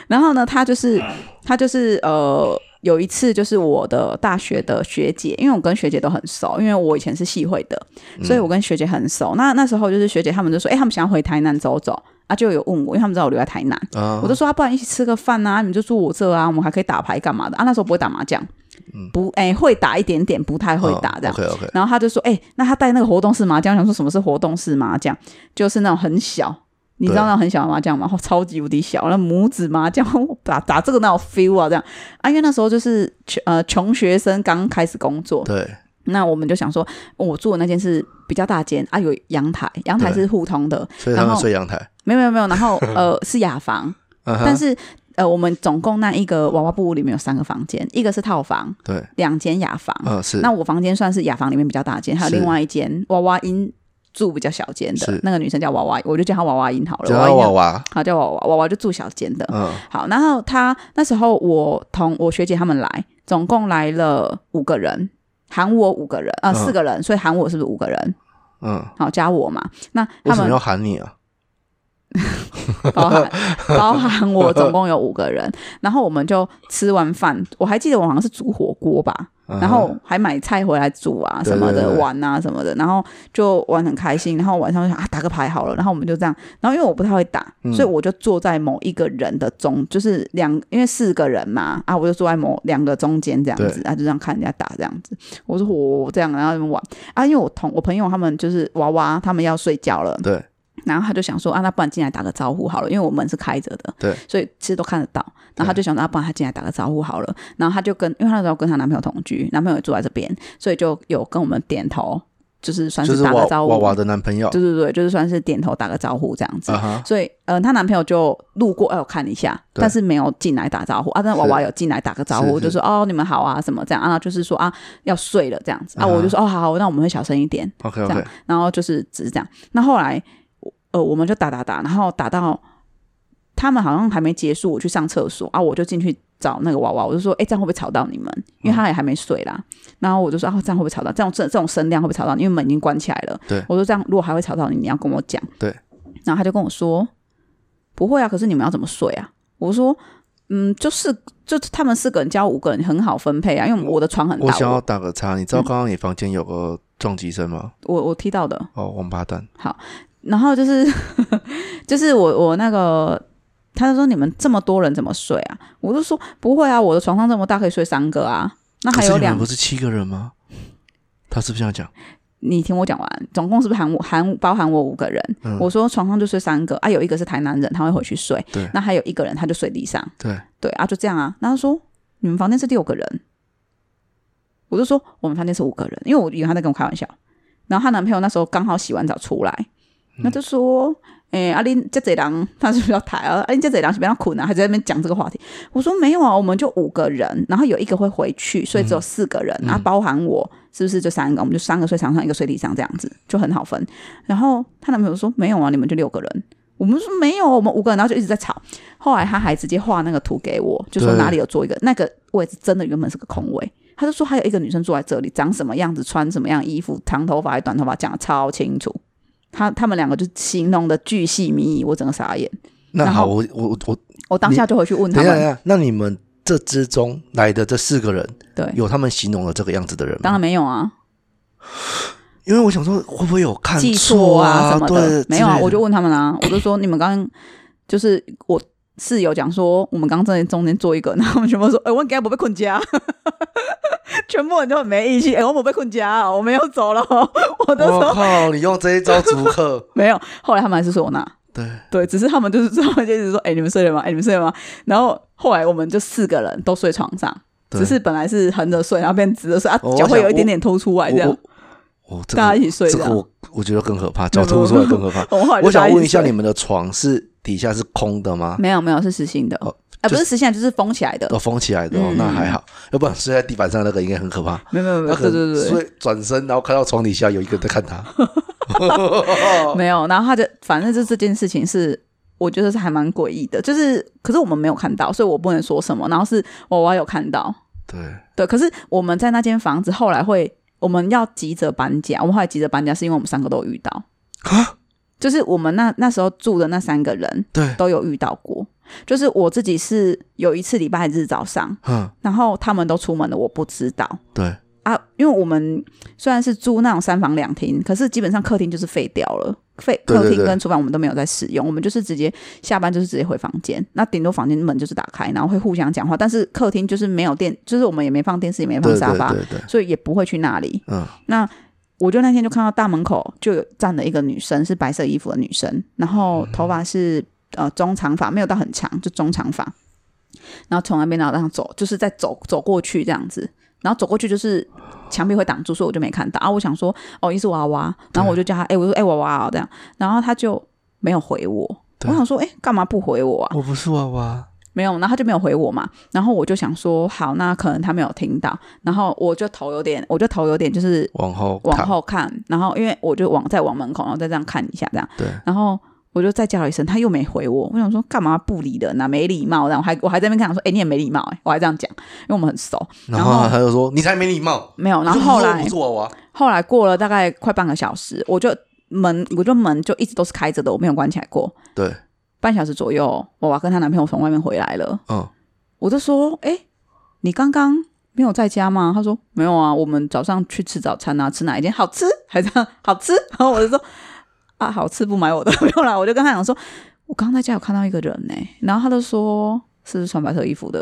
[SPEAKER 1] 然后呢，他就是他就是呃，有一次就是我的大学的学姐，因为我跟学姐都很熟，因为我以前是系会的，
[SPEAKER 2] 嗯
[SPEAKER 1] 所以我跟学姐很熟。那那时候就是学姐他们就说，哎、他们想要回台南走走啊，就有问我，因为他们知道我留在台南，
[SPEAKER 2] 啊
[SPEAKER 1] 我就说，啊、不然一起吃个饭啊，你们就住我这啊，我们还可以打牌干嘛的啊？那时候不会打麻将，
[SPEAKER 2] 嗯
[SPEAKER 1] 不，哎、会打一点点，不太会
[SPEAKER 2] 哦
[SPEAKER 1] 打这样。
[SPEAKER 2] OK OK，
[SPEAKER 1] 然后他就说：“哎、那他带那个活动式麻将，我想说什么是活动式麻将？就是那种很小，你知道
[SPEAKER 2] 对
[SPEAKER 1] 那种很小的麻将吗？哦超级无敌小，那拇指麻将， [laughs] 我打打这个那种 feel 啊，这样啊，因为那时候就是穷呃穷学生刚开始工作，
[SPEAKER 2] 对，
[SPEAKER 1] 那我们就想说，哦我住的那间是比较大间啊，有阳台，阳台
[SPEAKER 2] 对
[SPEAKER 1] 是互通的，
[SPEAKER 2] 所以他
[SPEAKER 1] 然
[SPEAKER 2] 们
[SPEAKER 1] 后
[SPEAKER 2] 睡阳台。
[SPEAKER 1] 没有没有没有，然
[SPEAKER 2] [laughs]
[SPEAKER 1] 后呃是雅房，
[SPEAKER 2] 嗯
[SPEAKER 1] 但
[SPEAKER 2] 哼，
[SPEAKER 1] 是呃我们总共那一个娃娃布屋里面有三个房间，一个是套房，
[SPEAKER 2] 对，
[SPEAKER 1] 两间雅房，
[SPEAKER 2] 嗯是
[SPEAKER 1] 那我房间算是雅房里面比较大间，还有
[SPEAKER 2] 是
[SPEAKER 1] 另外一间娃娃音住比较小间的
[SPEAKER 2] 是，
[SPEAKER 1] 那个女生叫娃娃，我就叫她娃娃音好了。
[SPEAKER 2] 叫他
[SPEAKER 1] 音
[SPEAKER 2] 娃娃。
[SPEAKER 1] 好叫娃娃，娃娃就住小间的。
[SPEAKER 2] 嗯，
[SPEAKER 1] 好，然后她那时候我同我学姐他们来，总共来了五个人，喊我五个人，呃，
[SPEAKER 2] 嗯
[SPEAKER 1] 四个人，所以喊我是不是五个人？
[SPEAKER 2] 嗯，
[SPEAKER 1] 好，加我嘛。那
[SPEAKER 2] 为
[SPEAKER 1] 他
[SPEAKER 2] 什么
[SPEAKER 1] 们
[SPEAKER 2] 要喊你啊？
[SPEAKER 1] 包含包含我，总共有五个人。然后我们就吃完饭，我还记得我好像是煮火锅吧，
[SPEAKER 2] 嗯哼
[SPEAKER 1] 然后还买菜回来煮啊
[SPEAKER 2] 对
[SPEAKER 1] 什么
[SPEAKER 2] 对
[SPEAKER 1] 的
[SPEAKER 2] 对对
[SPEAKER 1] 玩啊什么的，然后就玩很开心。然后晚上就想啊打个牌好了，然后我们就这样。然后因为我不太会打，
[SPEAKER 2] 嗯
[SPEAKER 1] 所以我就坐在某一个人的中，就是两因为四个人嘛啊，我就坐在某两个中间这样子，啊就这样看人家打这样子。我说我这样，然后他们玩啊，因为我同我朋友他们就是娃娃他们要睡觉了，
[SPEAKER 2] 对，
[SPEAKER 1] 然后他就想说啊，那不然进来打个招呼好了，因为我门是开着的，
[SPEAKER 2] 对，
[SPEAKER 1] 所以其实都看得到。然后他就想说啊，不然他进来打个招呼好了。然后他就跟，因为他那时候跟她男朋友同居，男朋友也住在这边，所以就有跟我们点头，就是算
[SPEAKER 2] 就是
[SPEAKER 1] 嗯打
[SPEAKER 2] 娃
[SPEAKER 1] 个招呼，
[SPEAKER 2] 娃娃的男朋友。
[SPEAKER 1] 对对对，就是算是点头打个招呼这样子。
[SPEAKER 2] 啊哈，
[SPEAKER 1] 所以，嗯、她男朋友就路过，哎，我看一下，
[SPEAKER 2] 对
[SPEAKER 1] 但是没有进来打招呼啊。但娃娃有进来打个招呼，
[SPEAKER 2] 是是
[SPEAKER 1] 就说哦，你们好啊，什么这样啊，然后就是说啊，要睡了这样子啊。
[SPEAKER 2] 啊哈
[SPEAKER 1] 我就说哦，好好，那我们会小声一点。
[SPEAKER 2] OK
[SPEAKER 1] 这
[SPEAKER 2] OK，
[SPEAKER 1] 样然后就是只是这样。那后来，我呃，我们就打打打，然后打到他们好像还没结束，我去上厕所啊，我就进去找那个娃娃，我就说，哎、这样会不会吵到你们？因为他也还没睡啦。然后我就说，啊，这样会不会吵到？这种这这种声量会不会吵到你？因为门已经关起来了。
[SPEAKER 2] 对
[SPEAKER 1] 我说这样如果还会吵到你，你要跟我讲。
[SPEAKER 2] 对。
[SPEAKER 1] 然后他就跟我说，不会啊，可是你们要怎么睡啊？我说。嗯，就是就他们四个人加五个人很好分配啊，因为我的床很大，
[SPEAKER 2] 我想要
[SPEAKER 1] 我
[SPEAKER 2] 打个叉，你知道刚刚你房间有个撞击声吗？
[SPEAKER 1] 我我踢到的，
[SPEAKER 2] 哦，王八蛋，
[SPEAKER 1] 然后就是 [laughs] 就是我我那个，他就说你们这么多人怎么睡啊？我就说不会啊，我的床上这么大，可以睡三个啊。那
[SPEAKER 2] 可
[SPEAKER 1] 还
[SPEAKER 2] 是
[SPEAKER 1] 有
[SPEAKER 2] 你
[SPEAKER 1] 两
[SPEAKER 2] 们不，是七个人吗？他是不是这样讲？
[SPEAKER 1] 你听我讲完，总共是不是含我含包含我五个人？
[SPEAKER 2] 嗯
[SPEAKER 1] 我说床上就睡三个啊，有一个是台南人，他会回去睡，
[SPEAKER 2] 对
[SPEAKER 1] 那还有一个人他就睡地上，
[SPEAKER 2] 对，
[SPEAKER 1] 对啊，就这样啊。然后他说你们房间是六个人，我就说我们房间是五个人，因为我以为他在跟我开玩笑。然后她男朋友那时候刚好洗完澡出来，
[SPEAKER 2] 嗯
[SPEAKER 1] 那就说：“哎、阿林这贼人，他是不是要抬啊？阿林这贼人是不是要捆啊？还在那边讲这个话题。”我说：“没有啊，我们就五个人，然后有一个会回去，所以
[SPEAKER 2] 嗯
[SPEAKER 1] 只有四个人，然后包含我，是不是就三个？我们就三个睡床上，一个睡地上，这样子就很好分。”然后她男朋友说：“没有啊，你们就六个人。”我们说没有，我们五个人，然后就一直在吵。后来他还直接画那个图给我，就说
[SPEAKER 2] 对
[SPEAKER 1] 哪里有坐一个，那个位置真的原本是个空位。他就说还有一个女生坐在这里，长什么样子，穿什么样衣服，长头发还是短头发，讲的超清楚。他他们两个就形容的巨细靡遗，我整个傻眼。
[SPEAKER 2] 那
[SPEAKER 1] 然
[SPEAKER 2] 好，
[SPEAKER 1] 后
[SPEAKER 2] 我我我我
[SPEAKER 1] 我当下就回去问他
[SPEAKER 2] 等一下等一
[SPEAKER 1] 们，
[SPEAKER 2] 下，那你们这之中来的这四个人，
[SPEAKER 1] 对，
[SPEAKER 2] 有他们形容的这个样子的人吗？
[SPEAKER 1] 当然没有啊，
[SPEAKER 2] 因为我想说，会不会有看
[SPEAKER 1] 记
[SPEAKER 2] 错
[SPEAKER 1] 错啊什么
[SPEAKER 2] 对
[SPEAKER 1] 的，，没有啊
[SPEAKER 2] 之类，的
[SPEAKER 1] 我就问他们啊，我就说你们刚刚就是我 [laughs] 室友讲说，我们刚刚在中间坐一个，然后我们全部说，哎、我应该不被困家， [laughs] 全部人都很没义气。哎、我们被困家哦，我们要走了哦， [laughs] 我都
[SPEAKER 2] 我
[SPEAKER 1] 说
[SPEAKER 2] 靠，你用这一招逐
[SPEAKER 1] [laughs]
[SPEAKER 2] 客，
[SPEAKER 1] 没有。后来他们还是说我拿，
[SPEAKER 2] 对，
[SPEAKER 1] 对，只是他们就是他们就一直说，哎、你们睡了吗？哎、你们睡了吗？然后后来我们就四个人都睡床上，
[SPEAKER 2] 对
[SPEAKER 1] 只是本来是横着睡，然后变直着睡，啊
[SPEAKER 2] 哦，我
[SPEAKER 1] 脚会
[SPEAKER 2] 想
[SPEAKER 1] 有一点
[SPEAKER 2] 我
[SPEAKER 1] 点凸出来这样
[SPEAKER 2] 我。我我这
[SPEAKER 1] 大家
[SPEAKER 2] 个
[SPEAKER 1] 一起睡
[SPEAKER 2] 这
[SPEAKER 1] 的
[SPEAKER 2] 个
[SPEAKER 1] 啊
[SPEAKER 2] 我我觉得更可怕，
[SPEAKER 1] 没
[SPEAKER 2] 脚
[SPEAKER 1] 有
[SPEAKER 2] 凸出来更
[SPEAKER 1] [laughs]
[SPEAKER 2] 可怕。
[SPEAKER 1] 我们后来就
[SPEAKER 2] 我
[SPEAKER 1] 大
[SPEAKER 2] 想
[SPEAKER 1] 家
[SPEAKER 2] 问
[SPEAKER 1] 一
[SPEAKER 2] 一
[SPEAKER 1] 起
[SPEAKER 2] 下，
[SPEAKER 1] 睡
[SPEAKER 2] 你们的床是底下是空的吗？
[SPEAKER 1] 没有没有是实心的，哎、
[SPEAKER 2] 哦
[SPEAKER 1] 不
[SPEAKER 2] 就是
[SPEAKER 1] 实现，啊就是封起来的
[SPEAKER 2] 都。封起来的哦，
[SPEAKER 1] 嗯
[SPEAKER 2] 那还好，要不然睡在地板上那个应该很可怕。
[SPEAKER 1] 没有没有没
[SPEAKER 2] 他
[SPEAKER 1] 有，
[SPEAKER 2] 可
[SPEAKER 1] 哦对对
[SPEAKER 2] 能
[SPEAKER 1] 对对，
[SPEAKER 2] 睡转身，然后看到床底下有一个在
[SPEAKER 1] [laughs]
[SPEAKER 2] 看他。
[SPEAKER 1] 没有。然后他就反正就这件事情是，我觉得是还蛮诡异的，就是可是我们没有看到，所以我不能说什么。然后是娃娃有看到，
[SPEAKER 2] 对，
[SPEAKER 1] 对，可是我们在那间房子后来会，我们要急着搬家，我们后来急着搬家是因为我们三个都有遇到，
[SPEAKER 2] 啊，
[SPEAKER 1] 就是我们那那时候住的那三个人
[SPEAKER 2] 对，
[SPEAKER 1] 都有遇到过。就是我自己是有一次礼拜日早上，
[SPEAKER 2] 嗯，
[SPEAKER 1] 然后他们都出门了，我不知道。
[SPEAKER 2] 对，
[SPEAKER 1] 啊，因为我们虽然是租那种三房两厅，可是基本上客厅就是废掉了，废
[SPEAKER 2] 对对
[SPEAKER 1] 客厅
[SPEAKER 2] 对
[SPEAKER 1] 跟厨房我们都没有在使用，我们就是直接下班就是直接回房间，那顶多房间门就是打开，然后会互相讲话，但是客厅就是没有电，就是我们也没放电视，也没放
[SPEAKER 2] 对
[SPEAKER 1] 沙
[SPEAKER 2] 对
[SPEAKER 1] 发，
[SPEAKER 2] 对对，
[SPEAKER 1] 所以也不会去那里。
[SPEAKER 2] 嗯，
[SPEAKER 1] 那我就那天就看到大门口就有站了一个女生，是白色衣服的女生，然
[SPEAKER 2] 嗯
[SPEAKER 1] 后头发是呃中长发，没有到很长，就中长发，然后从那边然后上走，就是在走走过去这样子，然后走过去就是墙壁会挡住，所以我就没看到啊。我想说哦，一是娃娃，然后我就叫她，哎、我说哎、娃娃、哦、这样，然后她就没有回我。
[SPEAKER 2] 对
[SPEAKER 1] 我想说，哎、干嘛不回我啊？
[SPEAKER 2] 我不是娃娃，
[SPEAKER 1] 没有，然后他就没有回我嘛。然后我就想说，好，那可能他没有听到。然后我就头有点，我就头有点就是
[SPEAKER 2] 往后
[SPEAKER 1] 往
[SPEAKER 2] 躺，
[SPEAKER 1] 后看，然后因为我就往再往门口，然后再这样看一下，这样，
[SPEAKER 2] 对，
[SPEAKER 1] 然后我就再叫了一声，他又没回我，我想说干嘛不理人啊，没礼貌，然后我还我还在那边看，我说哎、你也没礼貌、哎，我还这样讲，因为我们很熟，
[SPEAKER 2] 然
[SPEAKER 1] 然
[SPEAKER 2] 后
[SPEAKER 1] 后
[SPEAKER 2] 他就说你才没礼貌，
[SPEAKER 1] 没有，然后
[SPEAKER 2] 你就
[SPEAKER 1] 后
[SPEAKER 2] 说我 [laughs]
[SPEAKER 1] 来
[SPEAKER 2] 不是娃娃，
[SPEAKER 1] 后来过了大概快半个小时，我就门我就门就一直都是开着的，我没有关起来过，
[SPEAKER 2] 对，
[SPEAKER 1] 半小时左右，我娃跟她男朋友从外面回来了，
[SPEAKER 2] 嗯，
[SPEAKER 1] 我就说哎、你刚刚。没有在家吗？他说没有啊，我们早上去吃早餐啊，吃哪一间好吃？还这样好吃？然后我就说啊，好吃不买我的没有啦，我就跟他讲说，我刚刚在家有看到一个人呢、然后他就说是不是穿白色衣服的？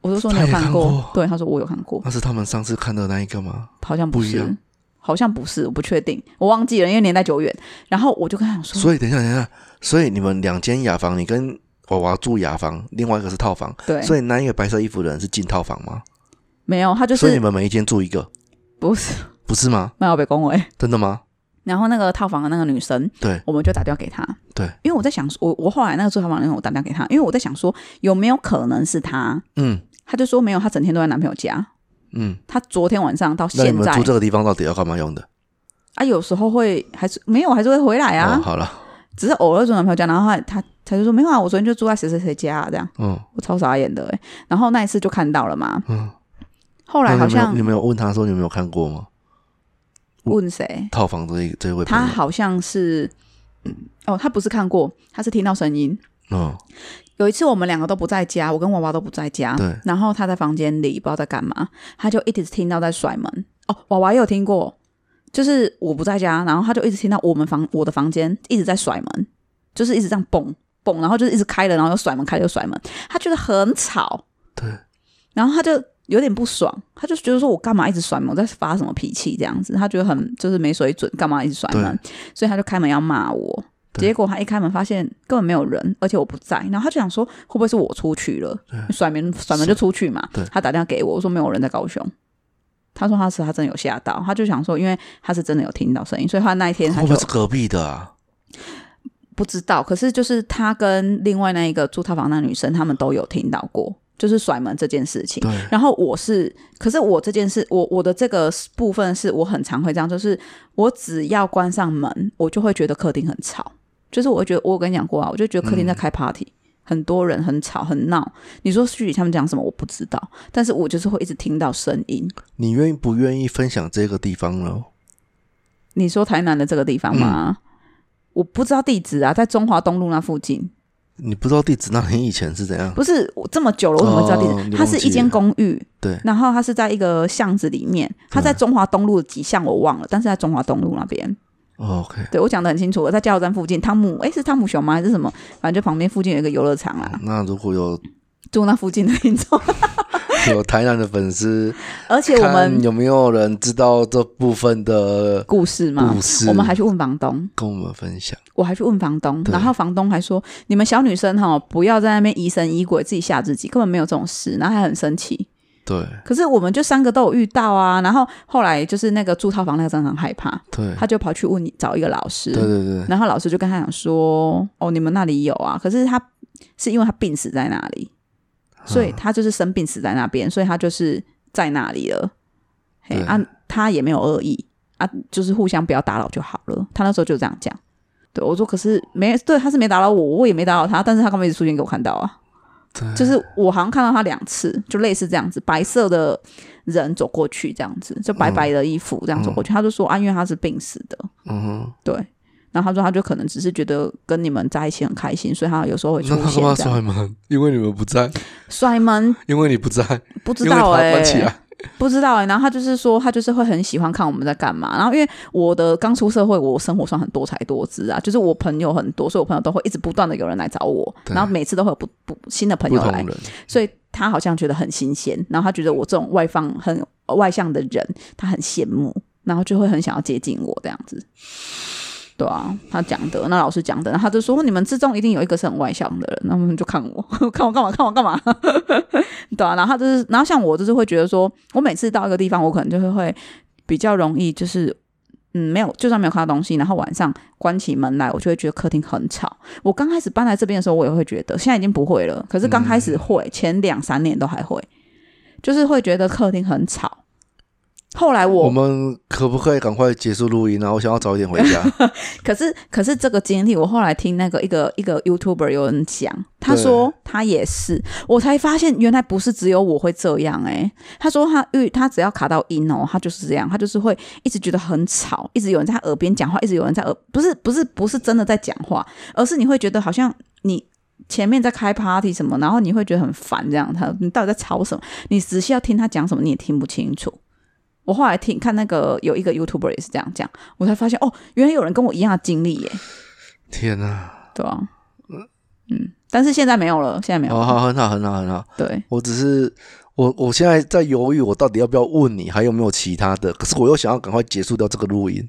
[SPEAKER 1] 我就说你
[SPEAKER 2] 他
[SPEAKER 1] 有
[SPEAKER 2] 也
[SPEAKER 1] 看
[SPEAKER 2] 看
[SPEAKER 1] 过？
[SPEAKER 2] 过
[SPEAKER 1] 对，他说我有看过，
[SPEAKER 2] 那是他们上次看的那一个吗？
[SPEAKER 1] 好像不
[SPEAKER 2] 不一
[SPEAKER 1] 是，
[SPEAKER 2] 样
[SPEAKER 1] 好像不是，我不确定，我忘记了，因为年代久远。然后我就跟他讲说，
[SPEAKER 2] 所以等一下，等一下，所以你们两间雅房，你跟娃娃住雅房，另外一个是套房，
[SPEAKER 1] 对，
[SPEAKER 2] 所以那一个白色衣服的人是进套房吗？
[SPEAKER 1] 没有，他就
[SPEAKER 2] 所以你
[SPEAKER 1] 是
[SPEAKER 2] 们每一间住一个，
[SPEAKER 1] 不是
[SPEAKER 2] 不是吗？
[SPEAKER 1] 没有被恭维。
[SPEAKER 2] 真的吗？
[SPEAKER 1] 然后那个套房的那个女生，
[SPEAKER 2] 对，
[SPEAKER 1] 我们就打电话给她，
[SPEAKER 2] 对，
[SPEAKER 1] 因为我在想说，我我后来那个住套房的人，我打电话给她，因为我在想说有没有可能是她，
[SPEAKER 2] 嗯
[SPEAKER 1] 她就说没有，她整天都在男朋友家，
[SPEAKER 2] 嗯，
[SPEAKER 1] 她昨天晚上到
[SPEAKER 2] 那你
[SPEAKER 1] 现
[SPEAKER 2] 们
[SPEAKER 1] 在
[SPEAKER 2] 住这个地方到底要干嘛用的？
[SPEAKER 1] 啊，有时候会还是没有，还是会回来啊，
[SPEAKER 2] 哦，好了，
[SPEAKER 1] 只是偶尔住男朋友家，然后她她她就说没有啊，我昨天就住在谁谁谁家、这样，
[SPEAKER 2] 嗯
[SPEAKER 1] 我超傻眼的哎、然后那一次就看到了嘛，
[SPEAKER 2] 嗯。
[SPEAKER 1] 后来好
[SPEAKER 2] 那你们有
[SPEAKER 1] 像
[SPEAKER 2] 你们有问他说你们有看过吗？
[SPEAKER 1] 问谁，
[SPEAKER 2] 套房这一这位朋
[SPEAKER 1] 她
[SPEAKER 2] 友，
[SPEAKER 1] 好像是哦，她不是看过，她是听到声音，
[SPEAKER 2] 嗯，
[SPEAKER 1] 有一次我们两个都不在家，我跟娃娃都不在家，
[SPEAKER 2] 对
[SPEAKER 1] 然后他在房间里不知道在干嘛，他就一直听到在甩门。哦，娃娃也有听过，就是我不在家，然后他就一直听到我们房我的房间一直在甩门，就是一直这样蹦蹦，然后就是一直开了，然后又甩门，开了又甩门，他觉得很吵，
[SPEAKER 2] 对，
[SPEAKER 1] 然后他就有点不爽，他就觉得说我干嘛一直甩门，我在发什么脾气这样子，他觉得很就是没水准，干嘛一直甩门，所以他就开门要骂我。
[SPEAKER 2] 对
[SPEAKER 1] 结果他一开门发现根本没有人，而且我不在，然后他就想说会不会是我出去了，甩门甩门就出去嘛
[SPEAKER 2] 对。
[SPEAKER 1] 他打电话给我，我说没有人在高雄。他说他是他真的有吓到，他就想说，因为他是真的有听到声音，所以他那一天他
[SPEAKER 2] 会不
[SPEAKER 1] 就
[SPEAKER 2] 会是隔壁的啊？
[SPEAKER 1] 不知道。可是就是他跟另外那一个住套房那女生，他们都有听到过，就是甩门这件事情。
[SPEAKER 2] 对，
[SPEAKER 1] 然后我是，可是我这件事，我我的这个部分是我很常会这样，就是我只要关上门，我就会觉得客厅很吵，就是我会觉得我有跟你讲过啊，我就觉得客厅在开 party，、很多人很吵很闹。你说具体他们讲什么我不知道，但是我就是会一直听到声音。
[SPEAKER 2] 你愿意不愿意分享这个地方呢？
[SPEAKER 1] 你说台南的这个地方吗？我不知道地址啊，在中华东路那附近，
[SPEAKER 2] 你不知道地址，那你以前是怎样？
[SPEAKER 1] 不是我这么久了，我怎么会知道
[SPEAKER 2] 哦
[SPEAKER 1] 地
[SPEAKER 2] 你
[SPEAKER 1] 址？它
[SPEAKER 2] 忘
[SPEAKER 1] 是一间公寓，
[SPEAKER 2] 对
[SPEAKER 1] 然后它是在一个巷子里面，它在中华东路的几巷我忘了，但是在中华东路那边。
[SPEAKER 2] 哦，OK，
[SPEAKER 1] 对我讲的很清楚，我在加油站附近，汤姆诶，是汤姆熊吗？还是什么？反正就旁边附近有一个游乐场啦，
[SPEAKER 2] 那如果有
[SPEAKER 1] 住那附近的听众， [laughs]
[SPEAKER 2] 有台南的粉丝，
[SPEAKER 1] 而且我
[SPEAKER 2] 看
[SPEAKER 1] 们
[SPEAKER 2] 有没有人知道这部分的
[SPEAKER 1] 故事嘛
[SPEAKER 2] 故，事？
[SPEAKER 1] 我们还去问房东，
[SPEAKER 2] 跟我们分享，
[SPEAKER 1] 我还去问房东，
[SPEAKER 2] 对
[SPEAKER 1] 然后房东还说：“你们小女生哈、不要在那边疑神疑鬼，自己吓自己，根本没有这种事。”然后还很生气。
[SPEAKER 2] 对
[SPEAKER 1] 可是我们就三个都有遇到啊。然后后来就是那个住套房那个真的很害怕，
[SPEAKER 2] 对
[SPEAKER 1] 他就跑去问找一个老师，
[SPEAKER 2] 对对对，
[SPEAKER 1] 然后老师就跟他讲说：“哦，你们那里有啊？可是他是因为他病死在那里，
[SPEAKER 2] 啊
[SPEAKER 1] 所以他就是生病死在那边，所以他就是在那里了。嘿
[SPEAKER 2] 对
[SPEAKER 1] 啊，他也没有恶意啊，就是互相不要打扰就好了。他那时候就这样讲。对我说，可是没对，他是没打扰我，我也没打扰他，但是他干嘛一直出现给我看到啊？
[SPEAKER 2] 对
[SPEAKER 1] 就是我好像看到他两次，就类似这样子，白色的人走过去这样子，就白白的衣服这样走过去。他就说啊，因为他是病死的，
[SPEAKER 2] 嗯哼，
[SPEAKER 1] 对。然后他说，他就可能只是觉得跟你们在一起很开心，所以他有时候会出
[SPEAKER 2] 那他干嘛
[SPEAKER 1] 现这样
[SPEAKER 2] 甩门？因为你们不在，
[SPEAKER 1] 甩门，
[SPEAKER 2] 因为你不在，
[SPEAKER 1] 不知
[SPEAKER 2] 因为他
[SPEAKER 1] 道哎、
[SPEAKER 2] 关起来，
[SPEAKER 1] 不知道哎、然后他就是说，他就是会很喜欢看我们在干嘛。然后因为我的刚出社会，我生活算很多才多姿啊，就是我朋友很多，所以我朋友都会一直不断的有人来找我，
[SPEAKER 2] 对
[SPEAKER 1] 然后每次都会有不不新的朋
[SPEAKER 2] 不
[SPEAKER 1] 友
[SPEAKER 2] 同
[SPEAKER 1] 来，
[SPEAKER 2] 人，
[SPEAKER 1] 所以他好像觉得很新鲜，然后他觉得我这种外放很外向的人，他很羡慕，然后就会很想要接近我这样子。对啊，他讲的，那老师讲的，然后他就说你们之中一定有一个是很外向的人，那我们就看我， [laughs] 看我干嘛，看我干嘛， [laughs] 对啊，然后他就是，然后像我就是会觉得说，我每次到一个地方，我可能就是会比较容易就是。嗯，没有，就算没有看到东西，然后晚上关起门来，我就会觉得客厅很吵。我刚开始搬来这边的时候，我也会觉得，现在已经不会了。可是刚开始会，前两三年都还会，就是会觉得客厅很吵。后来
[SPEAKER 2] 我们可不可以赶快结束录音啊？我想要早一点回 [laughs] 家。
[SPEAKER 1] 可是，可是这个经历，我后来听那个一个一个 YouTuber 有人讲，他说他也是，我才发现原来不是只有我会这样哎、他说他遇他只要卡到音哦，他就是这样，他就是会一直觉得很吵，一直有人在他耳边讲话，一直有人在耳不是不是不是真的在讲话，而是你会觉得好像你。前面在开 party 什么，然后你会觉得很烦，这样他你到底在吵什么？你仔细要听他讲什么，你也听不清楚。我后来听看那个有一个 YouTuber 也是这样讲，我才发现哦，原来有人跟我一样的经历耶，
[SPEAKER 2] 天哪！
[SPEAKER 1] 对啊，嗯，但是现在没有了，现在没有
[SPEAKER 2] 哦，
[SPEAKER 1] 了，
[SPEAKER 2] 好，很好，很好，很好。
[SPEAKER 1] 对，
[SPEAKER 2] 我只是我我现在在犹豫，我到底要不要问你还有没有其他的？可是我又想要赶快结束掉这个录音，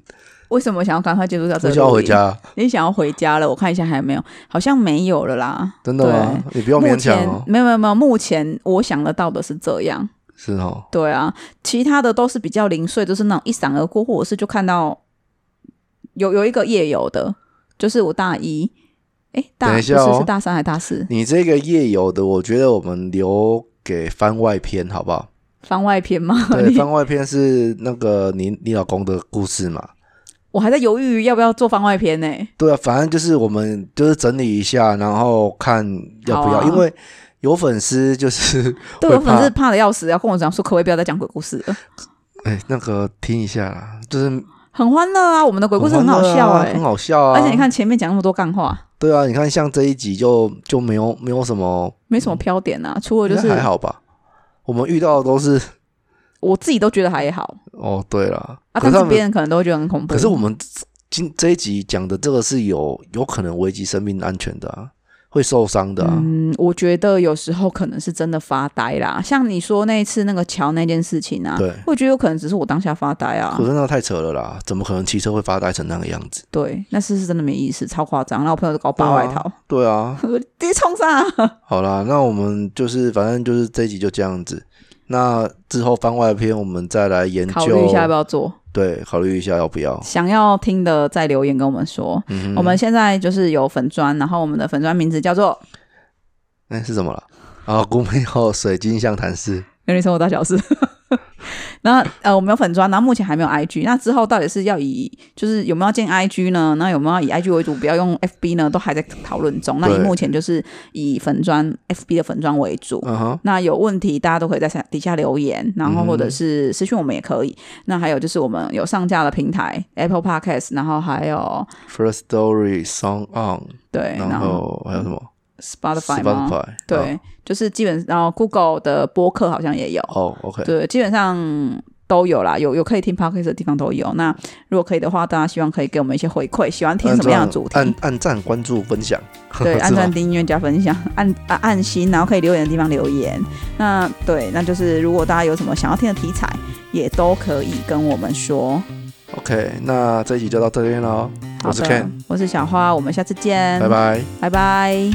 [SPEAKER 1] 为什么想要赶快结束掉这
[SPEAKER 2] 我
[SPEAKER 1] 个？
[SPEAKER 2] 想要回，家，
[SPEAKER 1] 你想要回家了？我看一下还有没有，好像没有了啦。
[SPEAKER 2] 真的吗？你不要
[SPEAKER 1] 目
[SPEAKER 2] 勉强
[SPEAKER 1] 前
[SPEAKER 2] 哦，
[SPEAKER 1] 没有没有没有，目前我想得到的是这样，
[SPEAKER 2] 是哦，
[SPEAKER 1] 对啊，其他的都是比较零碎，就是那种一闪而过，或者是就看到有有一个夜游的，就是我大一，哎，大
[SPEAKER 2] 等
[SPEAKER 1] 不
[SPEAKER 2] 一
[SPEAKER 1] 是
[SPEAKER 2] 下哦
[SPEAKER 1] 是大三还是大四？
[SPEAKER 2] 你这个夜游的，我觉得我们留给番外篇好不
[SPEAKER 1] [laughs]
[SPEAKER 2] 好？
[SPEAKER 1] 番外篇吗？
[SPEAKER 2] 对，
[SPEAKER 1] 你
[SPEAKER 2] 番外篇是那个你你老公的故事嘛？
[SPEAKER 1] [laughs] 我还在犹豫要不要做番外篇呢、
[SPEAKER 2] 对啊，反正就是我们就是整理一下，然后看要不要，
[SPEAKER 1] 好啊
[SPEAKER 2] 因为有粉丝就是 [laughs]
[SPEAKER 1] 对
[SPEAKER 2] 会
[SPEAKER 1] 我粉丝
[SPEAKER 2] 怕
[SPEAKER 1] 怕的要死，要跟我讲说可不可以不要再讲鬼故事了，
[SPEAKER 2] 哎那个听一下啦，就是
[SPEAKER 1] 很欢乐啊，我们的鬼故事很好
[SPEAKER 2] 欢乐
[SPEAKER 1] 笑
[SPEAKER 2] 啊
[SPEAKER 1] 哎、
[SPEAKER 2] 很好笑啊！
[SPEAKER 1] 而且你，看前面讲那么多干话，
[SPEAKER 2] 对啊，你看像这一集就就没有没有什么，
[SPEAKER 1] 没什么飘点啊，除了
[SPEAKER 2] 我
[SPEAKER 1] 就是
[SPEAKER 2] 嗯还好吧。我们遇到的都是
[SPEAKER 1] 我自己都觉得还好
[SPEAKER 2] 哦，对了，
[SPEAKER 1] 啊，
[SPEAKER 2] 可
[SPEAKER 1] 但
[SPEAKER 2] 是
[SPEAKER 1] 是
[SPEAKER 2] 他
[SPEAKER 1] 别
[SPEAKER 2] 们
[SPEAKER 1] 人可能都会觉得很恐怖。
[SPEAKER 2] 可是我们今这一集讲的这个是有有可能危及生命安全的啊，会受伤的啊。
[SPEAKER 1] 嗯，我觉得有时候可能是真的发呆啦，像你说那一次那个桥那件事情啊，
[SPEAKER 2] 对，
[SPEAKER 1] 我觉得有可能只是我当下发呆啊
[SPEAKER 2] 可，是那太扯了啦，怎么可能骑车会发呆成那个样子？
[SPEAKER 1] 对，那次是真的没意思，超夸张，然后我朋友就搞八外
[SPEAKER 2] 对啊
[SPEAKER 1] 套，
[SPEAKER 2] 对啊，
[SPEAKER 1] 我 [laughs] 直接冲上啊，
[SPEAKER 2] 好啦，那我们就是反正就是这一集就这样子。那之后番外篇我们再来研究，
[SPEAKER 1] 考虑一下要不要做，
[SPEAKER 2] 对，考虑一下要不要。
[SPEAKER 1] 想要听的再留言跟我们说。
[SPEAKER 2] 嗯哼，
[SPEAKER 1] 我们现在就是有粉砖，然后我们的粉砖名字叫做
[SPEAKER 2] 那、哎是什么了？啊，古美后水晶象谈室，
[SPEAKER 1] “ [laughs] 美女生活大小事”。 [laughs] 那呃，我们有粉砖，然后目前还没有 IG。那之后到底是要以就是有没有建 IG 呢？那有没有要以 IG 为主，不要用 FB 呢？都还在讨论中。那
[SPEAKER 2] 对
[SPEAKER 1] 以目前就是以粉砖 FB 的粉砖为主。
[SPEAKER 2] 嗯哼，
[SPEAKER 1] 那有问题，大家都可以在下底下留言，然后或者是私讯我们也可以。那还有就是我们有上架的平台 Apple Podcast，然后还有
[SPEAKER 2] First Story Song On，
[SPEAKER 1] 对，
[SPEAKER 2] 然
[SPEAKER 1] 然后
[SPEAKER 2] 后还有什么
[SPEAKER 1] Spotify 吗
[SPEAKER 2] Spotify，
[SPEAKER 1] 对，就是基本然后 Google 的播客好像也有，
[SPEAKER 2] 哦，OK，
[SPEAKER 1] 对，基本上都有啦，有有可以听 podcast 的地方都有。那如果可以的话，大家希望可以给我们一些回馈，喜欢听什么样的主
[SPEAKER 2] 按
[SPEAKER 1] 题？
[SPEAKER 2] 按赞、关注、分享，
[SPEAKER 1] 对，
[SPEAKER 2] [laughs] 是
[SPEAKER 1] 按
[SPEAKER 2] 吗
[SPEAKER 1] 赞、订阅、加分享，按按按心，然后可以留言的地方留言。那对，那就是如果大家有什么想要听的题材，也都可以跟我们说。
[SPEAKER 2] OK，那这一集就到这边喽，
[SPEAKER 1] 好
[SPEAKER 2] 我是
[SPEAKER 1] 的
[SPEAKER 2] Ken，
[SPEAKER 1] 我是小花，我们下次见，
[SPEAKER 2] 拜，拜。
[SPEAKER 1] 拜拜。